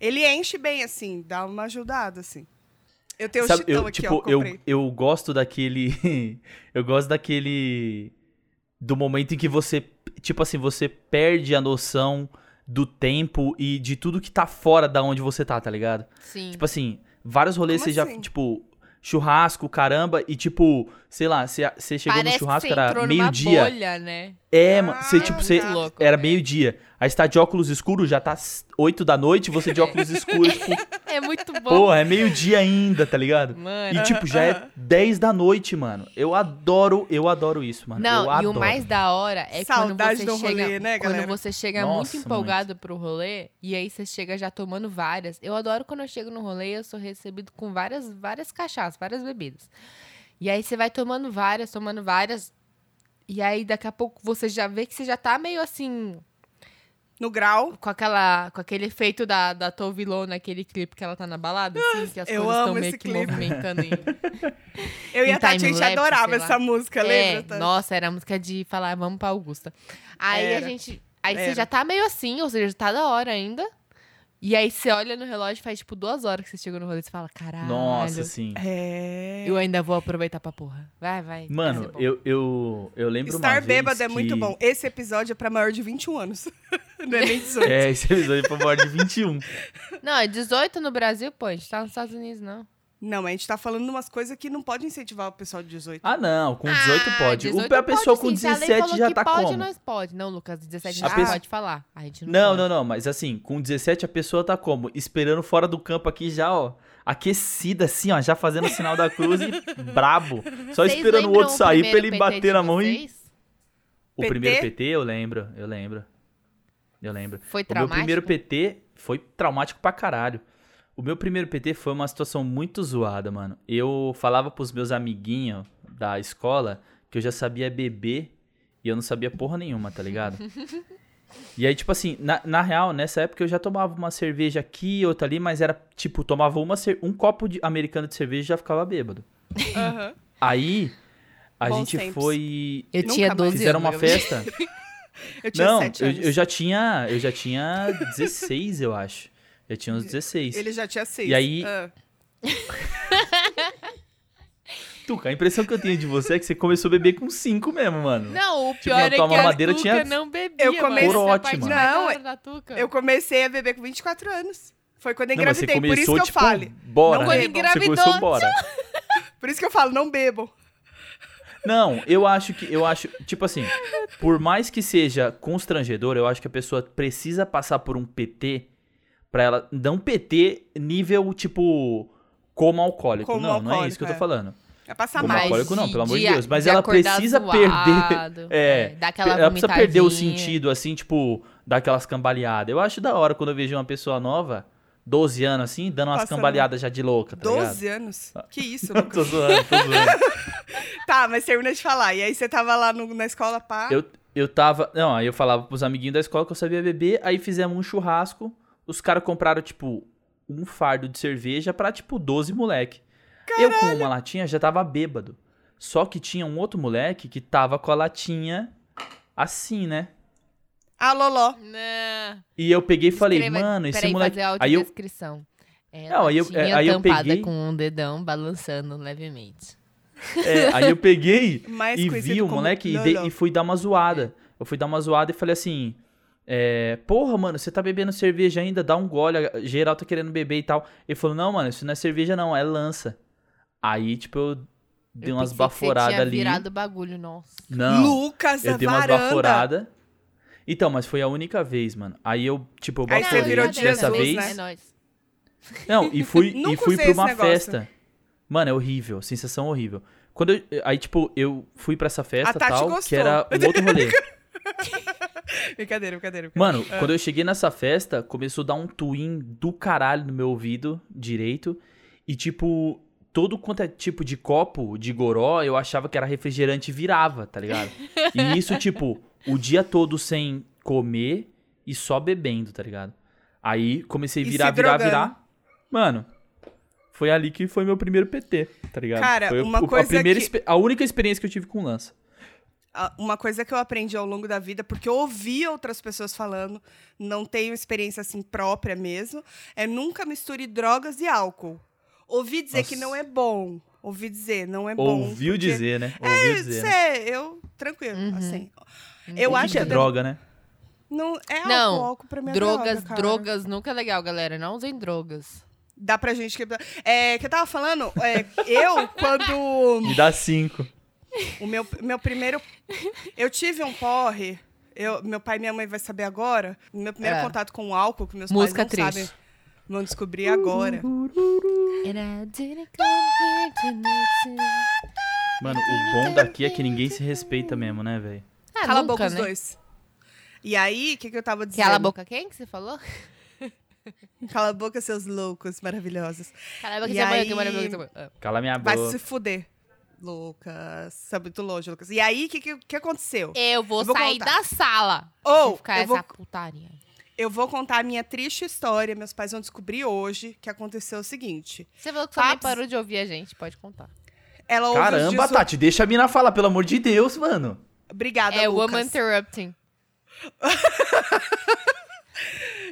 [SPEAKER 3] ele enche bem, assim. Dá uma ajudada, assim. Eu tenho
[SPEAKER 1] Sabe,
[SPEAKER 3] um cheetão
[SPEAKER 1] eu,
[SPEAKER 3] aqui,
[SPEAKER 1] tipo,
[SPEAKER 3] ó.
[SPEAKER 1] eu,
[SPEAKER 3] Comprei.
[SPEAKER 1] eu gosto daquele. eu gosto daquele. Do momento em que você. Tipo assim, você perde a noção do tempo e de tudo que tá fora da onde você tá, tá ligado?
[SPEAKER 2] sim.
[SPEAKER 1] Tipo assim, vários rolês
[SPEAKER 3] É.
[SPEAKER 1] você
[SPEAKER 3] Como
[SPEAKER 1] já.
[SPEAKER 3] assim?
[SPEAKER 1] Tipo, churrasco, caramba, e tipo, sei lá, você, você chegou
[SPEAKER 2] Parece
[SPEAKER 1] no churrasco,
[SPEAKER 2] que você
[SPEAKER 1] era
[SPEAKER 2] entrou numa
[SPEAKER 1] meio-dia.
[SPEAKER 2] bolha, né?
[SPEAKER 1] É, mano. Você,
[SPEAKER 3] Ah,
[SPEAKER 1] tipo, você.
[SPEAKER 2] muito louco,
[SPEAKER 1] Era
[SPEAKER 2] né?
[SPEAKER 1] meio-dia. Aí você tá de óculos escuros, já tá 8 da noite, você de óculos escuros, tipo,
[SPEAKER 2] É muito bom.
[SPEAKER 1] porra, é meio-dia ainda, tá ligado?
[SPEAKER 2] Mano.
[SPEAKER 1] E, tipo, já é 10 da noite, mano. Eu adoro, eu adoro isso, mano.
[SPEAKER 2] Não,
[SPEAKER 1] eu
[SPEAKER 2] e
[SPEAKER 1] adoro.
[SPEAKER 2] o mais da hora é
[SPEAKER 3] Saudade
[SPEAKER 2] quando
[SPEAKER 3] do
[SPEAKER 2] você chega,
[SPEAKER 3] rolê, né,
[SPEAKER 2] quando
[SPEAKER 3] galera?
[SPEAKER 2] você chega
[SPEAKER 1] Nossa,
[SPEAKER 2] muito empolgado pro rolê e aí você chega já tomando várias. Eu adoro quando eu chego no rolê, eu sou recebido com várias, várias cachaças, várias bebidas. E aí você vai tomando várias, tomando várias. E aí daqui a pouco você já vê que você já tá meio assim
[SPEAKER 3] No grau,
[SPEAKER 2] com aquela com aquele efeito da da Tove Lo naquele clipe que ela tá na balada, assim, que as
[SPEAKER 3] eu
[SPEAKER 2] coisas estão
[SPEAKER 3] amo
[SPEAKER 2] meio
[SPEAKER 3] esse
[SPEAKER 2] que
[SPEAKER 3] clipe.
[SPEAKER 2] movimentando em
[SPEAKER 3] eu e
[SPEAKER 2] Em
[SPEAKER 3] a Tati, a gente
[SPEAKER 2] time-lapse,
[SPEAKER 3] adorava
[SPEAKER 2] sei lá.
[SPEAKER 3] essa música,
[SPEAKER 2] É,
[SPEAKER 3] lembra? Tati?
[SPEAKER 2] nossa, era a música de falar, vamos pra Augusta. Aí
[SPEAKER 3] Era.
[SPEAKER 2] a gente. Aí você
[SPEAKER 3] Era.
[SPEAKER 2] já tá meio assim, ou seja, tá da hora ainda. E aí você olha no relógio faz tipo duas horas que você chegou no rolê e você fala, caralho.
[SPEAKER 1] Nossa, sim.
[SPEAKER 3] É.
[SPEAKER 2] Eu ainda vou aproveitar pra porra. Vai, vai. vai ser
[SPEAKER 1] Mano,
[SPEAKER 2] é bom.
[SPEAKER 1] eu, eu, eu lembro uma
[SPEAKER 3] Estar
[SPEAKER 1] vez
[SPEAKER 3] bêbado é muito
[SPEAKER 1] que-
[SPEAKER 3] bom. Esse episódio é pra maior de 21 anos. Não é nem 18.
[SPEAKER 1] É, esse episódio foi maior de 21.
[SPEAKER 2] Não, é 18 no Brasil, pô, a gente tá nos Estados Unidos, não.
[SPEAKER 3] Não, mas a gente tá falando umas coisas que não pode incentivar o pessoal de 18.
[SPEAKER 1] Ah, não, com 18
[SPEAKER 2] Ah,
[SPEAKER 1] pode.
[SPEAKER 2] 18
[SPEAKER 1] o, a pessoa
[SPEAKER 2] pode,
[SPEAKER 1] com
[SPEAKER 2] sim. Se a lei
[SPEAKER 1] 17
[SPEAKER 2] falou
[SPEAKER 1] já
[SPEAKER 2] que
[SPEAKER 1] tá
[SPEAKER 2] pode,
[SPEAKER 1] como?
[SPEAKER 2] nós pode. Não, Lucas, 17
[SPEAKER 3] A
[SPEAKER 2] a gente
[SPEAKER 3] pessoa-
[SPEAKER 2] pode falar. A gente não
[SPEAKER 1] Não,
[SPEAKER 2] pode.
[SPEAKER 1] não, não, mas assim, com 17 a pessoa tá como? Esperando fora do campo aqui já, ó, aquecida assim, ó, já fazendo o sinal da cruz e brabo. Só
[SPEAKER 2] Vocês
[SPEAKER 1] esperando o
[SPEAKER 2] lembram
[SPEAKER 1] outro sair pra
[SPEAKER 2] primeiro
[SPEAKER 1] ele
[SPEAKER 2] PT
[SPEAKER 1] bater
[SPEAKER 2] de
[SPEAKER 1] na mão e...
[SPEAKER 2] vocês?
[SPEAKER 1] O
[SPEAKER 3] PT?
[SPEAKER 1] primeiro PT, eu lembro, eu lembro. Eu lembro.
[SPEAKER 2] Foi
[SPEAKER 1] O meu
[SPEAKER 2] traumático?
[SPEAKER 1] primeiro PT foi traumático pra caralho. O meu primeiro PT foi uma situação muito zoada, mano. Eu falava pros meus amiguinhos da escola que eu já sabia beber e eu não sabia porra nenhuma, tá ligado? e aí, tipo assim, na, na real, nessa época eu já tomava uma cerveja aqui, outra ali, mas era tipo, tomava uma cer- um copo de- americano de cerveja e já ficava bêbado.
[SPEAKER 3] Aham.
[SPEAKER 1] Aí, a
[SPEAKER 3] Bons
[SPEAKER 1] gente
[SPEAKER 3] tempos.
[SPEAKER 1] foi.
[SPEAKER 2] Eu
[SPEAKER 3] Nunca
[SPEAKER 2] tinha
[SPEAKER 3] mais.
[SPEAKER 2] 12
[SPEAKER 1] Fizeram uma
[SPEAKER 2] anos. Gabriel.
[SPEAKER 1] festa.
[SPEAKER 3] Eu tinha
[SPEAKER 1] Não,
[SPEAKER 3] 7
[SPEAKER 1] eu,
[SPEAKER 3] anos.
[SPEAKER 1] eu já tinha. Eu já tinha 16, eu acho. Eu tinha uns 16.
[SPEAKER 3] Ele já tinha 6.
[SPEAKER 1] E aí-
[SPEAKER 3] Ah.
[SPEAKER 1] Tuca, a impressão que eu tenho de você é que você começou a beber com 5 mesmo, mano.
[SPEAKER 2] Não, o
[SPEAKER 1] eu
[SPEAKER 2] pior é que
[SPEAKER 1] tomava
[SPEAKER 2] a
[SPEAKER 1] Tipo, madeira, eu
[SPEAKER 2] Tuca
[SPEAKER 1] tinha-
[SPEAKER 2] não bebia. é
[SPEAKER 3] Eu comecei-
[SPEAKER 2] mano. Essa
[SPEAKER 1] Por
[SPEAKER 2] parte
[SPEAKER 1] ótima.
[SPEAKER 2] mais
[SPEAKER 3] Não,
[SPEAKER 2] da hora da Tuca.
[SPEAKER 3] Eu comecei a beber com 24 anos. Foi quando eu
[SPEAKER 1] Não, mas você
[SPEAKER 3] engravidei,
[SPEAKER 1] começou,
[SPEAKER 3] por isso que
[SPEAKER 1] tipo,
[SPEAKER 3] eu falo.
[SPEAKER 1] bora,
[SPEAKER 3] Não,
[SPEAKER 1] né?
[SPEAKER 3] quando
[SPEAKER 1] Você
[SPEAKER 2] engravidou,
[SPEAKER 1] começou bora.
[SPEAKER 3] Por isso que eu falo, não bebo.
[SPEAKER 1] Não, eu acho que, eu acho, tipo assim, por mais que seja constrangedor, eu acho que a pessoa precisa passar por um PT pra ela, não PT nível, tipo, como alcoólico.
[SPEAKER 3] Como
[SPEAKER 1] não, não é isso
[SPEAKER 3] alcoólico,
[SPEAKER 1] que eu tô
[SPEAKER 3] é.
[SPEAKER 1] falando.
[SPEAKER 3] É passar
[SPEAKER 1] Como
[SPEAKER 3] mal.
[SPEAKER 1] alcoólico, não, pelo amor de Deus, mas ela
[SPEAKER 2] acordar
[SPEAKER 1] precisa
[SPEAKER 2] zoado,
[SPEAKER 1] perder- é,
[SPEAKER 2] Dar aquela
[SPEAKER 1] ela precisa perder o
[SPEAKER 2] vomitadinha.
[SPEAKER 1] sentido, assim, tipo, daquelas cambaleadas. Eu acho da hora quando eu vejo uma pessoa nova, 12 anos, assim, dando umas
[SPEAKER 3] Passando-
[SPEAKER 1] cambaleadas já de louca, tá ligado?
[SPEAKER 3] 12 anos? Que isso,
[SPEAKER 1] Não,
[SPEAKER 3] Lucas?
[SPEAKER 1] tô zoando, tô zoando.
[SPEAKER 3] Tá, mas termina de falar. E aí você tava lá no- na escola, pá.
[SPEAKER 1] Eu, eu tava. Não, aí eu falava pros amiguinhos da escola que eu sabia beber, aí fizemos um churrasco. Os caras compraram, tipo, um fardo de cerveja pra, tipo, 12 moleque. Eu com uma latinha já tava bêbado. Só que tinha um outro moleque que tava com a latinha assim, né?
[SPEAKER 3] Ah, Loló.
[SPEAKER 2] Não.
[SPEAKER 1] E eu peguei e falei,
[SPEAKER 2] Escreva-
[SPEAKER 1] mano, esse
[SPEAKER 2] peraí,
[SPEAKER 1] moleque.
[SPEAKER 2] Fazer a
[SPEAKER 1] Aí eu,
[SPEAKER 2] audiodescrição. É,
[SPEAKER 1] Não, aí eu-
[SPEAKER 2] latinha
[SPEAKER 1] é, aí eu
[SPEAKER 2] tampada
[SPEAKER 1] peguei-
[SPEAKER 2] com um dedão balançando levemente.
[SPEAKER 1] é, aí eu peguei
[SPEAKER 2] É
[SPEAKER 3] Mais
[SPEAKER 1] e
[SPEAKER 3] conhecido
[SPEAKER 1] vi o
[SPEAKER 3] como
[SPEAKER 1] moleque e,
[SPEAKER 3] Loló.
[SPEAKER 1] dei- e fui dar uma zoada. Eu fui dar uma zoada e falei assim: é, Porra, mano, você tá bebendo cerveja ainda? Dá um gole, a- geral tá querendo beber e tal. Ele falou: Não, mano, isso não é cerveja, não, é lança. Aí, tipo, eu dei
[SPEAKER 2] Eu
[SPEAKER 1] umas
[SPEAKER 2] pensei que você
[SPEAKER 1] baforadas
[SPEAKER 2] tinha
[SPEAKER 1] ali.
[SPEAKER 2] virado o bagulho, nossa.
[SPEAKER 1] Não,
[SPEAKER 3] Lucas,
[SPEAKER 1] eu
[SPEAKER 3] a
[SPEAKER 1] dei umas
[SPEAKER 3] varanda.
[SPEAKER 1] baforadas. Então, mas foi a única vez, mano. Aí eu, tipo, eu
[SPEAKER 3] Aí
[SPEAKER 1] baforei
[SPEAKER 3] você virou
[SPEAKER 2] brincadeira,
[SPEAKER 1] dessa
[SPEAKER 3] Jesus,
[SPEAKER 1] vez.
[SPEAKER 3] né?
[SPEAKER 2] É nóis.
[SPEAKER 1] Não, e fui, e
[SPEAKER 3] Nunca
[SPEAKER 1] fui
[SPEAKER 3] usei
[SPEAKER 1] pra uma
[SPEAKER 3] esse negócio.
[SPEAKER 1] festa. Mano, é horrível, sensação horrível. Quando eu, aí, tipo, eu fui pra essa festa
[SPEAKER 3] A Tati
[SPEAKER 1] tal,
[SPEAKER 3] gostou.
[SPEAKER 1] que era um outro rolê.
[SPEAKER 3] Brincadeira, brincadeira. brincadeira.
[SPEAKER 1] Mano, quando eu cheguei nessa festa, começou a dar um twin do caralho no meu ouvido direito. E, tipo, todo quanto é tipo de copo, de goró, eu achava que era refrigerante e virava, tá ligado? E isso, tipo, o dia todo sem comer e só bebendo, tá ligado? Aí comecei a
[SPEAKER 3] E se
[SPEAKER 1] virar, virar,
[SPEAKER 3] drogando.
[SPEAKER 1] virar. Mano, foi ali que foi meu primeiro PT, tá ligado?
[SPEAKER 3] Cara,
[SPEAKER 1] foi o-
[SPEAKER 3] uma
[SPEAKER 1] o-
[SPEAKER 3] coisa
[SPEAKER 1] a, primeira
[SPEAKER 3] que-
[SPEAKER 1] expe- a única experiência que eu tive com lança.
[SPEAKER 3] Ah, Uma coisa que eu aprendi ao longo da vida, porque eu ouvi outras pessoas falando, não tenho experiência assim própria mesmo, é nunca misture drogas e álcool. Ouvi dizer que
[SPEAKER 1] Nossa.
[SPEAKER 3] não é bom. Ouvi dizer, não é bom.
[SPEAKER 1] Ouviu
[SPEAKER 3] porque- É,
[SPEAKER 1] dizer, né? Ouviu dizer. né?
[SPEAKER 3] Cê, eu, tranquilo,
[SPEAKER 2] Uhum.
[SPEAKER 3] assim. Eu
[SPEAKER 1] O que
[SPEAKER 3] acho
[SPEAKER 1] que é
[SPEAKER 3] que eu-
[SPEAKER 1] droga, né?
[SPEAKER 3] Não, é álcool,
[SPEAKER 2] Não,
[SPEAKER 3] álcool pra mim é
[SPEAKER 2] drogas,
[SPEAKER 3] droga, cara.
[SPEAKER 2] drogas nunca é legal, galera. Não usem drogas.
[SPEAKER 3] Dá pra gente que. É, que eu tava falando, é, eu, quando.
[SPEAKER 1] Me dá cinco.
[SPEAKER 3] O meu, meu primeiro. Eu tive um porre. Eu, meu pai e minha mãe vai saber agora. Meu primeiro
[SPEAKER 2] É.
[SPEAKER 3] contato com o álcool, que meus
[SPEAKER 2] Música
[SPEAKER 3] pais não
[SPEAKER 2] triste.
[SPEAKER 3] sabem. Vão descobrir agora.
[SPEAKER 2] And I didn't come here to meet you.
[SPEAKER 1] Mano, o bom
[SPEAKER 3] tá
[SPEAKER 1] daqui é que ninguém se respeita mesmo, né, velho?
[SPEAKER 2] Ah,
[SPEAKER 3] Cala a
[SPEAKER 2] nunca,
[SPEAKER 3] boca os
[SPEAKER 2] né?
[SPEAKER 3] dois. E aí, o que, que eu tava dizendo?
[SPEAKER 2] Cala a boca quem que você falou?
[SPEAKER 3] Cala a boca, seus loucos maravilhosos.
[SPEAKER 2] Cala a boca
[SPEAKER 3] E
[SPEAKER 2] de amanhã,
[SPEAKER 3] aí-
[SPEAKER 2] que amanhã, que amanhã. Ah.
[SPEAKER 1] Cala minha
[SPEAKER 3] Vai
[SPEAKER 1] boca.
[SPEAKER 3] se fuder. Lucas. Tá muito longe, Lucas. E aí, o que, que, que aconteceu?
[SPEAKER 2] Eu vou,
[SPEAKER 3] Eu vou
[SPEAKER 2] sair
[SPEAKER 3] contar.
[SPEAKER 2] da sala.
[SPEAKER 3] Ou,
[SPEAKER 2] Vou ficar
[SPEAKER 3] eu vou-
[SPEAKER 2] essa putaria.
[SPEAKER 3] Eu vou contar a minha triste história. Meus pais vão descobrir hoje que aconteceu o seguinte.
[SPEAKER 2] Você falou que sua mãe
[SPEAKER 3] Papos-
[SPEAKER 2] parou de ouvir a gente, pode contar.
[SPEAKER 3] Ela ouve os
[SPEAKER 1] Caramba, tá.
[SPEAKER 3] 18
[SPEAKER 1] Tati, deixa a mina falar, pelo amor de Deus, mano.
[SPEAKER 3] Obrigada,
[SPEAKER 2] é
[SPEAKER 3] Lucas.
[SPEAKER 2] woman interrupting.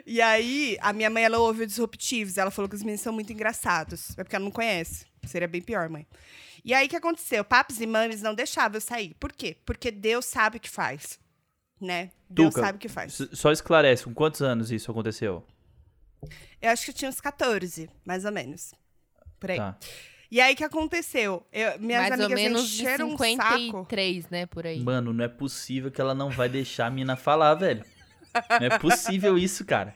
[SPEAKER 3] E aí, a minha mãe, ela ouve o Disruptivos. Ela falou que os meninos são muito engraçados. É porque ela não conhece. Seria bem pior, mãe. E aí, o que aconteceu? Papos e mames não deixavam eu sair. Por quê? Porque Deus sabe o que faz. Né? Deus
[SPEAKER 1] Tuca,
[SPEAKER 3] sabe o que faz.
[SPEAKER 1] S- Só esclarece, com quantos anos isso aconteceu?
[SPEAKER 3] Eu acho que eu tinha uns 14, mais ou menos. por aí.
[SPEAKER 1] Tá.
[SPEAKER 3] E aí, o que aconteceu? Eu- minhas
[SPEAKER 2] Mais ou
[SPEAKER 3] amigas
[SPEAKER 2] menos de
[SPEAKER 3] encheram um saco.
[SPEAKER 2] 53, né? Por aí.
[SPEAKER 1] Mano, não é possível que ela não vai deixar a mina falar, velho. Não é possível isso, cara.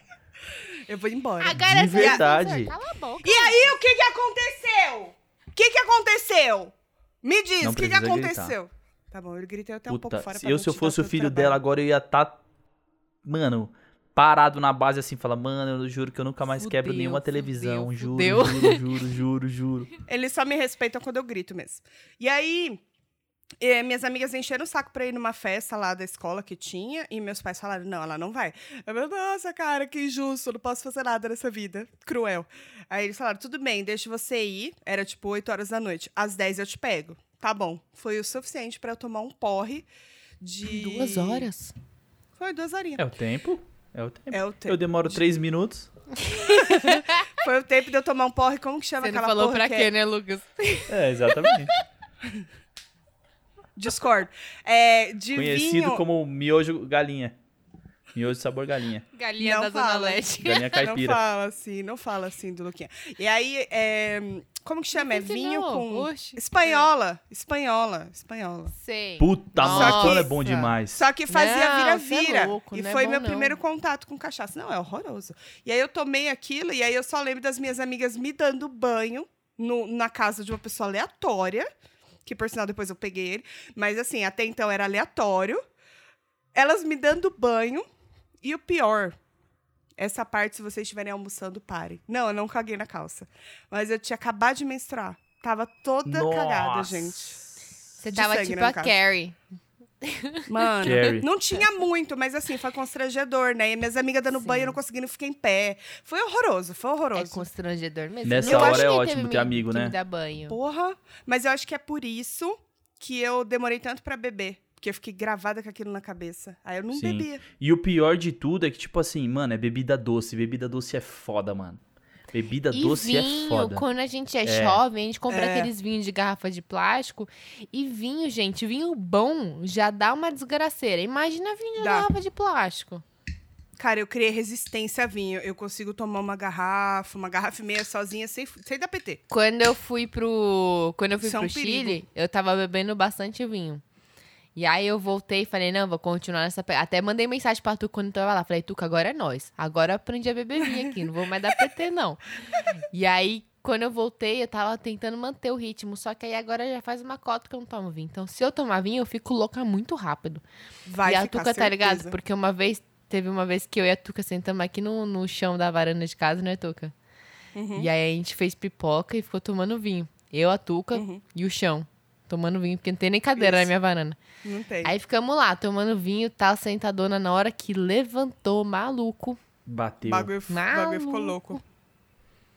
[SPEAKER 3] Eu vou embora.
[SPEAKER 2] Agora
[SPEAKER 1] De
[SPEAKER 2] sim,
[SPEAKER 1] verdade.
[SPEAKER 2] Cala a boca.
[SPEAKER 3] E aí, o que que aconteceu? O que que aconteceu? Me diz,
[SPEAKER 1] Não
[SPEAKER 3] o que que
[SPEAKER 1] precisa
[SPEAKER 3] aconteceu? Tá bom, eu gritei até um
[SPEAKER 1] Puta,
[SPEAKER 3] pouco fora
[SPEAKER 1] se
[SPEAKER 3] pra
[SPEAKER 1] eu,
[SPEAKER 3] não
[SPEAKER 1] se eu
[SPEAKER 3] te dar
[SPEAKER 1] fosse o
[SPEAKER 3] tanto
[SPEAKER 1] filho
[SPEAKER 3] trabalho.
[SPEAKER 1] dela, agora eu ia estar. mano, parado na base assim, fala, mano, eu juro que eu nunca mais quebro
[SPEAKER 2] Fudeu,
[SPEAKER 1] nenhuma televisão.
[SPEAKER 2] fudeu,
[SPEAKER 1] juro,
[SPEAKER 2] fudeu."
[SPEAKER 1] juro, juro, juro, juro.
[SPEAKER 3] Eles só me respeitam quando eu grito mesmo. E aí, eh, minhas amigas encheram o saco pra ir numa festa lá da escola que tinha, e meus pais falaram: não, ela não vai. Eu falei, nossa, cara, que injusto, eu não posso fazer nada nessa vida. Cruel. Aí eles falaram: tudo bem, deixa você ir. Era tipo 8 horas da noite. Às 10 eu te pego. Tá bom. Foi o suficiente pra eu tomar um porre de.
[SPEAKER 2] Duas horas?
[SPEAKER 3] Foi duas horinhas.
[SPEAKER 1] É o tempo? É o tempo.
[SPEAKER 3] É o tempo.
[SPEAKER 1] Eu demoro três minutos.
[SPEAKER 3] Foi o tempo de eu tomar um porre. Como que chama
[SPEAKER 2] Você não
[SPEAKER 3] aquela
[SPEAKER 2] falou
[SPEAKER 3] porra
[SPEAKER 2] pra
[SPEAKER 3] que é-
[SPEAKER 2] quê, né, Lucas?
[SPEAKER 1] É, exatamente.
[SPEAKER 3] Discordo. É, de
[SPEAKER 1] Conhecido
[SPEAKER 3] vinho...
[SPEAKER 1] como miojo galinha. Miojo sabor galinha.
[SPEAKER 2] Galinha
[SPEAKER 3] Não
[SPEAKER 2] da Zona
[SPEAKER 3] fala.
[SPEAKER 2] Leste.
[SPEAKER 1] Galinha
[SPEAKER 3] Não
[SPEAKER 1] caipira.
[SPEAKER 3] fala assim, não fala assim do Luquinha. E aí, é, como que chama? É vinho
[SPEAKER 2] Não,
[SPEAKER 3] com...
[SPEAKER 2] Oxe.
[SPEAKER 3] Espanhola, espanhola, espanhola.
[SPEAKER 2] Sei.
[SPEAKER 1] Puta,
[SPEAKER 2] Nossa.
[SPEAKER 1] mano, é bom demais.
[SPEAKER 3] Só que fazia
[SPEAKER 2] Não, cê é
[SPEAKER 3] vira-vira.
[SPEAKER 2] louco,
[SPEAKER 3] e
[SPEAKER 2] não é
[SPEAKER 3] foi
[SPEAKER 2] bom,
[SPEAKER 3] meu
[SPEAKER 2] não.
[SPEAKER 3] primeiro contato com cachaça. Não, é horroroso. E aí eu tomei aquilo, e aí eu só lembro das minhas amigas me dando banho no- na casa de uma pessoa aleatória. Que por sinal depois eu peguei ele. Mas assim, até então era aleatório. Elas me dando banho. E o pior. Essa parte, se vocês estiverem almoçando, pare. Não, eu não caguei na calça. Mas eu tinha acabado de menstruar. Tava toda é cagada, gente.
[SPEAKER 2] Você
[SPEAKER 3] De
[SPEAKER 2] tava
[SPEAKER 3] sangue,
[SPEAKER 2] tipo
[SPEAKER 3] né, no
[SPEAKER 2] a
[SPEAKER 3] caso.
[SPEAKER 2] Carrie.
[SPEAKER 3] Mano,
[SPEAKER 1] Carrie.
[SPEAKER 3] não tinha muito, mas assim, foi constrangedor, né? E minhas amigas dando
[SPEAKER 2] Sim.
[SPEAKER 3] banho, eu não conseguindo ficar em pé. Foi horroroso, foi
[SPEAKER 2] É
[SPEAKER 3] horroroso.
[SPEAKER 2] constrangedor mesmo.
[SPEAKER 1] Nessa
[SPEAKER 2] Eu
[SPEAKER 1] hora
[SPEAKER 2] acho
[SPEAKER 1] é
[SPEAKER 2] que teve
[SPEAKER 1] ótimo ter
[SPEAKER 2] menino
[SPEAKER 1] amigo,
[SPEAKER 2] que
[SPEAKER 1] né?
[SPEAKER 2] Me dá banho.
[SPEAKER 3] Porra, mas eu acho que é por isso que eu demorei tanto pra beber. Porque eu fiquei gravada com aquilo na cabeça. Aí eu não
[SPEAKER 1] Sim.
[SPEAKER 3] bebia.
[SPEAKER 1] E o pior de tudo é que, tipo assim, mano, é bebida doce. Bebida doce é foda, mano. Bebida
[SPEAKER 2] E
[SPEAKER 1] doce
[SPEAKER 2] vinho,
[SPEAKER 1] é foda.
[SPEAKER 2] quando a gente é,
[SPEAKER 1] É.
[SPEAKER 2] jovem, a gente compra
[SPEAKER 3] É.
[SPEAKER 2] aqueles vinhos de garrafa de plástico. E vinho, gente, vinho bom já dá uma desgraceira. Imagina vinho de
[SPEAKER 3] Dá.
[SPEAKER 2] garrafa de plástico.
[SPEAKER 3] Cara, eu criei resistência a vinho. Eu consigo tomar uma garrafa, uma garrafa e meia sozinha, sem, sem dar PT.
[SPEAKER 2] Quando eu fui pro, quando eu fui
[SPEAKER 3] Isso é um
[SPEAKER 2] pro
[SPEAKER 3] perigo.
[SPEAKER 2] Chile, eu tava bebendo bastante vinho. E aí eu voltei e falei, não, vou continuar nessa... pe- Até mandei mensagem pra tu quando tu tava lá. Falei, Tuca, agora é nós. Agora eu aprendi a beber vinho aqui, não vou mais dar PT, não. E aí, quando eu voltei, eu tava tentando manter o ritmo. Só que aí agora já faz uma cota que eu não tomo vinho. Então, se eu tomar vinho, eu fico louca muito rápido
[SPEAKER 3] Vai
[SPEAKER 2] e a
[SPEAKER 3] ficar,
[SPEAKER 2] Tuca, tá ligado?
[SPEAKER 3] certeza.
[SPEAKER 2] Porque uma vez, teve uma vez que eu e a Tuca sentamos aqui no, no chão da varanda de casa, né, Tuca?
[SPEAKER 3] Uhum.
[SPEAKER 2] E aí a gente fez pipoca e ficou tomando vinho. Eu, a Tuca
[SPEAKER 3] Uhum.
[SPEAKER 2] e o chão. Tomando vinho, porque não tem nem cadeira na
[SPEAKER 3] Isso. É.
[SPEAKER 2] minha varanda.
[SPEAKER 3] Não tem.
[SPEAKER 2] Aí ficamos lá, tomando vinho, tal, sentadona na hora que levantou, maluco.
[SPEAKER 1] Bateu.
[SPEAKER 3] O bagulho, f- bagulho ficou
[SPEAKER 2] Maluco.
[SPEAKER 3] louco.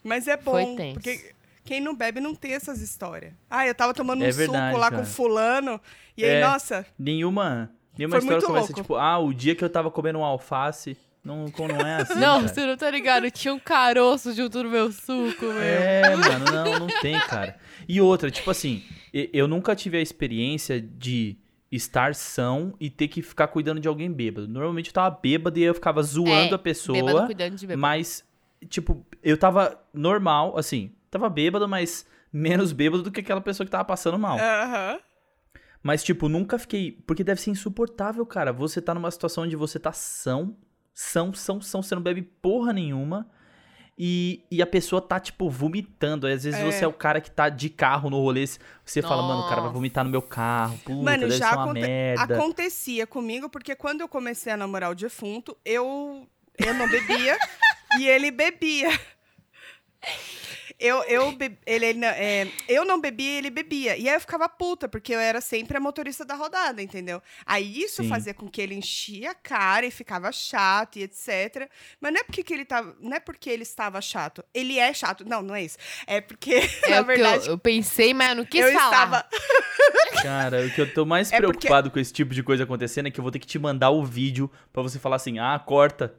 [SPEAKER 3] Mas é bom,
[SPEAKER 2] Foi tenso.
[SPEAKER 3] porque quem não bebe não tem essas histórias. Ah, eu tava tomando
[SPEAKER 1] É
[SPEAKER 3] um
[SPEAKER 1] verdade,
[SPEAKER 3] suco lá
[SPEAKER 1] cara.
[SPEAKER 3] com fulano, e aí,
[SPEAKER 1] É.
[SPEAKER 3] nossa,
[SPEAKER 1] Nenhuma, nenhuma
[SPEAKER 3] Foi
[SPEAKER 1] história
[SPEAKER 3] muito
[SPEAKER 1] começa
[SPEAKER 3] louco.
[SPEAKER 1] tipo, ah, o dia que eu tava comendo um alface. Não, não é assim.
[SPEAKER 2] Não,
[SPEAKER 1] cara.
[SPEAKER 2] você não tá ligado? Tinha um caroço junto no meu suco, meu.
[SPEAKER 1] É, mano, não, não tem, cara. E outra, tipo assim, e- eu nunca tive a experiência de estar são e ter que ficar cuidando de alguém bêbado. Normalmente eu tava bêbado e eu ficava zoando
[SPEAKER 2] É,
[SPEAKER 1] a pessoa.
[SPEAKER 2] Bêbado cuidando de bebê.
[SPEAKER 1] Mas, tipo, eu tava normal, assim, tava bêbado, mas menos bêbado do que aquela pessoa que tava passando mal.
[SPEAKER 3] aham.
[SPEAKER 1] Mas, tipo, nunca fiquei. Porque deve ser insuportável, cara. Você tá numa situação onde você tá são, são, são, são, você não bebe porra nenhuma. E, e a pessoa tá, tipo, vomitando. Aí, às vezes
[SPEAKER 3] É.
[SPEAKER 1] você é o cara que tá de carro no rolê. Você fala, mano, o cara vai
[SPEAKER 2] Nossa.
[SPEAKER 1] vomitar no meu carro. Puta,
[SPEAKER 3] Mano,
[SPEAKER 1] deve
[SPEAKER 3] já
[SPEAKER 1] ser uma
[SPEAKER 3] aconte-
[SPEAKER 1] merda.
[SPEAKER 3] acontecia comigo, porque quando eu comecei a namorar o defunto, eu, eu não bebia e ele bebia. Eu, eu, be- ele, ele não- é, eu não bebia e ele bebia. E aí eu ficava puta, porque eu era sempre a motorista da rodada, entendeu? Aí isso
[SPEAKER 1] Sim.
[SPEAKER 3] fazia com que ele enchia a cara e ficava chato e etc. Mas não é porque que ele tava. Não é porque ele estava chato. Ele é chato. Não, não é isso. É porque,
[SPEAKER 2] É o
[SPEAKER 3] na
[SPEAKER 2] que eu-
[SPEAKER 3] verdade,
[SPEAKER 2] eu, pensei, mas eu não quis
[SPEAKER 3] eu
[SPEAKER 2] falar.
[SPEAKER 3] estava
[SPEAKER 1] Cara, o que eu tô mais
[SPEAKER 3] É porque-
[SPEAKER 1] preocupado com esse tipo de coisa acontecendo é que eu vou ter que te mandar o vídeo pra você falar assim: ah, corta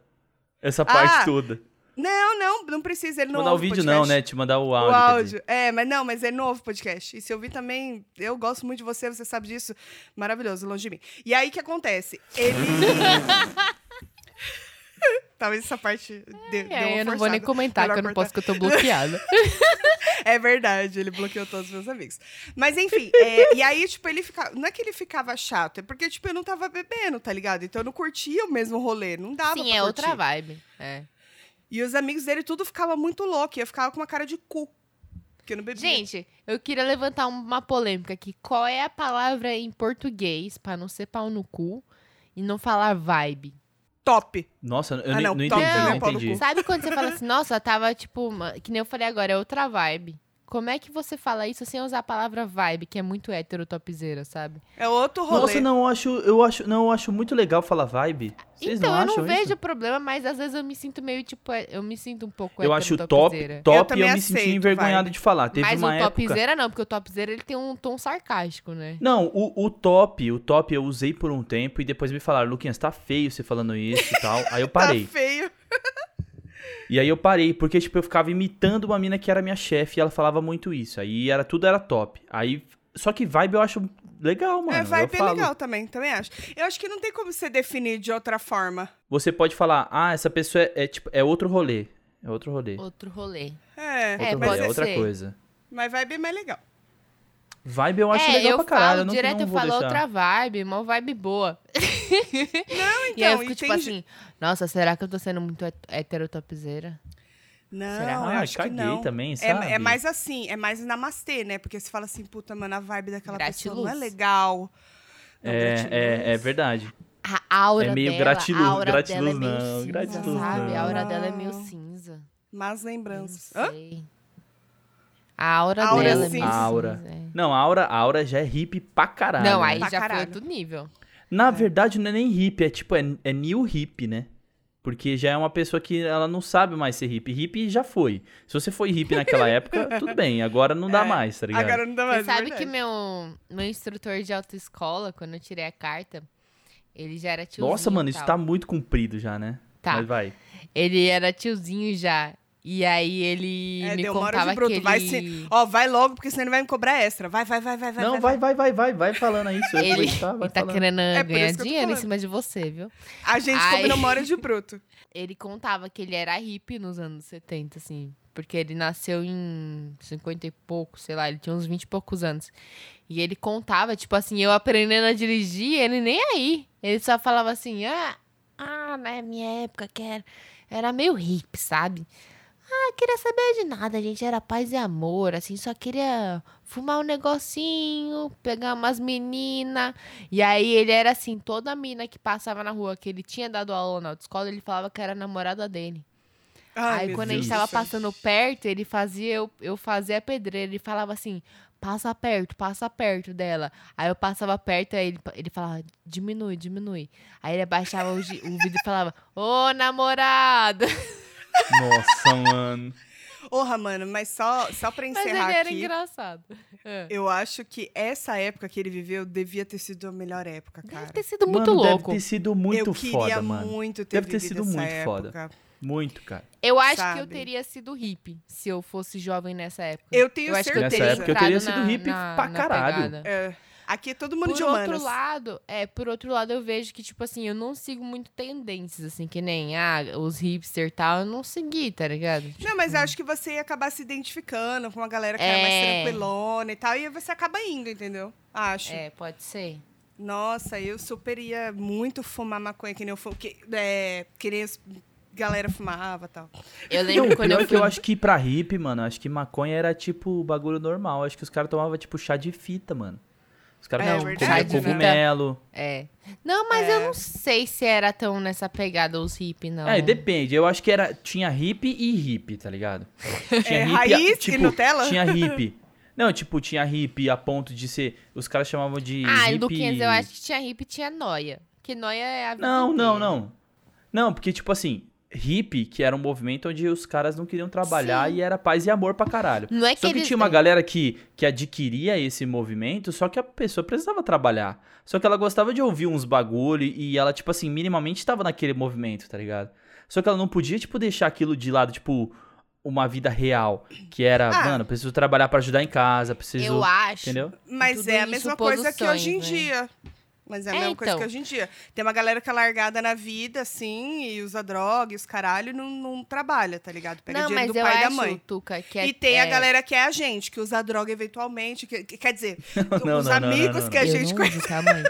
[SPEAKER 3] Ah,
[SPEAKER 1] essa parte toda.
[SPEAKER 3] Não, não, não precisa. Ele não
[SPEAKER 1] mandar o
[SPEAKER 3] ouve
[SPEAKER 1] vídeo
[SPEAKER 3] podcast.
[SPEAKER 1] não, né? Te mandar o
[SPEAKER 3] O
[SPEAKER 1] áudio. quer dizer.
[SPEAKER 3] áudio. É, mas não, mas é novo podcast. E se eu vi também, eu gosto muito de você, você sabe disso. Maravilhoso, longe de mim. E aí o que acontece? Ele. Talvez essa parte de, deu
[SPEAKER 2] É,
[SPEAKER 3] uma
[SPEAKER 2] eu não vou nem
[SPEAKER 3] forçada.
[SPEAKER 2] comentar,
[SPEAKER 3] Melhor
[SPEAKER 2] que eu não
[SPEAKER 3] cortar.
[SPEAKER 2] posso, que eu tô bloqueada.
[SPEAKER 3] É verdade, ele bloqueou todos os meus amigos. Mas enfim, é, e aí, tipo, ele ficava. Não é que ele ficava chato, é porque, tipo, eu não tava bebendo, tá ligado? Então eu não curtia o mesmo rolê, não dava.
[SPEAKER 2] Sim,
[SPEAKER 3] pra
[SPEAKER 2] é outra
[SPEAKER 3] curtir.
[SPEAKER 2] vibe. É.
[SPEAKER 3] E os amigos dele tudo ficava muito louco, e eu ficava com uma cara de cu. Porque eu não bebia.
[SPEAKER 2] Gente, eu queria levantar uma polêmica aqui. Qual é a palavra em português pra não ser pau no cu e não falar vibe?
[SPEAKER 3] top.
[SPEAKER 1] Nossa, eu
[SPEAKER 3] Ah,
[SPEAKER 1] não,
[SPEAKER 3] não,
[SPEAKER 1] não
[SPEAKER 3] top,
[SPEAKER 1] entendi,
[SPEAKER 2] né?
[SPEAKER 1] não,
[SPEAKER 3] Pau no
[SPEAKER 1] entendi.
[SPEAKER 3] cu.
[SPEAKER 2] Sabe quando você fala assim, nossa, tava tipo, uma- que nem eu falei agora, é outra vibe. Como é que você fala isso sem usar a palavra vibe, que é muito hétero topzeira, sabe?
[SPEAKER 3] É outro rolê.
[SPEAKER 1] Nossa, não, eu acho, eu acho, não, eu acho muito legal falar vibe. Vocês
[SPEAKER 2] então
[SPEAKER 1] não
[SPEAKER 2] eu
[SPEAKER 1] acham
[SPEAKER 2] não
[SPEAKER 1] isso?
[SPEAKER 2] vejo problema, mas às vezes eu me sinto meio tipo, é- eu me sinto um pouco
[SPEAKER 1] Eu acho top,
[SPEAKER 2] heterotopzera.
[SPEAKER 3] Eu
[SPEAKER 1] top e
[SPEAKER 3] também
[SPEAKER 1] eu me senti
[SPEAKER 3] aceito,
[SPEAKER 1] envergonhado
[SPEAKER 3] vibe.
[SPEAKER 1] de falar. Teve
[SPEAKER 2] Mas
[SPEAKER 1] uma
[SPEAKER 2] o
[SPEAKER 1] época.
[SPEAKER 2] topzera não, porque o topzera ele tem um tom sarcástico, né?
[SPEAKER 1] Não, o, o top, o top eu usei por um tempo e depois me falaram, Luquinhas, tá feio você falando isso e tal. Aí eu parei.
[SPEAKER 3] Tá feio.
[SPEAKER 1] E aí eu parei, porque, tipo, eu ficava imitando uma mina que era minha chefe e ela falava muito isso. Aí era tudo era top. Aí. Só que vibe eu acho legal, mano.
[SPEAKER 3] é,
[SPEAKER 1] eu
[SPEAKER 3] vibe é
[SPEAKER 1] falo.
[SPEAKER 3] legal também, também acho. Eu acho que não tem como você definir de outra forma.
[SPEAKER 1] Você pode falar, ah, essa pessoa é, é, tipo, é outro rolê. É outro rolê.
[SPEAKER 2] Outro rolê.
[SPEAKER 3] É,
[SPEAKER 1] Outro
[SPEAKER 2] é,
[SPEAKER 1] rolê,
[SPEAKER 2] pode
[SPEAKER 1] é outra
[SPEAKER 2] ser.
[SPEAKER 1] coisa.
[SPEAKER 3] mas vibe é mais legal.
[SPEAKER 1] Vibe eu acho
[SPEAKER 2] é,
[SPEAKER 1] legal
[SPEAKER 2] eu
[SPEAKER 1] pra caralho.
[SPEAKER 2] falo
[SPEAKER 1] eu não,
[SPEAKER 2] direto,
[SPEAKER 1] não
[SPEAKER 2] eu
[SPEAKER 1] vou
[SPEAKER 2] falo
[SPEAKER 1] deixar.
[SPEAKER 2] outra vibe, uma vibe boa.
[SPEAKER 3] Não,
[SPEAKER 2] e aí eu
[SPEAKER 3] então,
[SPEAKER 2] fico
[SPEAKER 3] e
[SPEAKER 2] tipo
[SPEAKER 3] tem gente-
[SPEAKER 2] assim, nossa, será que eu tô sendo muito het- heterotopzeira?
[SPEAKER 3] Não,
[SPEAKER 1] Será?
[SPEAKER 3] eu
[SPEAKER 1] Ah,
[SPEAKER 3] acho que
[SPEAKER 1] caguei
[SPEAKER 3] não.
[SPEAKER 1] também, sabe?
[SPEAKER 3] É, é mais assim, é mais namastê, né? Porque você fala assim, puta, mano, a vibe daquela pessoa não é
[SPEAKER 2] Gratiluz.
[SPEAKER 3] legal. Não, gratiluz.
[SPEAKER 1] É, é, é verdade.
[SPEAKER 2] A aura
[SPEAKER 1] É meio
[SPEAKER 2] dela,
[SPEAKER 1] gratiluz-
[SPEAKER 2] a aura
[SPEAKER 1] gratiluz
[SPEAKER 2] dela é meio
[SPEAKER 1] não,
[SPEAKER 2] cinza,
[SPEAKER 1] gratiluz
[SPEAKER 2] sabe?
[SPEAKER 1] não.
[SPEAKER 2] A aura dela é meio
[SPEAKER 3] Não.
[SPEAKER 2] cinza. eu
[SPEAKER 3] Mas
[SPEAKER 2] Não
[SPEAKER 1] Hum.
[SPEAKER 3] lembranças. Hã?
[SPEAKER 2] sei. A aura,
[SPEAKER 3] Aura
[SPEAKER 2] dela é
[SPEAKER 3] cinza.
[SPEAKER 2] meio
[SPEAKER 1] Aura.
[SPEAKER 2] cinza. é. Tá,
[SPEAKER 1] Não, a aura, a aura já é hippie pra caralho.
[SPEAKER 2] Não,
[SPEAKER 1] né?
[SPEAKER 2] aí
[SPEAKER 3] Pra
[SPEAKER 2] já foi
[SPEAKER 3] caralho.
[SPEAKER 2] outro nível.
[SPEAKER 1] Na verdade, não é nem hippie, é tipo, é, é new hippie, né? Porque já é uma pessoa que ela não sabe mais ser hippie. Hippie já foi. Se você foi hippie naquela época, tudo bem. Agora não dá
[SPEAKER 3] É,
[SPEAKER 1] mais, tá ligado?
[SPEAKER 3] Agora não dá
[SPEAKER 2] Você
[SPEAKER 3] mais. é
[SPEAKER 2] sabe
[SPEAKER 3] verdade.
[SPEAKER 2] que meu, meu instrutor de autoescola, quando eu tirei a carta, ele já era tiozinho.
[SPEAKER 1] Nossa, mano,
[SPEAKER 2] e
[SPEAKER 1] isso
[SPEAKER 2] tal.
[SPEAKER 1] tá muito comprido já, né?
[SPEAKER 2] então. Tá.
[SPEAKER 1] Mas vai.
[SPEAKER 2] Ele era tiozinho já. E aí ele
[SPEAKER 3] É,
[SPEAKER 2] me
[SPEAKER 3] deu uma hora de
[SPEAKER 2] contava
[SPEAKER 3] bruto,
[SPEAKER 2] que ele...
[SPEAKER 3] vai se- Ó, vai logo, porque senão ele vai me cobrar extra. Vai, vai, vai, vai, vai.
[SPEAKER 1] não, vai, vai, vai, vai, vai falando aí. Se eu
[SPEAKER 2] Ele,
[SPEAKER 1] acreditar, vai
[SPEAKER 2] ele tá
[SPEAKER 1] falando.
[SPEAKER 2] querendo
[SPEAKER 3] É por
[SPEAKER 2] ganhar
[SPEAKER 3] isso que eu tô
[SPEAKER 2] dinheiro em
[SPEAKER 3] falando.
[SPEAKER 2] cima de você, viu?
[SPEAKER 3] A gente
[SPEAKER 2] Ai.
[SPEAKER 3] combinou uma hora de bruto.
[SPEAKER 2] Ele contava que ele era hippie nos anos 70, assim. Porque ele nasceu em 50 e pouco, sei lá, ele tinha uns 20 e poucos anos. E ele contava, tipo assim, eu aprendendo a dirigir, ele nem aí. Ele só falava assim, ah, ah na minha época que era, era meio hippie, sabe? Ah, queria saber de nada, gente, era paz e amor, assim, só queria fumar um negocinho, pegar umas meninas. E aí ele era assim, toda mina que passava na rua, que ele tinha dado aula na autoescola, ele falava que era a namorada dele.
[SPEAKER 3] Ai,
[SPEAKER 2] aí
[SPEAKER 3] meu
[SPEAKER 2] quando a
[SPEAKER 3] Deus
[SPEAKER 2] gente
[SPEAKER 3] do
[SPEAKER 2] tava
[SPEAKER 3] céu.
[SPEAKER 2] passando perto, ele fazia eu, eu fazia a pedreira, ele falava assim: "Passa perto, passa perto dela". Aí eu passava perto, aí ele, ele falava: "Diminui, diminui". Aí ele abaixava o, gi- o vidro e falava: "Ô, namorada".
[SPEAKER 1] Nossa, mano.
[SPEAKER 3] Porra, mano, mas só, só pra
[SPEAKER 2] Mas ele
[SPEAKER 3] encerrar
[SPEAKER 2] era
[SPEAKER 3] aqui.
[SPEAKER 2] engraçado. É.
[SPEAKER 3] Eu acho que essa época que ele viveu devia ter sido a melhor época, cara.
[SPEAKER 2] Deve ter sido muito
[SPEAKER 1] Mano,
[SPEAKER 2] louco.
[SPEAKER 1] Deve ter sido muito
[SPEAKER 3] eu
[SPEAKER 1] foda,
[SPEAKER 3] queria
[SPEAKER 1] mano.
[SPEAKER 3] muito ter
[SPEAKER 1] Deve ter
[SPEAKER 3] vivido
[SPEAKER 1] sido
[SPEAKER 3] essa
[SPEAKER 1] muito foda.
[SPEAKER 3] época.
[SPEAKER 1] Muito, cara.
[SPEAKER 2] Eu acho que eu
[SPEAKER 3] sabe?
[SPEAKER 2] teria sido hippie se eu fosse jovem nessa época.
[SPEAKER 3] Eu tenho
[SPEAKER 2] acho que
[SPEAKER 3] certeza.
[SPEAKER 1] Nessa época eu
[SPEAKER 2] entrado
[SPEAKER 1] teria sido hippie pra caralho.
[SPEAKER 2] pegada.
[SPEAKER 3] É, aqui é todo mundo
[SPEAKER 2] Por
[SPEAKER 3] de
[SPEAKER 2] outro
[SPEAKER 3] humanas.
[SPEAKER 2] lado, é, por outro lado, eu vejo que, tipo assim, eu não sigo muito tendências, assim, que nem ah, os hipster e tal, eu não segui, tá ligado?
[SPEAKER 3] Não, mas eu acho que você ia acabar se identificando com uma galera que é,
[SPEAKER 2] É.
[SPEAKER 3] mais tranquilona e tal, e aí você acaba indo, entendeu? Acho.
[SPEAKER 2] É, pode ser.
[SPEAKER 3] Nossa, eu super ia muito fumar maconha, que nem eu fumo, que, é, que nem as galera fumava e tal.
[SPEAKER 2] Eu
[SPEAKER 1] Não,
[SPEAKER 2] lembro
[SPEAKER 1] o
[SPEAKER 2] quando eu
[SPEAKER 1] pior é
[SPEAKER 2] fui...
[SPEAKER 1] que eu acho que pra hippie, mano, acho que maconha era tipo bagulho normal. Acho que os caras tomavam tipo chá de fita, mano. Os caras
[SPEAKER 3] É
[SPEAKER 1] não,
[SPEAKER 3] verdade,
[SPEAKER 1] comiam
[SPEAKER 2] né?
[SPEAKER 1] cogumelo.
[SPEAKER 2] É. Não, mas eu não sei se era tão nessa pegada os hippie, não.
[SPEAKER 1] É, depende. Eu acho que era tinha hippie e hippie, tá ligado? Tinha tipo,
[SPEAKER 3] É, raiz e Nutella?
[SPEAKER 1] Tinha hippie. Não, tipo, tinha hippie a ponto de ser. Os caras chamavam de.
[SPEAKER 2] Ah,
[SPEAKER 1] hippie...
[SPEAKER 2] e Luquinhas, eu acho que tinha hippie e tinha noia. Que noia é a vida
[SPEAKER 1] Não, não,
[SPEAKER 2] inteira.
[SPEAKER 1] não. Não, porque, tipo assim, hippie, que era um movimento onde os caras não queriam trabalhar
[SPEAKER 2] Sim.
[SPEAKER 1] e era paz e amor pra caralho.
[SPEAKER 2] Não é que
[SPEAKER 1] Só que
[SPEAKER 2] eles-
[SPEAKER 1] tinha uma galera que, que adquiria esse movimento, só que a pessoa precisava trabalhar. Só que ela gostava de ouvir uns bagulho e ela, tipo assim, minimamente estava naquele movimento, tá ligado? Só que ela não podia, tipo, deixar aquilo de lado, tipo, uma vida real. Que era,
[SPEAKER 3] Ah.
[SPEAKER 1] mano, preciso trabalhar pra ajudar em casa, preciso.
[SPEAKER 2] Eu acho
[SPEAKER 1] Entendeu?
[SPEAKER 3] Mas
[SPEAKER 2] Tudo
[SPEAKER 3] é a
[SPEAKER 2] em
[SPEAKER 3] mesma coisa que hoje em
[SPEAKER 2] suposições, né?
[SPEAKER 3] dia. Mas é a
[SPEAKER 2] É,
[SPEAKER 3] mesma coisa
[SPEAKER 2] então.
[SPEAKER 3] que hoje em dia. Tem uma galera que é largada na vida, assim, e usa droga e os caralho, e não, não trabalha, tá ligado? Pega
[SPEAKER 2] não, mas
[SPEAKER 3] dinheiro do
[SPEAKER 2] eu
[SPEAKER 3] pai e da
[SPEAKER 2] acho,
[SPEAKER 3] mãe.
[SPEAKER 2] Tuca, que é,
[SPEAKER 3] e tem a
[SPEAKER 2] é-
[SPEAKER 3] galera que é a gente, que usa droga eventualmente. Que, que- quer dizer,
[SPEAKER 1] não, não,
[SPEAKER 3] os
[SPEAKER 1] não,
[SPEAKER 3] amigos
[SPEAKER 1] não, não.
[SPEAKER 3] que é a
[SPEAKER 2] eu
[SPEAKER 3] gente
[SPEAKER 2] não
[SPEAKER 3] conhece.
[SPEAKER 2] uso, tá, mãe?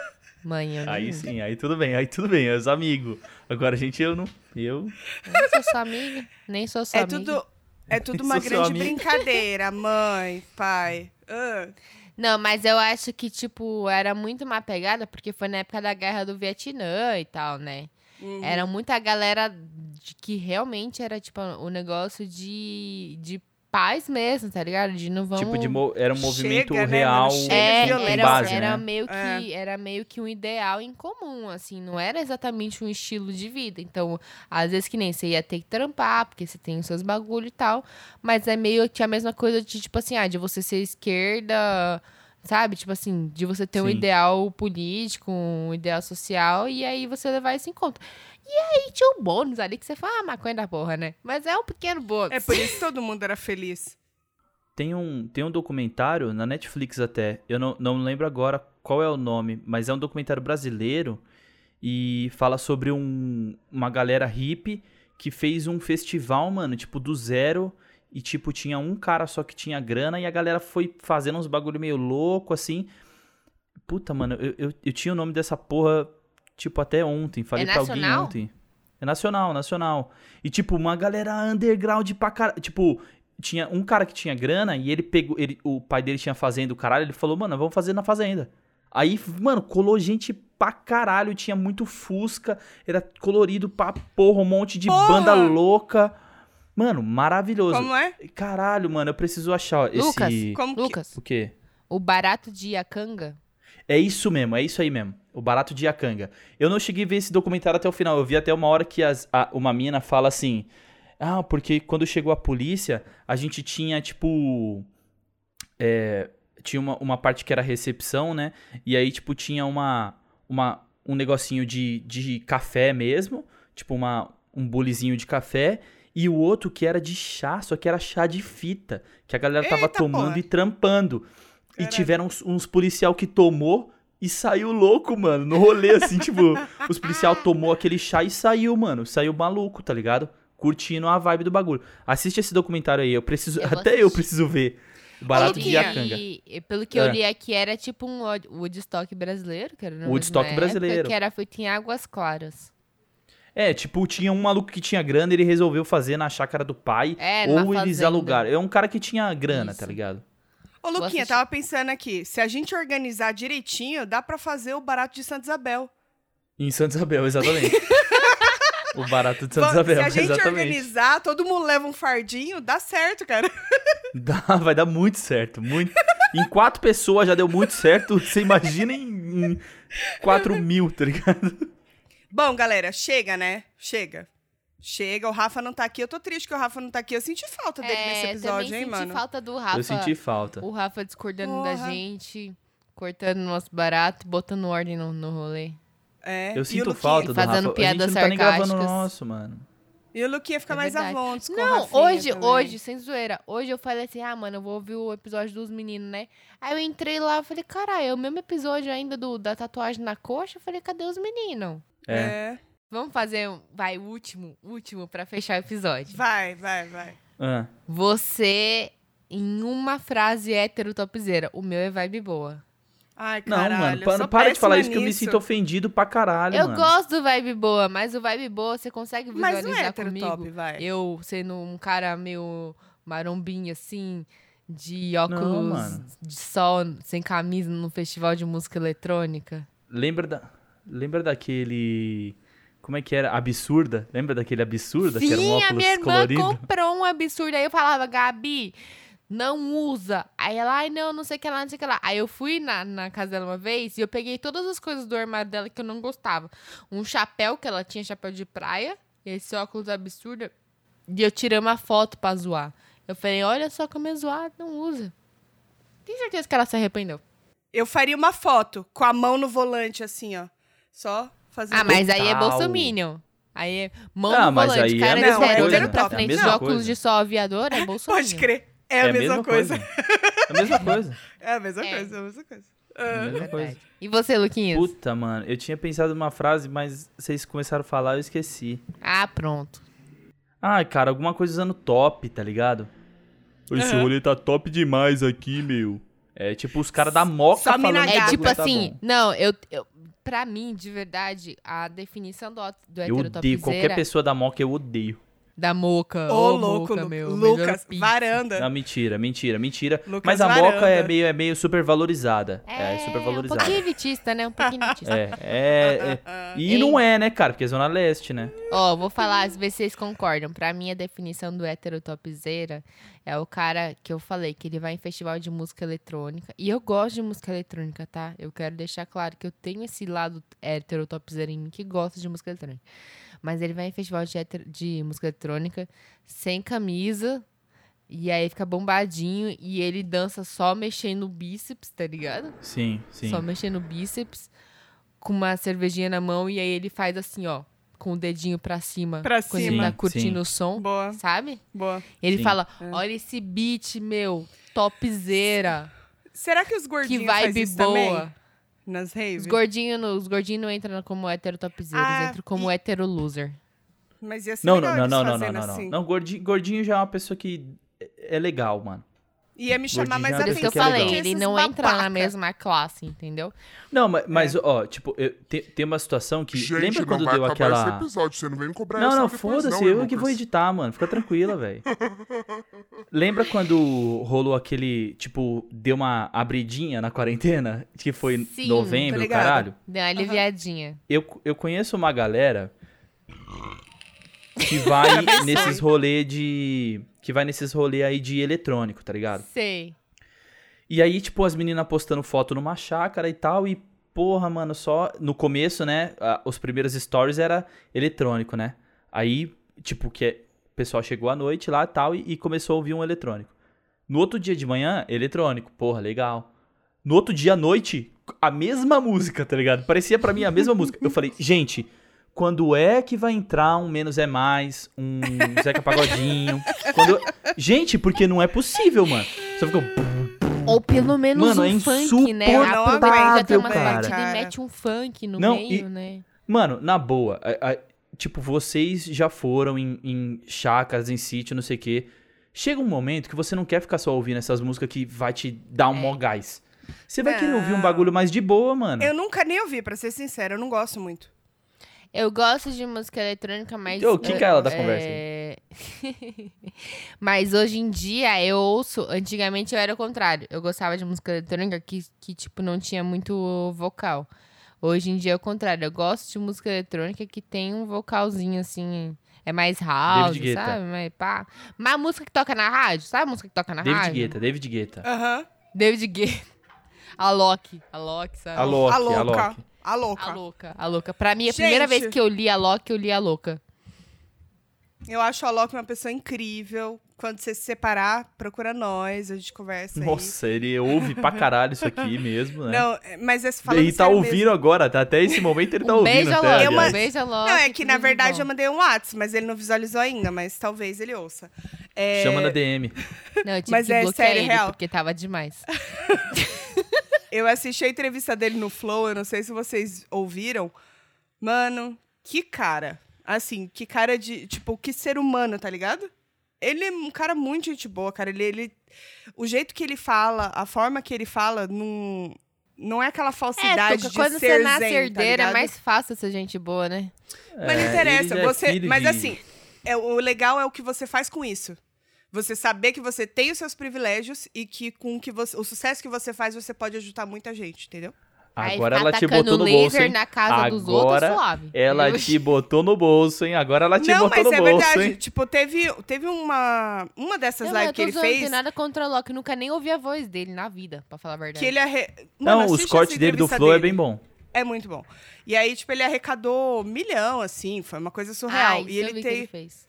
[SPEAKER 2] Mãe, eu não
[SPEAKER 1] Aí
[SPEAKER 2] uso.
[SPEAKER 1] sim, aí tudo bem, aí tudo bem, é os amigos. Agora, gente, eu não. Eu.
[SPEAKER 2] Nem sou sua amiga, nem sou sua
[SPEAKER 3] É
[SPEAKER 2] amiga.
[SPEAKER 3] tudo, é tudo uma
[SPEAKER 1] Sou seu
[SPEAKER 3] grande
[SPEAKER 1] amigo.
[SPEAKER 3] brincadeira, mãe, pai. Ah,
[SPEAKER 2] Não, mas eu acho que, tipo, era muito má pegada, porque foi na época da guerra do Vietnã e tal, né?
[SPEAKER 1] Uhum.
[SPEAKER 3] hum.
[SPEAKER 2] Era muita galera de- que realmente era, tipo, o negócio de, de paz mesmo, tá ligado? De não vamos...
[SPEAKER 1] Tipo, de mo- era um movimento
[SPEAKER 3] Chega, né,
[SPEAKER 1] real.
[SPEAKER 3] mano? Chega
[SPEAKER 2] É,
[SPEAKER 3] de
[SPEAKER 1] com
[SPEAKER 2] era,
[SPEAKER 3] violência,
[SPEAKER 1] base,
[SPEAKER 2] era
[SPEAKER 1] né?
[SPEAKER 2] meio
[SPEAKER 3] É.
[SPEAKER 2] que, era meio que um ideal em comum, assim, não era exatamente um estilo de vida. Então, às vezes que nem você ia ter que trampar, porque você tem os seus bagulho e tal, mas é meio que a mesma coisa de, tipo assim, ah, de você ser esquerda, sabe? Tipo assim, de você ter um
[SPEAKER 1] Sim.
[SPEAKER 2] ideal político, um ideal social, e aí você levar isso em conta. E aí tinha um bônus ali que você fala, ah, maconha da porra, né? Mas é um pequeno bônus.
[SPEAKER 3] É por isso que todo mundo era feliz.
[SPEAKER 1] Tem um, tem um documentário na Netflix até. Eu não, não lembro agora qual é o nome, mas é um documentário brasileiro e fala sobre um, uma galera hippie que fez um festival, mano, tipo, do zero. E, tipo, tinha um cara só que tinha grana e a galera foi fazendo uns bagulho meio louco, assim. Puta, mano, eu, eu, eu tinha o nome dessa porra, tipo, até ontem. Falei pra alguém
[SPEAKER 2] nacional?
[SPEAKER 1] ontem. É nacional, nacional. E, tipo, uma galera underground pra caralho. Tipo, tinha um cara que tinha grana e ele pegou. Ele, o pai dele tinha fazenda, o caralho. Ele falou, mano, vamos fazer na fazenda. Aí, mano, colou gente pra caralho. Tinha muito Fusca. Era colorido pra porra. Um monte de
[SPEAKER 3] Porra!
[SPEAKER 1] banda louca. Mano, maravilhoso.
[SPEAKER 3] Como é?
[SPEAKER 1] Caralho, mano, eu preciso achar ó, esse.
[SPEAKER 2] Lucas,
[SPEAKER 3] Como que-
[SPEAKER 2] Lucas,
[SPEAKER 1] O quê?
[SPEAKER 2] o barato de Iacanga...
[SPEAKER 1] É isso mesmo, é isso aí mesmo. O barato de Iacanga. Eu não cheguei a ver esse documentário até o final. Eu vi até uma hora que as- a- uma mina fala assim. Ah, porque quando chegou a polícia, a gente tinha, tipo. é, tinha uma, uma parte que era recepção, né? E aí, tipo, tinha uma. uma um negocinho de, de café mesmo. Tipo, uma, um bulizinho de café. E o outro que era de chá, só que era chá de fita. Que a galera tava
[SPEAKER 3] Eita,
[SPEAKER 1] tomando
[SPEAKER 3] porra.
[SPEAKER 1] e trampando. E
[SPEAKER 3] Caralho.
[SPEAKER 1] tiveram uns, uns policial que tomou e saiu louco, mano. No rolê, assim, tipo, os policial tomou aquele chá e saiu, mano. Saiu maluco, tá ligado? Curtindo a vibe do bagulho. Assiste esse documentário aí, eu preciso.
[SPEAKER 2] Eu vou
[SPEAKER 1] até eu
[SPEAKER 2] assistir.
[SPEAKER 1] preciso ver. O barato de
[SPEAKER 2] Pelo que-
[SPEAKER 1] Iacanga.
[SPEAKER 2] Pelo que
[SPEAKER 1] É.
[SPEAKER 2] eu li aqui, era tipo um Wo- Woodstock brasileiro, que era na mesma
[SPEAKER 1] Woodstock
[SPEAKER 2] época,
[SPEAKER 1] brasileiro.
[SPEAKER 2] Que era feito em Águas Claras.
[SPEAKER 1] É, tipo, tinha um maluco que tinha grana, ele resolveu fazer na chácara do pai.
[SPEAKER 2] É,
[SPEAKER 1] ou
[SPEAKER 2] numa
[SPEAKER 1] eles
[SPEAKER 2] fazenda.
[SPEAKER 1] alugaram. É um cara que tinha grana,
[SPEAKER 2] Isso.
[SPEAKER 1] tá ligado?
[SPEAKER 3] Ô,
[SPEAKER 2] Vou
[SPEAKER 3] Luquinha,
[SPEAKER 2] assistir.
[SPEAKER 3] tava pensando aqui. Se a gente organizar direitinho, dá pra fazer o barato de Santa Isabel.
[SPEAKER 1] Em Santa Isabel, exatamente. o barato de Santa
[SPEAKER 3] Vamos-
[SPEAKER 1] Isabel,
[SPEAKER 3] Se a gente
[SPEAKER 1] exatamente.
[SPEAKER 3] organizar, todo mundo leva um fardinho, dá certo, cara.
[SPEAKER 1] Dá, vai dar muito certo. Muito. em quatro pessoas já deu muito certo. Você imagina em, em quatro mil, tá ligado?
[SPEAKER 3] Bom, galera, chega, né? Chega. Chega, o Rafa não tá aqui. Eu tô triste que o Rafa não tá aqui. Eu senti falta dele
[SPEAKER 2] É,
[SPEAKER 3] nesse
[SPEAKER 2] também
[SPEAKER 3] episódio, hein,
[SPEAKER 2] senti
[SPEAKER 3] mano?
[SPEAKER 2] falta do Rafa.
[SPEAKER 1] Eu senti falta.
[SPEAKER 2] O Rafa discordando da
[SPEAKER 3] Porra.
[SPEAKER 2] gente, cortando nosso barato, botando ordem no, no rolê.
[SPEAKER 3] É. E
[SPEAKER 1] Eu
[SPEAKER 3] o
[SPEAKER 1] sinto
[SPEAKER 3] Luquinha-
[SPEAKER 1] falta do
[SPEAKER 2] fazendo
[SPEAKER 1] Rafa. a
[SPEAKER 2] piadas
[SPEAKER 1] gente não tá nem gravando o
[SPEAKER 2] sarcásticas.
[SPEAKER 1] nosso, mano.
[SPEAKER 3] E o Luquinha fica
[SPEAKER 2] É
[SPEAKER 3] mais
[SPEAKER 2] verdade.
[SPEAKER 3] avontes com o
[SPEAKER 2] Não,
[SPEAKER 3] Rafinha
[SPEAKER 2] hoje,
[SPEAKER 3] também.
[SPEAKER 2] hoje, sem zoeira, hoje eu falei assim, ah, mano, eu vou ouvir o episódio dos meninos, né? Aí eu entrei lá, eu falei, caralho, é o mesmo episódio ainda do, da tatuagem na coxa? Eu falei, cadê os meninos?
[SPEAKER 1] É.
[SPEAKER 3] É.
[SPEAKER 2] Vamos fazer, um- vai, último, último pra fechar o episódio.
[SPEAKER 3] Vai, vai, vai.
[SPEAKER 1] Ah,
[SPEAKER 2] Você, em uma frase hétero topzera, o meu é vibe boa.
[SPEAKER 3] Ai,
[SPEAKER 1] Não,
[SPEAKER 3] caralho.
[SPEAKER 1] mano,
[SPEAKER 3] eu
[SPEAKER 1] pa-
[SPEAKER 3] sou
[SPEAKER 1] para de falar isso
[SPEAKER 3] péssima
[SPEAKER 1] que eu me
[SPEAKER 3] nisso.
[SPEAKER 1] sinto ofendido pra caralho,
[SPEAKER 2] eu
[SPEAKER 1] mano.
[SPEAKER 2] gosto do vibe boa, mas o vibe boa você consegue
[SPEAKER 3] Mas não
[SPEAKER 2] visualizar
[SPEAKER 3] é hétero
[SPEAKER 2] comigo.
[SPEAKER 3] top, vai.
[SPEAKER 2] Eu sendo um cara meio marombinho assim, de óculos
[SPEAKER 1] mano.
[SPEAKER 2] de sol, sem camisa, num festival de música eletrônica.
[SPEAKER 1] Lembra, da... Lembra daquele. Como é que era? Absurda? Lembra daquele absurda? que era um
[SPEAKER 2] Sim, a
[SPEAKER 1] óculos
[SPEAKER 2] minha irmã
[SPEAKER 1] colorido?
[SPEAKER 2] comprou um absurdo. Aí eu falava, Gabi, não usa. Aí ela, ai não, não sei o que lá, não sei o que lá. Aí eu fui na, na casa dela uma vez e eu peguei todas as coisas do armário dela que eu não gostava. Um chapéu, que ela tinha chapéu de praia, esse óculos absurdo. E eu tirei uma foto pra zoar. Eu falei, olha só como é zoado, não usa. Tenho certeza que ela se arrependeu.
[SPEAKER 3] Eu faria uma foto com a mão no volante, assim, ó. Só fazer
[SPEAKER 2] Ah, mas aí é
[SPEAKER 1] Total.
[SPEAKER 2] Bolsominion. Aí é mão
[SPEAKER 1] Ah,
[SPEAKER 2] no
[SPEAKER 1] mas
[SPEAKER 2] volante,
[SPEAKER 1] aí é a
[SPEAKER 2] cara
[SPEAKER 3] mesma
[SPEAKER 2] sério,
[SPEAKER 3] coisa,
[SPEAKER 2] olhando pra
[SPEAKER 3] é a
[SPEAKER 2] frente de
[SPEAKER 1] mesma
[SPEAKER 2] óculos
[SPEAKER 1] coisa.
[SPEAKER 2] de sol aviador, é Bolsominion.
[SPEAKER 3] Pode crer. É, a mesma coisa.
[SPEAKER 1] É a mesma coisa.
[SPEAKER 3] É a mesma
[SPEAKER 2] É.
[SPEAKER 3] coisa, é a mesma coisa.
[SPEAKER 1] É a mesma coisa.
[SPEAKER 2] Verdade. E você, Luquinhas?
[SPEAKER 1] Puta, mano, eu tinha pensado numa frase, mas vocês começaram a falar eu esqueci.
[SPEAKER 2] Ah, pronto.
[SPEAKER 1] Ah, cara, alguma coisa usando top, tá ligado? Esse
[SPEAKER 2] É.
[SPEAKER 3] Aham.
[SPEAKER 1] rolê tá top demais aqui, meu. É tipo os caras da Moca
[SPEAKER 3] Só mina
[SPEAKER 1] falando que o
[SPEAKER 2] É
[SPEAKER 3] Gago.
[SPEAKER 2] tipo
[SPEAKER 1] bagulho tá
[SPEAKER 2] assim,
[SPEAKER 1] bom.
[SPEAKER 2] não, eu, eu. Pra mim, de verdade, a definição do, do
[SPEAKER 1] Eu odeio qualquer
[SPEAKER 2] heterotopzera
[SPEAKER 1] pessoa da Moca, eu odeio.
[SPEAKER 2] da moca.
[SPEAKER 3] Ô, louco,
[SPEAKER 2] moca,
[SPEAKER 3] Lu-
[SPEAKER 2] meu,
[SPEAKER 3] Lucas,
[SPEAKER 2] melhor pizza.
[SPEAKER 3] varanda.
[SPEAKER 1] Não, mentira, mentira, mentira.
[SPEAKER 3] Lucas
[SPEAKER 1] Mas a
[SPEAKER 3] Varanda.
[SPEAKER 1] Moca é meio, é meio super valorizada. É, é super
[SPEAKER 2] um
[SPEAKER 1] valorizada.
[SPEAKER 2] pouquinho elitista, né? Um pouquinho elitista.
[SPEAKER 1] É,
[SPEAKER 3] Ah,
[SPEAKER 1] é, é. E
[SPEAKER 2] Ei.
[SPEAKER 1] não é, né, cara? Porque é Zona Leste, né?
[SPEAKER 2] Ó, vou falar, se vocês concordam. Pra mim, a definição do hétero topzera é o cara que eu falei, que ele vai em festival de música eletrônica. E eu gosto de música eletrônica, tá? Eu quero deixar claro que eu tenho esse lado hétero topzera em mim que gosta de música eletrônica. Mas ele vai em festival de, hétero- de música eletrônica sem camisa. E aí fica bombadinho e ele dança só mexendo o bíceps, tá ligado?
[SPEAKER 1] Sim, sim.
[SPEAKER 2] Só mexendo o bíceps, com uma cervejinha na mão, e aí ele faz assim, ó, com o dedinho pra cima.
[SPEAKER 3] Pra
[SPEAKER 2] quando
[SPEAKER 1] cima.
[SPEAKER 2] ele tá
[SPEAKER 1] Sim,
[SPEAKER 2] curtindo
[SPEAKER 1] sim.
[SPEAKER 2] o som,
[SPEAKER 3] Boa, É.
[SPEAKER 2] sabe?
[SPEAKER 3] boa.
[SPEAKER 2] Ele
[SPEAKER 1] Sim.
[SPEAKER 2] fala, olha esse beat, meu, topzera,
[SPEAKER 3] Será que os
[SPEAKER 2] que
[SPEAKER 3] gordinhos fazem
[SPEAKER 2] vibe
[SPEAKER 3] isso também?
[SPEAKER 2] boa.
[SPEAKER 3] Nas
[SPEAKER 2] Os
[SPEAKER 3] raves?
[SPEAKER 2] gordinhos não, os gordinho não entram como hétero topzera,
[SPEAKER 3] Ah,
[SPEAKER 2] eles entram como
[SPEAKER 3] e-
[SPEAKER 2] hétero loser.
[SPEAKER 3] Mas ia ser
[SPEAKER 1] Não, não, não,
[SPEAKER 3] melhor
[SPEAKER 1] não,
[SPEAKER 3] é
[SPEAKER 1] não,
[SPEAKER 3] eles
[SPEAKER 1] não,
[SPEAKER 3] fazendo
[SPEAKER 1] não, não.
[SPEAKER 3] assim.
[SPEAKER 1] Não, gordinho, gordinho já é uma pessoa que é- é legal, mano.
[SPEAKER 3] Ia me chamar
[SPEAKER 1] Gordinho
[SPEAKER 3] mais
[SPEAKER 1] já
[SPEAKER 2] Por isso que Então eu
[SPEAKER 3] atenção.
[SPEAKER 1] que é legal.
[SPEAKER 2] falei,
[SPEAKER 3] que
[SPEAKER 2] ele
[SPEAKER 3] esses
[SPEAKER 2] não entra na
[SPEAKER 3] babaca.
[SPEAKER 2] mesma classe, entendeu?
[SPEAKER 1] Não,
[SPEAKER 3] É.
[SPEAKER 1] ma- mas, ó, tipo, eu- te- tem uma situação que.
[SPEAKER 5] Gente,
[SPEAKER 1] lembra
[SPEAKER 5] não
[SPEAKER 1] quando
[SPEAKER 5] vai
[SPEAKER 1] deu
[SPEAKER 5] acabar
[SPEAKER 1] aquela.
[SPEAKER 5] esse episódio, você não vem me cobrar
[SPEAKER 1] Não,
[SPEAKER 5] essa
[SPEAKER 1] não,
[SPEAKER 5] depois,
[SPEAKER 1] foda-se,
[SPEAKER 5] não, hein,
[SPEAKER 1] eu que vou
[SPEAKER 5] Lucas?
[SPEAKER 1] editar, mano. Fica tranquila, velho. Lembra quando rolou aquele, tipo, deu uma abridinha na quarentena? Que foi
[SPEAKER 2] Sim,
[SPEAKER 3] tô
[SPEAKER 1] novembro,
[SPEAKER 3] ligada.
[SPEAKER 1] caralho?
[SPEAKER 2] Deu uma aliviadinha.
[SPEAKER 1] Eu, eu conheço uma galera que
[SPEAKER 3] Tá
[SPEAKER 1] vai nesses rolê de. Que vai nesses rolê aí de eletrônico, tá ligado?
[SPEAKER 2] Sei.
[SPEAKER 1] E aí, tipo, as meninas postando foto numa chácara e tal, e porra, mano, só. No começo, né? a- os primeiros stories era eletrônico, né? Aí, tipo, que é- o pessoal chegou à noite lá tal, e, e começou a ouvir um eletrônico. No outro dia de manhã, eletrônico, porra, legal. No outro dia à noite, a mesma música, tá ligado? Parecia pra mim a mesma música. Eu falei, gente, quando é que vai entrar um Menos é Mais, um Zeca Pagodinho? Quando eu- Gente, porque não é possível, mano. Só ficou.
[SPEAKER 2] Ou pelo menos
[SPEAKER 1] Mano,
[SPEAKER 2] um
[SPEAKER 1] é
[SPEAKER 2] funk, né?
[SPEAKER 1] insuportável,
[SPEAKER 2] Aproveita, tem uma
[SPEAKER 1] cara.
[SPEAKER 2] batida e
[SPEAKER 3] Cara.
[SPEAKER 2] mete um funk no
[SPEAKER 1] Não,
[SPEAKER 2] meio,
[SPEAKER 1] e-
[SPEAKER 2] né?
[SPEAKER 1] Mano, na boa, a- a- tipo, vocês já foram em, em chacas, em sítio, não sei o quê. Chega um momento que você não quer ficar só ouvindo essas músicas que vai te dar um mó gás. Você vai querer ouvir um
[SPEAKER 3] É. Não.
[SPEAKER 1] bagulho mais de boa, mano.
[SPEAKER 3] Eu nunca nem ouvi, pra ser sincero, eu não gosto muito.
[SPEAKER 2] Eu gosto de música eletrônica, mas.
[SPEAKER 1] Ô, quem que é ela da conversa
[SPEAKER 2] É... mas hoje em dia eu ouço. Antigamente eu era o contrário. Eu gostava de música eletrônica que, que tipo, não tinha muito vocal. Hoje em dia é o contrário. Eu gosto de música eletrônica que tem um vocalzinho assim. É mais house,
[SPEAKER 1] David Guetta.
[SPEAKER 2] sabe? Mas, pá. mas a música que toca na rádio, sabe a música que toca na
[SPEAKER 1] David
[SPEAKER 2] rádio?
[SPEAKER 1] Guetta, David Guetta.
[SPEAKER 3] Aham.
[SPEAKER 2] David Guetta. A Loki. A Loki, sabe?
[SPEAKER 1] A Loki,
[SPEAKER 3] a
[SPEAKER 1] a
[SPEAKER 3] louca.
[SPEAKER 1] Loki.
[SPEAKER 3] A louca.
[SPEAKER 2] A louca, a louca. Pra mim, a primeira
[SPEAKER 3] Gente.
[SPEAKER 2] vez que eu li a Loki, eu li a louca.
[SPEAKER 3] Eu acho a Loki uma pessoa incrível. Quando você se separar, procura nós, a gente conversa
[SPEAKER 1] Nossa, ele ouve pra caralho isso aqui mesmo,
[SPEAKER 3] aí.
[SPEAKER 1] né?
[SPEAKER 3] Não, é- mas é falando
[SPEAKER 1] ele tá
[SPEAKER 3] sério
[SPEAKER 1] ouvindo
[SPEAKER 3] mesmo.
[SPEAKER 1] agora, tá? Até esse momento ele tá
[SPEAKER 2] um
[SPEAKER 1] ouvindo.
[SPEAKER 2] beijo, a
[SPEAKER 1] até,
[SPEAKER 2] Loki.
[SPEAKER 1] aliás.
[SPEAKER 2] Um beijo, a Loki.
[SPEAKER 3] Não, é que na
[SPEAKER 2] tudo de
[SPEAKER 3] verdade
[SPEAKER 2] bom.
[SPEAKER 3] eu mandei um WhatsApp, mas ele não visualizou ainda, mas talvez ele ouça. É,
[SPEAKER 1] Chama na DM.
[SPEAKER 2] Não, eu tive
[SPEAKER 3] Mas
[SPEAKER 2] que
[SPEAKER 3] é
[SPEAKER 2] bloquear
[SPEAKER 3] sério,
[SPEAKER 2] ele,
[SPEAKER 3] real.
[SPEAKER 2] porque tava demais.
[SPEAKER 3] Eu assisti a entrevista dele no Flow, eu não sei se vocês ouviram. Mano, que cara. Assim, que cara de. Tipo, que ser humano, tá ligado? Ele é um cara muito gente boa, cara. Ele, ele- o jeito que ele fala, a forma que ele fala, não, não é aquela falsidade
[SPEAKER 2] Tuca,
[SPEAKER 3] de
[SPEAKER 2] quando você
[SPEAKER 3] ser
[SPEAKER 2] nasce
[SPEAKER 3] zen, tá
[SPEAKER 2] herdeira, é
[SPEAKER 3] ligado?
[SPEAKER 2] mais fácil ser gente boa, né?
[SPEAKER 3] Mas não
[SPEAKER 1] É, ele
[SPEAKER 3] interessa,
[SPEAKER 1] já é
[SPEAKER 3] você.
[SPEAKER 1] filho
[SPEAKER 3] mas
[SPEAKER 1] de-
[SPEAKER 3] assim, é, o legal é o que você faz com isso. Você saber que você tem os seus privilégios e que com o que você, o sucesso que você faz, você pode ajudar muita gente, entendeu?
[SPEAKER 2] Aí
[SPEAKER 1] Agora
[SPEAKER 2] ficar
[SPEAKER 1] ela te
[SPEAKER 2] atacando
[SPEAKER 1] botou no
[SPEAKER 2] laser
[SPEAKER 1] bolso, hein?
[SPEAKER 2] na casa dos outros,
[SPEAKER 1] Agora
[SPEAKER 2] suave.
[SPEAKER 1] Ela
[SPEAKER 2] Eu-
[SPEAKER 1] te botou no bolso, hein? Agora ela te
[SPEAKER 3] não,
[SPEAKER 1] botou
[SPEAKER 3] mas
[SPEAKER 1] no
[SPEAKER 3] é
[SPEAKER 1] bolso,
[SPEAKER 3] verdade.
[SPEAKER 1] hein?
[SPEAKER 3] Tipo, teve, teve uma, uma dessas
[SPEAKER 2] Não, mas
[SPEAKER 3] lives
[SPEAKER 2] eu
[SPEAKER 3] que
[SPEAKER 2] tô
[SPEAKER 3] ele
[SPEAKER 2] zoando, não
[SPEAKER 3] fez
[SPEAKER 2] tem nada contra a Loki. eu Nunca nem ouvi a voz dele na vida, pra falar a verdade.
[SPEAKER 3] que ele arre... Mano,
[SPEAKER 1] Não, os
[SPEAKER 3] assiste
[SPEAKER 1] cortes
[SPEAKER 3] essa
[SPEAKER 1] dele do
[SPEAKER 3] entrevista
[SPEAKER 1] Flow é
[SPEAKER 3] dele.
[SPEAKER 1] bem bom.
[SPEAKER 3] É muito bom. E aí, tipo, ele arrecadou milhão, assim, foi uma coisa
[SPEAKER 2] ah,
[SPEAKER 3] surreal.
[SPEAKER 2] isso
[SPEAKER 3] e
[SPEAKER 2] eu
[SPEAKER 3] ele
[SPEAKER 2] vi que
[SPEAKER 3] tem.
[SPEAKER 2] ele fez.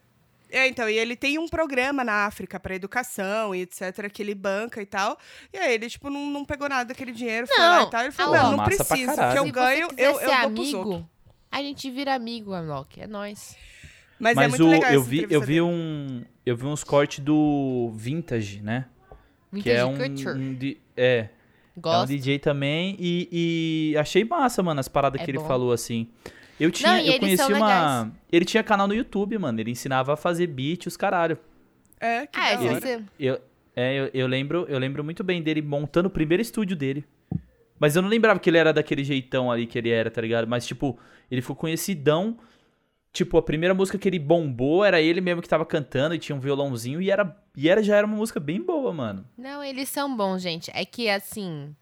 [SPEAKER 3] É, então, e ele tem um programa na África pra educação e etc, que ele banca e tal. E aí ele, tipo, não, não pegou nada daquele dinheiro, foi
[SPEAKER 2] Não,
[SPEAKER 3] lá e tal. Ele falou,
[SPEAKER 2] alô.
[SPEAKER 3] não, não
[SPEAKER 1] Massa pra
[SPEAKER 3] preciso,
[SPEAKER 1] caralho.
[SPEAKER 3] que eu
[SPEAKER 2] Se
[SPEAKER 3] ganho,
[SPEAKER 2] você quiser
[SPEAKER 3] eu, eu
[SPEAKER 2] ser
[SPEAKER 3] dou pros outros.
[SPEAKER 2] amigo, a gente vira amigo, a Loki. É nóis.
[SPEAKER 3] Mas, é muito
[SPEAKER 1] o,
[SPEAKER 3] legal
[SPEAKER 1] eu
[SPEAKER 3] essa
[SPEAKER 1] vi, eu
[SPEAKER 3] entrevista
[SPEAKER 1] vi
[SPEAKER 3] dele.
[SPEAKER 1] um, eu vi uns cortes do Vintage, né? que
[SPEAKER 2] Vintage
[SPEAKER 1] é um,
[SPEAKER 2] Culture.
[SPEAKER 1] um de- é, É um
[SPEAKER 2] Gosto.
[SPEAKER 1] DJ também. E, e achei massa, mano, as paradas
[SPEAKER 2] É
[SPEAKER 1] que ele
[SPEAKER 2] bom.
[SPEAKER 1] falou assim. Eu tinha,
[SPEAKER 2] e
[SPEAKER 1] eu
[SPEAKER 2] eles
[SPEAKER 1] conheci
[SPEAKER 2] são
[SPEAKER 1] uma.
[SPEAKER 2] legais.
[SPEAKER 1] Ele tinha canal no YouTube, mano. Ele ensinava a fazer beat e os caralho.
[SPEAKER 3] É, que
[SPEAKER 2] Ah,
[SPEAKER 3] da
[SPEAKER 2] esse
[SPEAKER 1] né?
[SPEAKER 3] hora.
[SPEAKER 2] você...
[SPEAKER 1] Eu, é, eu, eu lembro, eu lembro muito bem dele montando o primeiro estúdio dele. Mas eu não lembrava que ele era daquele jeitão ali que ele era, tá ligado? Mas, tipo, ele ficou conhecidão. Tipo, a primeira música que ele bombou era ele mesmo que tava cantando e tinha um violãozinho e era, e era já era uma música bem boa, mano.
[SPEAKER 2] Não, eles são bons, gente. É que assim.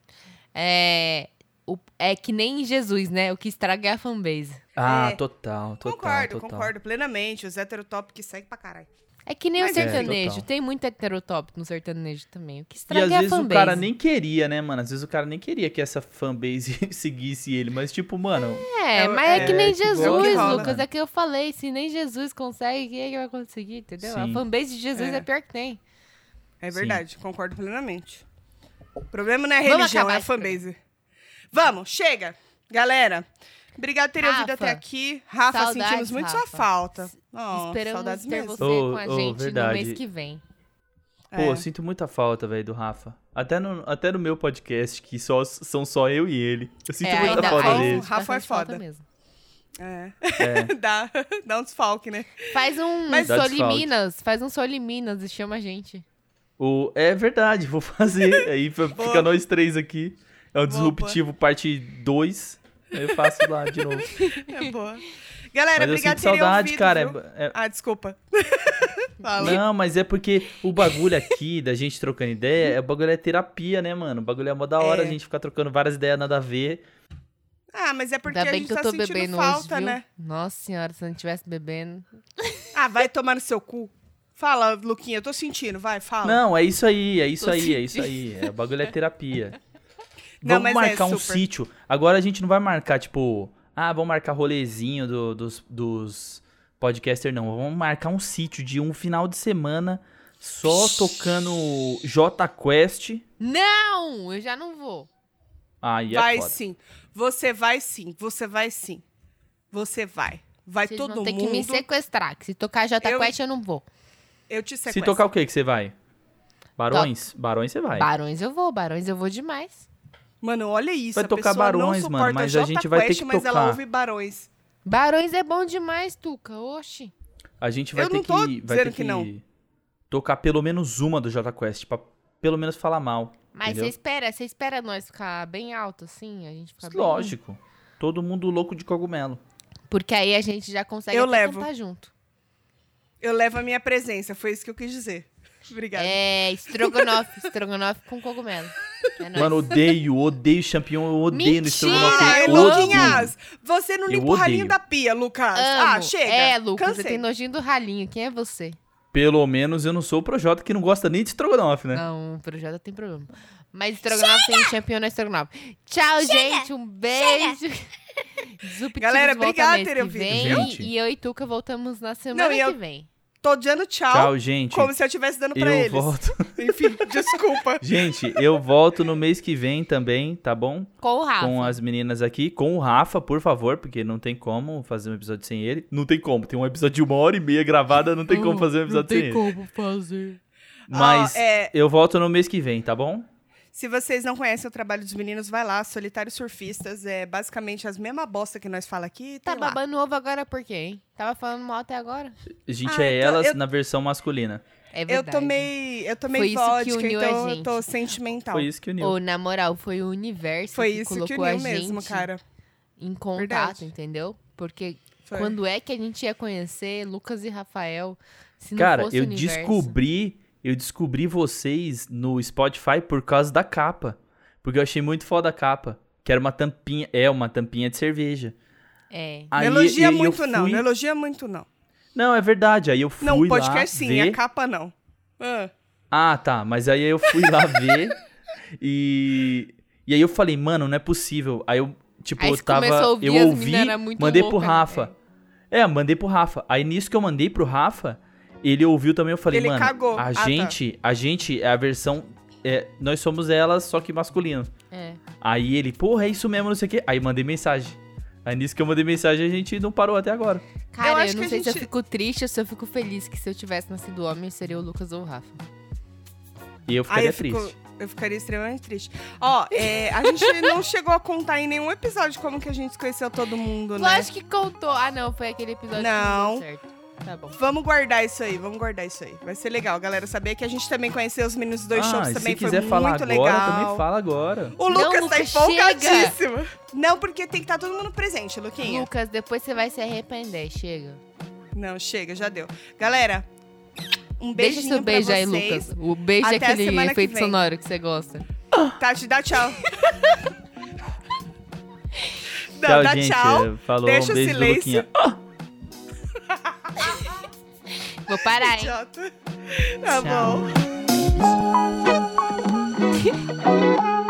[SPEAKER 2] É, o- é que nem Jesus, né? O que estraga é a fanbase.
[SPEAKER 1] Ah,
[SPEAKER 3] É.
[SPEAKER 1] total, total.
[SPEAKER 3] concordo,
[SPEAKER 1] total.
[SPEAKER 3] concordo plenamente. Os heterotop que segue pra caralho.
[SPEAKER 2] É que nem o
[SPEAKER 3] Mas é,
[SPEAKER 2] sertanejo.
[SPEAKER 1] total.
[SPEAKER 2] Tem muito heterotópico no sertanejo também. O que
[SPEAKER 1] E
[SPEAKER 2] estraga
[SPEAKER 1] às
[SPEAKER 2] é a
[SPEAKER 1] vezes o
[SPEAKER 2] fanbase.
[SPEAKER 1] cara nem queria, né, mano? Às vezes o cara nem queria que essa fanbase seguisse ele, mas tipo, mano,
[SPEAKER 2] É,
[SPEAKER 3] É,
[SPEAKER 2] mas é, que
[SPEAKER 1] é,
[SPEAKER 2] nem
[SPEAKER 1] que
[SPEAKER 2] Jesus,
[SPEAKER 1] rola,
[SPEAKER 3] que rola.
[SPEAKER 1] né?
[SPEAKER 2] Lucas. É que eu falei. Se nem Jesus consegue, quem é que vai conseguir, entendeu? A
[SPEAKER 1] Sim.
[SPEAKER 2] fanbase de Jesus é,
[SPEAKER 3] É.
[SPEAKER 2] pior que tem.
[SPEAKER 3] É
[SPEAKER 1] Sim.
[SPEAKER 3] verdade, concordo plenamente. O problema não é a
[SPEAKER 2] Vamos
[SPEAKER 3] religião,
[SPEAKER 2] acabar
[SPEAKER 3] é a
[SPEAKER 2] esse
[SPEAKER 3] fanbase. Vamos, chega. Galera, obrigado por terem ouvido
[SPEAKER 2] Rafa,
[SPEAKER 3] até aqui. Rafa,
[SPEAKER 2] saudades,
[SPEAKER 3] sentimos muito sua
[SPEAKER 2] Rafa.
[SPEAKER 3] falta. Oh,
[SPEAKER 2] Esperamos
[SPEAKER 3] saudades
[SPEAKER 2] ter
[SPEAKER 3] mesmo. É.
[SPEAKER 2] você
[SPEAKER 1] Ô,
[SPEAKER 2] com a
[SPEAKER 1] ô,
[SPEAKER 2] gente no
[SPEAKER 1] verdade.
[SPEAKER 2] mês que vem.
[SPEAKER 1] pô, eu sinto muita falta, velho, do Rafa. Até no, até no meu podcast, que só, são só eu e ele. Eu sinto
[SPEAKER 2] é,
[SPEAKER 1] muita
[SPEAKER 2] ainda
[SPEAKER 1] falta
[SPEAKER 2] faz
[SPEAKER 1] dele.
[SPEAKER 3] Rafa é
[SPEAKER 2] bastante
[SPEAKER 3] foda.
[SPEAKER 2] mesmo.
[SPEAKER 3] É.
[SPEAKER 1] É.
[SPEAKER 3] dá, dá um desfalque, né?
[SPEAKER 2] Faz um
[SPEAKER 1] Mas- Dá
[SPEAKER 2] Sol em
[SPEAKER 1] desfalque.
[SPEAKER 2] Minas. Faz um Sol em Minas e chama a gente.
[SPEAKER 1] O, é verdade, vou fazer. Aí f- fica
[SPEAKER 3] Boa.
[SPEAKER 1] nós três aqui. É o
[SPEAKER 3] Boa,
[SPEAKER 1] Disruptivo parte 2. Eu faço lá de novo.
[SPEAKER 3] É boa. Galera,
[SPEAKER 1] Mas eu
[SPEAKER 3] obrigado
[SPEAKER 1] sinto
[SPEAKER 3] por terem
[SPEAKER 1] saudade,
[SPEAKER 3] ouvido.
[SPEAKER 1] cara.
[SPEAKER 3] viu?
[SPEAKER 1] É- é-
[SPEAKER 3] Ah, desculpa. Fala.
[SPEAKER 1] Não, mas é porque o bagulho aqui, da gente trocando ideia, é, o bagulho é terapia, né, mano? O bagulho é mó da hora
[SPEAKER 3] É.
[SPEAKER 1] a gente ficar trocando várias ideias nada a ver.
[SPEAKER 3] Ah, mas é porque
[SPEAKER 2] Ainda
[SPEAKER 3] a
[SPEAKER 2] bem
[SPEAKER 3] gente
[SPEAKER 2] que eu
[SPEAKER 3] tá
[SPEAKER 2] tô
[SPEAKER 3] sentindo
[SPEAKER 2] bebendo
[SPEAKER 3] falta,
[SPEAKER 2] hoje, viu?
[SPEAKER 3] né?
[SPEAKER 2] Nossa senhora, se eu não tivesse bebendo...
[SPEAKER 3] Ah, vai tomar no seu cu. Fala, Luquinha, eu tô sentindo, vai, fala.
[SPEAKER 1] Não, é isso aí, é isso
[SPEAKER 2] Tô
[SPEAKER 1] aí, é isso aí. É, o bagulho é terapia.
[SPEAKER 3] Não,
[SPEAKER 1] vamos
[SPEAKER 3] mas é
[SPEAKER 1] marcar um
[SPEAKER 3] super.
[SPEAKER 1] sítio. Agora a gente não vai marcar, tipo, ah, vamos marcar rolezinho do- dos, dos podcaster, não. Vamos marcar um sítio de um final de semana só tocando J Quest.
[SPEAKER 2] Não, eu já não vou.
[SPEAKER 1] Aí é
[SPEAKER 3] vai
[SPEAKER 1] foda.
[SPEAKER 3] sim. Você vai sim. Você vai sim. Você vai. Vai
[SPEAKER 2] Vocês
[SPEAKER 3] todo
[SPEAKER 2] vão ter
[SPEAKER 3] mundo.
[SPEAKER 2] que me sequestrar, que se tocar Jota
[SPEAKER 3] Eu-
[SPEAKER 2] Quest eu não vou.
[SPEAKER 3] Eu te
[SPEAKER 1] Se
[SPEAKER 3] sequestro.
[SPEAKER 1] tocar o que que você vai? Barões? Barões você vai.
[SPEAKER 2] Barões eu vou, Barões eu vou demais.
[SPEAKER 3] Mano, olha isso.
[SPEAKER 1] Vai
[SPEAKER 3] a
[SPEAKER 1] tocar
[SPEAKER 3] pessoa
[SPEAKER 1] Barões,
[SPEAKER 3] não
[SPEAKER 1] mano,
[SPEAKER 3] suporta
[SPEAKER 1] mas a
[SPEAKER 3] Jota
[SPEAKER 1] gente vai ter
[SPEAKER 3] Quest,
[SPEAKER 1] que
[SPEAKER 3] mas
[SPEAKER 1] tocar.
[SPEAKER 3] ela ouve Barões.
[SPEAKER 2] Barões é bom demais, Tuca, oxi.
[SPEAKER 1] A gente vai
[SPEAKER 3] Eu
[SPEAKER 1] ter
[SPEAKER 3] não tô
[SPEAKER 1] que. Vai
[SPEAKER 3] dizendo
[SPEAKER 1] ter
[SPEAKER 3] que não.
[SPEAKER 1] Tocar pelo menos uma do J Quest, pra pelo menos falar mal.
[SPEAKER 2] Mas
[SPEAKER 1] Entendeu?
[SPEAKER 2] você espera, você espera nós ficar bem alto, assim, a gente ficar bem-
[SPEAKER 1] Lógico. Todo mundo louco de cogumelo.
[SPEAKER 2] Porque aí a gente já consegue
[SPEAKER 3] Eu
[SPEAKER 2] até
[SPEAKER 3] levo.
[SPEAKER 2] cantar junto.
[SPEAKER 3] Eu levo a minha presença. Foi isso que eu quis dizer. Obrigada.
[SPEAKER 2] É, estrogonofe, estrogonofe com cogumelo. É nóis.
[SPEAKER 1] Mano, odeio, odeio champignon, eu odeio no estrogonofe.
[SPEAKER 2] Mentira,
[SPEAKER 3] Ai,
[SPEAKER 1] eu
[SPEAKER 2] louco.
[SPEAKER 1] odeio.
[SPEAKER 3] Luquinhas, você não
[SPEAKER 1] Eu
[SPEAKER 3] limpa o ralinho
[SPEAKER 1] odeio.
[SPEAKER 3] da pia, Lucas.
[SPEAKER 2] Amo.
[SPEAKER 3] Ah, chega.
[SPEAKER 2] É, Lucas,
[SPEAKER 3] Cansei.
[SPEAKER 2] você tem nojinho do ralinho, quem é você?
[SPEAKER 1] Pelo menos eu não sou o Projota que não gosta nem de estrogonofe, né?
[SPEAKER 2] Não, o projeto tem problema. Mas estrogonofe tem champion na estrogonofe. Tchau, gente. Um beijo. Disruptivos
[SPEAKER 3] Galera,
[SPEAKER 2] volta
[SPEAKER 3] obrigada
[SPEAKER 2] mês
[SPEAKER 3] por terem
[SPEAKER 2] que
[SPEAKER 3] ouvido.
[SPEAKER 2] vem.
[SPEAKER 1] Gente.
[SPEAKER 2] E eu e Tuca voltamos na semana
[SPEAKER 3] Não, e eu-
[SPEAKER 2] que vem.
[SPEAKER 3] Tô dizendo tchau,
[SPEAKER 1] Tchau, gente.
[SPEAKER 3] como se eu estivesse dando pra
[SPEAKER 1] eu
[SPEAKER 3] eles.
[SPEAKER 1] volto.
[SPEAKER 3] Enfim, desculpa.
[SPEAKER 1] Gente, eu volto no mês que vem também, tá bom?
[SPEAKER 2] Com o Rafa.
[SPEAKER 1] Com as meninas aqui. Com o Rafa, por favor, porque não tem como fazer um episódio sem ele. Não tem como. Tem um episódio de uma hora e meia gravada, não tem como fazer um episódio sem ele.
[SPEAKER 2] como fazer.
[SPEAKER 1] Mas
[SPEAKER 3] Ó, é,
[SPEAKER 1] eu volto no mês que vem, tá bom?
[SPEAKER 3] Se vocês não conhecem o trabalho dos meninos, vai lá, Solitários Surfistas. É basicamente as mesma bosta que nós fala aqui.
[SPEAKER 2] Tá
[SPEAKER 3] Tá lá.
[SPEAKER 2] babando ovo agora por quê, hein? Tava falando mal até agora.
[SPEAKER 1] Gente,
[SPEAKER 3] Ah,
[SPEAKER 1] é
[SPEAKER 3] então
[SPEAKER 1] elas
[SPEAKER 3] eu-
[SPEAKER 1] na versão masculina.
[SPEAKER 2] É
[SPEAKER 3] Eu
[SPEAKER 2] verdade.
[SPEAKER 3] tomei, eu tomei
[SPEAKER 2] Foi isso que
[SPEAKER 3] vodka,
[SPEAKER 2] uniu a
[SPEAKER 3] então eu
[SPEAKER 2] gente.
[SPEAKER 3] tô sentimental.
[SPEAKER 1] Foi isso que uniu.
[SPEAKER 2] Ou, na moral, foi o universo
[SPEAKER 3] Foi
[SPEAKER 2] que
[SPEAKER 3] isso que
[SPEAKER 2] colocou a
[SPEAKER 3] uniu
[SPEAKER 2] gente
[SPEAKER 3] mesmo, cara.
[SPEAKER 2] em contato,
[SPEAKER 3] Verdade.
[SPEAKER 2] entendeu? Porque
[SPEAKER 3] Foi.
[SPEAKER 2] quando é que a gente ia conhecer Lucas e Rafael? Se não
[SPEAKER 1] Cara,
[SPEAKER 2] fosse o
[SPEAKER 1] eu
[SPEAKER 2] universo?
[SPEAKER 1] descobri, eu descobri vocês no Spotify por causa da capa. Porque eu achei muito foda a capa. Que era uma tampinha, é uma tampinha de cerveja.
[SPEAKER 2] É.
[SPEAKER 1] Aí,
[SPEAKER 3] não elogia
[SPEAKER 1] eu- eu
[SPEAKER 3] muito, não.
[SPEAKER 1] fui-
[SPEAKER 3] Não elogia muito, não.
[SPEAKER 1] Não, é verdade. Aí eu fui
[SPEAKER 3] Não, o
[SPEAKER 1] lá
[SPEAKER 3] podcast sim,
[SPEAKER 1] ver...
[SPEAKER 3] a capa não. Ah,
[SPEAKER 1] Ah, tá. Mas aí eu fui lá ver e e aí eu falei, mano, não é possível. Aí eu tipo
[SPEAKER 2] Aí
[SPEAKER 1] eu
[SPEAKER 2] você
[SPEAKER 1] tava,
[SPEAKER 2] começou a ouvir,
[SPEAKER 1] eu
[SPEAKER 2] as
[SPEAKER 1] ouvi,
[SPEAKER 2] mina era muito
[SPEAKER 1] mandei pro
[SPEAKER 2] louca, né?
[SPEAKER 1] Rafa. É, mandei pro Rafa. Aí nisso que eu mandei pro Rafa, ele ouviu também, eu falei,
[SPEAKER 3] Ele
[SPEAKER 1] mano,
[SPEAKER 3] cagou.
[SPEAKER 1] a
[SPEAKER 3] Ah, tá.
[SPEAKER 1] gente, a gente é a versão é, nós somos elas, só que masculino.
[SPEAKER 2] É.
[SPEAKER 1] Aí ele, porra, é isso mesmo, não sei o quê. Aí mandei mensagem. Aí nisso que eu mandei mensagem, a gente não parou até agora.
[SPEAKER 3] Eu
[SPEAKER 2] Cara, eu,
[SPEAKER 3] acho
[SPEAKER 2] não
[SPEAKER 3] que a
[SPEAKER 2] sei se eu
[SPEAKER 3] gente-
[SPEAKER 2] fico triste ou se eu fico feliz que se eu tivesse nascido homem, eu seria o Lucas ou o Rafa.
[SPEAKER 1] E eu
[SPEAKER 3] aí
[SPEAKER 1] ficaria
[SPEAKER 3] eu fico,
[SPEAKER 1] triste.
[SPEAKER 3] eu ficaria extremamente triste. Ó, é, a gente não chegou a contar em nenhum episódio como que a gente conheceu todo mundo, né?
[SPEAKER 2] Lógico que contou. Ah, não, foi aquele episódio
[SPEAKER 3] Não.
[SPEAKER 2] que não deu certo. Tá bom.
[SPEAKER 3] Vamos guardar isso aí, vamos guardar isso aí. Vai ser legal, galera. Saber que a gente também conheceu os meninos dos dois
[SPEAKER 1] ah,
[SPEAKER 3] shows
[SPEAKER 1] e
[SPEAKER 3] também
[SPEAKER 1] se quiser
[SPEAKER 3] foi
[SPEAKER 1] falar
[SPEAKER 3] muito
[SPEAKER 1] agora,
[SPEAKER 3] legal.
[SPEAKER 1] também fala agora.
[SPEAKER 3] O
[SPEAKER 2] Não,
[SPEAKER 3] Lucas tá
[SPEAKER 2] Lucas,
[SPEAKER 3] empolgadíssimo. Não, porque tem que estar todo mundo presente, Luquinha.
[SPEAKER 2] Lucas, depois você vai se arrepender, chega.
[SPEAKER 3] Não, chega, já deu. Galera, um
[SPEAKER 2] Deixa
[SPEAKER 3] beijinho
[SPEAKER 2] seu beijo
[SPEAKER 3] pra
[SPEAKER 2] aí,
[SPEAKER 3] vocês.
[SPEAKER 2] Lucas. O beijo é
[SPEAKER 3] Até a
[SPEAKER 2] aquele
[SPEAKER 3] semana que
[SPEAKER 2] efeito
[SPEAKER 3] vem.
[SPEAKER 2] sonoro que você gosta.
[SPEAKER 3] Tati, Tá, dá tchau. Não,
[SPEAKER 1] tchau,
[SPEAKER 3] dá
[SPEAKER 1] gente.
[SPEAKER 3] tchau.
[SPEAKER 1] É, Falou,
[SPEAKER 3] Deixa
[SPEAKER 1] um
[SPEAKER 3] o
[SPEAKER 1] beijo do
[SPEAKER 3] silêncio.
[SPEAKER 1] Luquinha.
[SPEAKER 2] Vou parar, hein?
[SPEAKER 3] Idiota. Tá
[SPEAKER 1] Tchau.
[SPEAKER 3] bom.